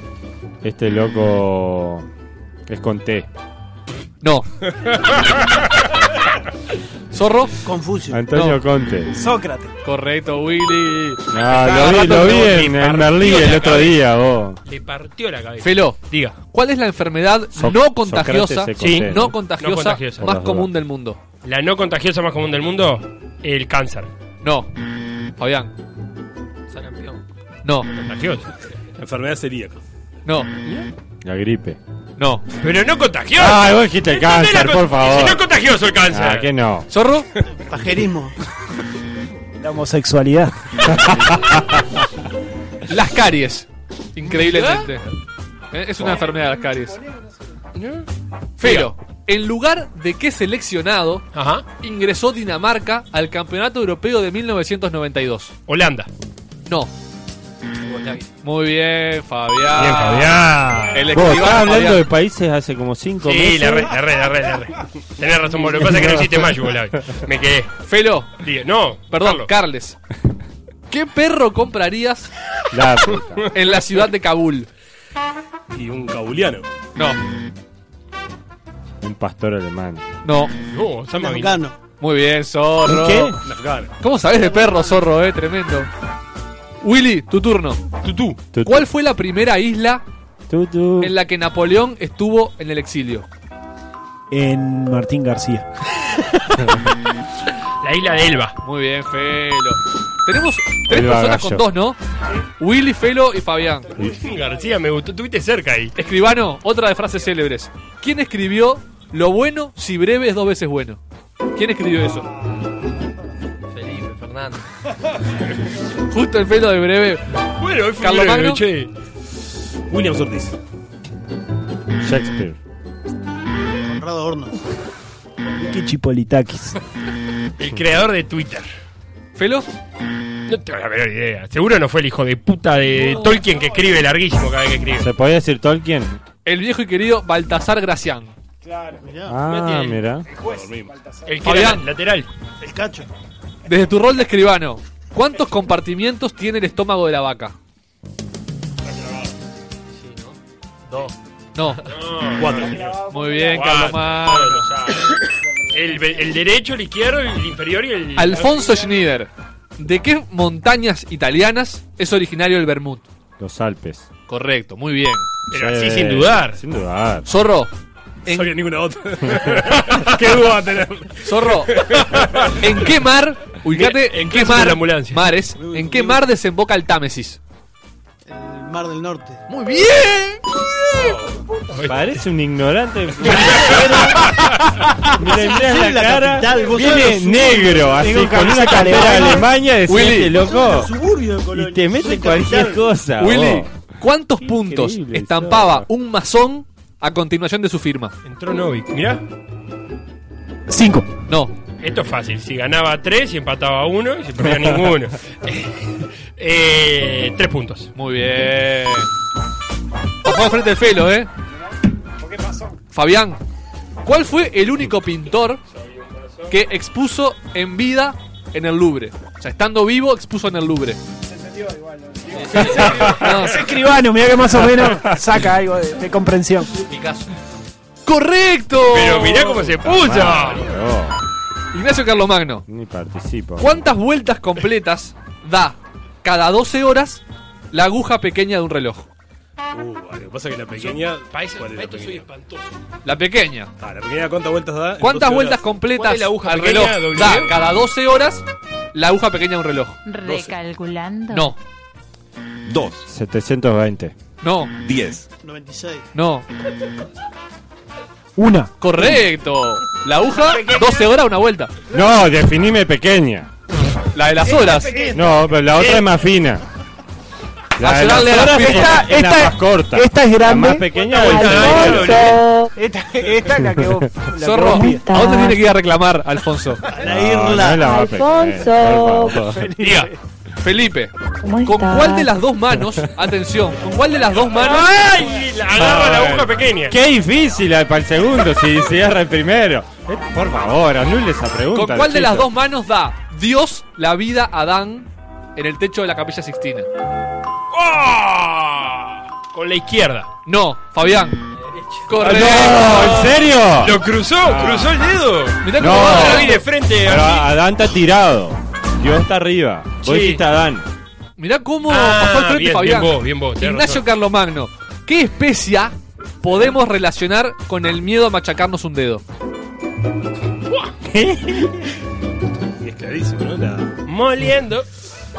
Speaker 6: Este loco es con T.
Speaker 11: [laughs]
Speaker 5: No. ¿Zorro?
Speaker 14: Confucio.
Speaker 6: Antonio Conte.
Speaker 10: Sócrates.
Speaker 5: Correcto, Willy.
Speaker 6: Ah, lo vi, lo vi en, en Berlín el otro día, vos.
Speaker 11: Le partió la cabeza.
Speaker 5: Felo, diga. ¿Cuál es la enfermedad
Speaker 6: Soc- eh,
Speaker 5: no contagiosa,
Speaker 11: Sócrates se
Speaker 5: sí,
Speaker 11: contenta.
Speaker 5: no contagiosa,
Speaker 11: No contagiosa. Por
Speaker 5: más
Speaker 11: las
Speaker 5: común
Speaker 11: dudas.
Speaker 5: del mundo?
Speaker 11: La no contagiosa más común del mundo, el cáncer.
Speaker 5: No. Fabián.
Speaker 9: Sarampión.
Speaker 5: No.
Speaker 11: Contagiosa.
Speaker 4: Enfermedad celíaca.
Speaker 5: No.
Speaker 6: La gripe.
Speaker 5: No.
Speaker 11: Pero no contagiosa.
Speaker 6: Ah, vos dijiste cáncer, por favor.
Speaker 11: Si no es contagioso el cáncer.
Speaker 6: Ah, que no.
Speaker 5: ¿Zorro?
Speaker 14: Pajerismo.
Speaker 10: La homosexualidad.
Speaker 5: Las caries. Increíblemente. Eh, Es una enfermedad de las caries. Pero, en lugar de qué seleccionado, ingresó Dinamarca al Campeonato Europeo de 1992.
Speaker 11: Holanda.
Speaker 5: No. Muy bien, Fabián.
Speaker 6: Bien,
Speaker 2: Fabián.
Speaker 5: El
Speaker 6: Vos
Speaker 5: escribano
Speaker 6: estabas hablando
Speaker 5: Fabián.
Speaker 6: de países hace como 5 meses.
Speaker 11: Ah. Sí, la red, la red, la red, la red. Tenés razón, vos. Lo que pasa es que
Speaker 6: [laughs]
Speaker 11: no existe más Yugolavia. Me quedé.
Speaker 5: Felo.
Speaker 11: Diga, no,
Speaker 5: Perdón, Carles. [laughs] ¿Qué perro comprarías
Speaker 6: La
Speaker 5: en la ciudad de Kabul?
Speaker 4: Y un kabuliano.
Speaker 5: No,
Speaker 6: Un pastor alemán.
Speaker 5: no.
Speaker 11: No, San Marino.
Speaker 5: Muy bien, zorro.
Speaker 6: ¿Qué?
Speaker 5: ¿Cómo sabes de perro, zorro, eh? Tremendo. Willy, tu turno.
Speaker 11: Tutú.
Speaker 6: Tutú.
Speaker 5: ¿Cuál fue la primera isla
Speaker 6: Tutú.
Speaker 5: en la que Napoleón estuvo en el exilio?
Speaker 10: En Martín García.
Speaker 11: La isla de Elba.
Speaker 5: Muy bien, Felo. Tenemos tres
Speaker 11: Elba
Speaker 5: personas
Speaker 11: Gallo.
Speaker 5: con dos, ¿no? Willy, Felo y Fabián.
Speaker 11: García, me gustó. Estuviste cerca ahí.
Speaker 5: Escribano, otra de frases célebres. ¿Quién escribió lo bueno si breve es dos veces bueno? ¿Quién escribió eso?
Speaker 9: Felipe, Fernando.
Speaker 5: Justo el Felo de breve.
Speaker 11: Bueno, hoy fue
Speaker 5: Carlos
Speaker 11: breve,
Speaker 5: Magno.
Speaker 11: che.
Speaker 4: William Ortiz.
Speaker 6: Shakespeare.
Speaker 14: Conrado Hornos.
Speaker 10: Qué Chipolitakis.
Speaker 11: El creador de Twitter.
Speaker 5: ¿Felo?
Speaker 11: No tengo la menor idea. Seguro no fue el hijo de puta de Tolkien que escribe larguísimo cada vez que escribe.
Speaker 6: ¿Se podía decir Tolkien?
Speaker 5: El viejo y querido Baltasar Gracián.
Speaker 6: Ah, mira.
Speaker 11: El que era
Speaker 5: Fabián,
Speaker 11: lateral.
Speaker 14: El cacho.
Speaker 5: desde tu rol de escribano, ¿cuántos compartimientos tiene el estómago de la vaca?
Speaker 9: Dos.
Speaker 5: No.
Speaker 11: Cuatro.
Speaker 5: Muy bien, Carlos
Speaker 11: Cuatro.
Speaker 5: Magno.
Speaker 11: El, be- el derecho, el izquierdo, el inferior y el.
Speaker 5: Alfonso Schneider, ¿de qué montañas italianas es originario el Bermud?
Speaker 6: Los Alpes.
Speaker 5: Correcto, muy bien.
Speaker 11: Pero
Speaker 6: Sí,
Speaker 11: así sin dudar.
Speaker 6: Sin dudar.
Speaker 5: Zorro.
Speaker 11: No sabía ninguna otra. Qué duda va a tener. [laughs]
Speaker 5: Zorro, ¿en qué mar? Ubicate,
Speaker 11: Bien,
Speaker 5: ¿en
Speaker 11: en
Speaker 5: qué
Speaker 11: clase
Speaker 5: mar?
Speaker 11: de la ambulancia.
Speaker 5: Mares, ¿en qué mar desemboca el Támesis?
Speaker 14: El Mar del Norte.
Speaker 5: Muy bien.
Speaker 6: Parece un ignorante.
Speaker 14: Mira,
Speaker 6: mirás la cara, viene negro, así,
Speaker 14: Tengo
Speaker 6: con una
Speaker 14: camiseta
Speaker 6: campera
Speaker 14: alemana.
Speaker 6: alemania, decís,
Speaker 5: Willy.
Speaker 6: "Este loco,
Speaker 14: Suburbio de Colonia.
Speaker 6: y te mete
Speaker 14: Soy
Speaker 6: cualquier
Speaker 14: capital.
Speaker 11: Ah,
Speaker 6: cosa.
Speaker 5: Willy,
Speaker 6: vos.
Speaker 11: oh.
Speaker 5: ¿cuántos puntos
Speaker 6: increíble,
Speaker 5: estampaba un masón a continuación de su firma?
Speaker 11: Entró Novik. Mirá, [laughs]
Speaker 10: Cinco.
Speaker 5: No,
Speaker 11: esto es fácil. Si ganaba tres y empataba uno y si perdía ninguno. eh, tres puntos.
Speaker 5: muy bien. Papá al frente del Felo, ¿eh? Fabián, ¿cuál fue el único pintor que expuso en vida en el Louvre? O sea, estando vivo, expuso en el Louvre. No.
Speaker 10: Es escribano, mira que más o menos saca algo de, de comprensión.
Speaker 9: Picasso.
Speaker 5: ¡Correcto!
Speaker 11: Pero mirá cómo se puso.
Speaker 6: Oh,
Speaker 5: Ignacio Carlomagno,
Speaker 6: ni participo.
Speaker 5: ¿cuántas vueltas completas da cada 12 horas la aguja pequeña de un reloj?
Speaker 4: Uh, lo que pasa es que la pequeña.
Speaker 11: Para eso,
Speaker 4: ¿Cuál
Speaker 11: para
Speaker 4: es la
Speaker 11: esto soy
Speaker 4: pequeña?
Speaker 11: espantoso.
Speaker 5: La pequeña.
Speaker 4: Ah, la pequeña, ¿cuántas vueltas da? en
Speaker 5: ¿Cuántas
Speaker 4: 12
Speaker 5: vueltas
Speaker 4: horas?
Speaker 11: ¿Cuál
Speaker 5: completas
Speaker 11: es la aguja
Speaker 5: al
Speaker 11: pequeña,
Speaker 5: reloj
Speaker 11: W?
Speaker 5: da cada 12 horas la aguja pequeña de un reloj?
Speaker 16: Recalculando.
Speaker 5: No,
Speaker 3: 2,
Speaker 6: 720.
Speaker 5: no,
Speaker 3: 10.
Speaker 14: 96.
Speaker 5: no.
Speaker 10: Una.
Speaker 5: Correcto. La aguja, 12 horas, una vuelta.
Speaker 6: No, definime pequeña.
Speaker 5: La de las horas.
Speaker 6: No, pero la otra es más fina. La de las
Speaker 5: Ayudarle a la
Speaker 6: horas es-
Speaker 5: fiesta.
Speaker 6: es la
Speaker 10: Esta-
Speaker 6: más corta.
Speaker 10: esta es grande.
Speaker 6: La más pequeña
Speaker 11: ¿Cuántas
Speaker 6: es
Speaker 11: vueltas da?
Speaker 7: [laughs]
Speaker 10: Esta, esta es la que vos. la que
Speaker 5: Zorro,
Speaker 10: vos pides.
Speaker 5: ¿a dónde tiene que ir a reclamar, Alfonso?
Speaker 14: La
Speaker 6: No, no
Speaker 14: irla.
Speaker 6: es la más pequeña, por favor.
Speaker 11: Diga.
Speaker 5: Felipe,
Speaker 16: ¿Cómo
Speaker 5: ¿con
Speaker 16: estás?
Speaker 5: cuál de las dos manos, atención, con cuál de las dos manos
Speaker 11: ¡Ay! La Agarra la aguja pequeña.
Speaker 6: Qué difícil eh, para el segundo si cierra el primero. Eh, Por favor, anule esa pregunta.
Speaker 5: ¿Con cuál de
Speaker 6: chicos.
Speaker 5: las dos manos da Dios la vida a Adán en el techo de la capilla Sixtina?
Speaker 11: ¡Oh! Con la izquierda.
Speaker 5: No, Fabián.
Speaker 6: Ah,
Speaker 5: Correcto.
Speaker 6: No, ¿en serio?
Speaker 11: Lo cruzó, cruzó el dedo.
Speaker 5: Mirá
Speaker 6: Ah. No.
Speaker 5: cómo va.
Speaker 11: Lo vi de frente.
Speaker 6: Pero Adán está tirado. Dios está arriba. Vos
Speaker 11: Sí.
Speaker 6: dijiste Adán.
Speaker 5: Mirá cómo
Speaker 11: Ah,
Speaker 5: pasó al frente
Speaker 11: bien,
Speaker 5: Fabián.
Speaker 11: bien vos, bien vos, tenés
Speaker 5: Ignacio
Speaker 11: razón.
Speaker 5: Carlomagno, ¿qué especia podemos relacionar con el miedo a machacarnos un dedo?
Speaker 4: Y es clarísimo, ¿no? La,
Speaker 11: Moliendo.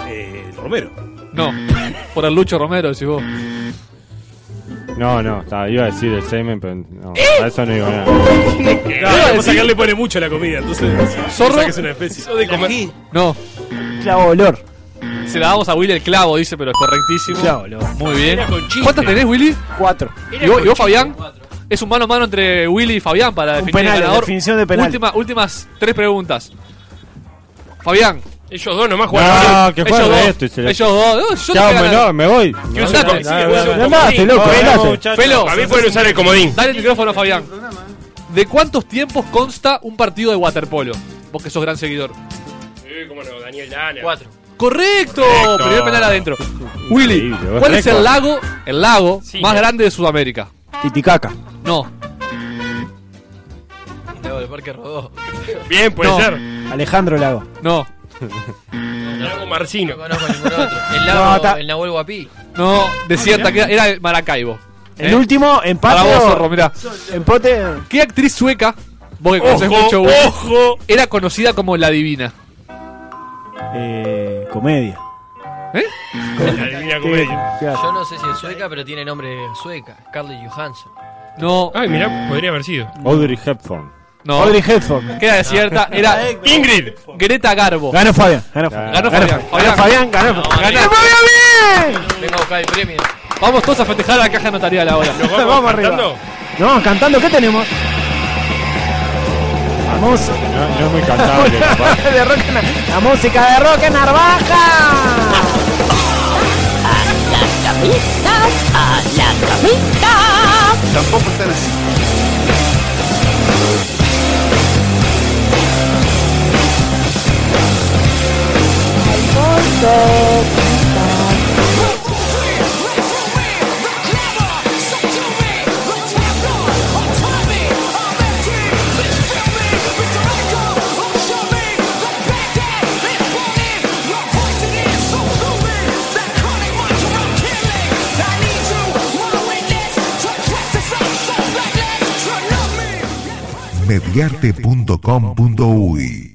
Speaker 4: eh, el Romero.
Speaker 5: No,
Speaker 11: [laughs]
Speaker 5: por el Lucho Romero, decís vos.
Speaker 6: No, no, estaba- iba a decir el semen, pero no, a eso no digo nada.
Speaker 4: No, lo que pasa es que él le pone mucho a la comida, entonces.
Speaker 5: Zorro.
Speaker 4: piensa que es una especie.
Speaker 11: Eso de comer.
Speaker 14: Aquí.
Speaker 5: No,
Speaker 10: Clavo olor.
Speaker 5: se la damos a Willy el clavo, dice, pero es correctísimo.
Speaker 10: Clavo olor.
Speaker 5: Muy bien.
Speaker 11: Era con chiste.
Speaker 5: ¿Cuántas tenés, Willy?
Speaker 10: Cuatro.
Speaker 5: ¿Y vos, y vos, Fabián? Es un mano a mano entre Willy y Fabián para
Speaker 10: Un
Speaker 5: definir
Speaker 10: penal,
Speaker 5: el ganador.
Speaker 10: definición de penal.
Speaker 5: Última- últimas tres preguntas. Fabián,
Speaker 11: Ellos dos nomás jugaron.
Speaker 6: No, que
Speaker 11: Ellos
Speaker 6: fue el
Speaker 11: dos.
Speaker 6: resto. y se le-
Speaker 11: Ellos dos. Yo
Speaker 6: Chao,
Speaker 11: te
Speaker 6: me,
Speaker 11: ganas-
Speaker 6: no, me voy.
Speaker 11: Que
Speaker 6: No,
Speaker 11: usa el
Speaker 6: no,
Speaker 11: comodín,
Speaker 6: no,
Speaker 11: que
Speaker 6: no,
Speaker 11: usa el
Speaker 6: no,
Speaker 11: comodín.
Speaker 6: no, no,
Speaker 11: Pelo,
Speaker 6: muchachos.
Speaker 5: Pelo,
Speaker 11: Para mí pueden usar el comodín.
Speaker 5: Dale el micrófono a Fabián.
Speaker 11: ¿eh?
Speaker 5: ¿De cuántos tiempos consta un partido de waterpolo? Vos que sos gran seguidor.
Speaker 11: Sí, cómo no, Daniel Dana. Cuatro.
Speaker 5: ¡Correcto! Primer penal adentro. Willy,
Speaker 11: Increíble,
Speaker 5: ¿cuál es el
Speaker 11: récord.
Speaker 5: lago, el lago
Speaker 11: Sí,
Speaker 5: más
Speaker 11: eh.
Speaker 5: grande de Sudamérica?
Speaker 7: Titicaca.
Speaker 5: No.
Speaker 17: Lago del Parque Rodó.
Speaker 11: Bien, puede
Speaker 5: No.
Speaker 11: ser.
Speaker 7: Alejandro Lago.
Speaker 5: No.
Speaker 11: El lago Marcino.
Speaker 17: No conozco ningún
Speaker 7: [laughs]
Speaker 17: otro. El
Speaker 7: No,
Speaker 17: lago,
Speaker 7: está-
Speaker 17: el Nahuel Guapí.
Speaker 5: No,
Speaker 11: Ah,
Speaker 5: desierta,
Speaker 17: mirá.
Speaker 5: que era el Maracaibo.
Speaker 7: El
Speaker 5: ¿Eh?
Speaker 7: último, empate.
Speaker 5: Para vos,
Speaker 7: o-
Speaker 5: Zorro, mirá.
Speaker 7: Empate.
Speaker 5: ¿Qué actriz sueca, vos que
Speaker 7: Ojo,
Speaker 5: conocés mucho, Willy, era conocida como la divina?
Speaker 7: Eh, comedia.
Speaker 5: ¿Eh?
Speaker 11: Adivina comedia.
Speaker 7: ¿Qué hace?
Speaker 17: Yo no sé si es sueca, pero tiene nombre sueca. Carly Johansson.
Speaker 5: No.
Speaker 11: Ay, mirá, podría haber sido.
Speaker 6: Audrey Hepburn.
Speaker 5: No.
Speaker 7: Audrey Hepburn.
Speaker 5: Que era desierta,
Speaker 11: [laughs]
Speaker 5: era
Speaker 11: Ingrid.
Speaker 5: Greta Garbo.
Speaker 7: Ganó Fabián. Ganó Fabián.
Speaker 5: Ganó Fabián.
Speaker 7: Ganó Fabián. Ganó Fabián.
Speaker 5: Ganó.
Speaker 17: Vengo a buscar el premio.
Speaker 5: Vamos todos a festejar a la caja notarial ahora.
Speaker 11: Nos
Speaker 7: vamos Vamos arriba. cantando. Nos vamos cantando. ¿Qué tenemos? Vamos.
Speaker 6: No, no es muy cantable, capaz.
Speaker 7: de rock en la- la música de Roque Narvaja.
Speaker 18: a la camita.
Speaker 3: Tampoco están así.
Speaker 9: mediarte.com.uy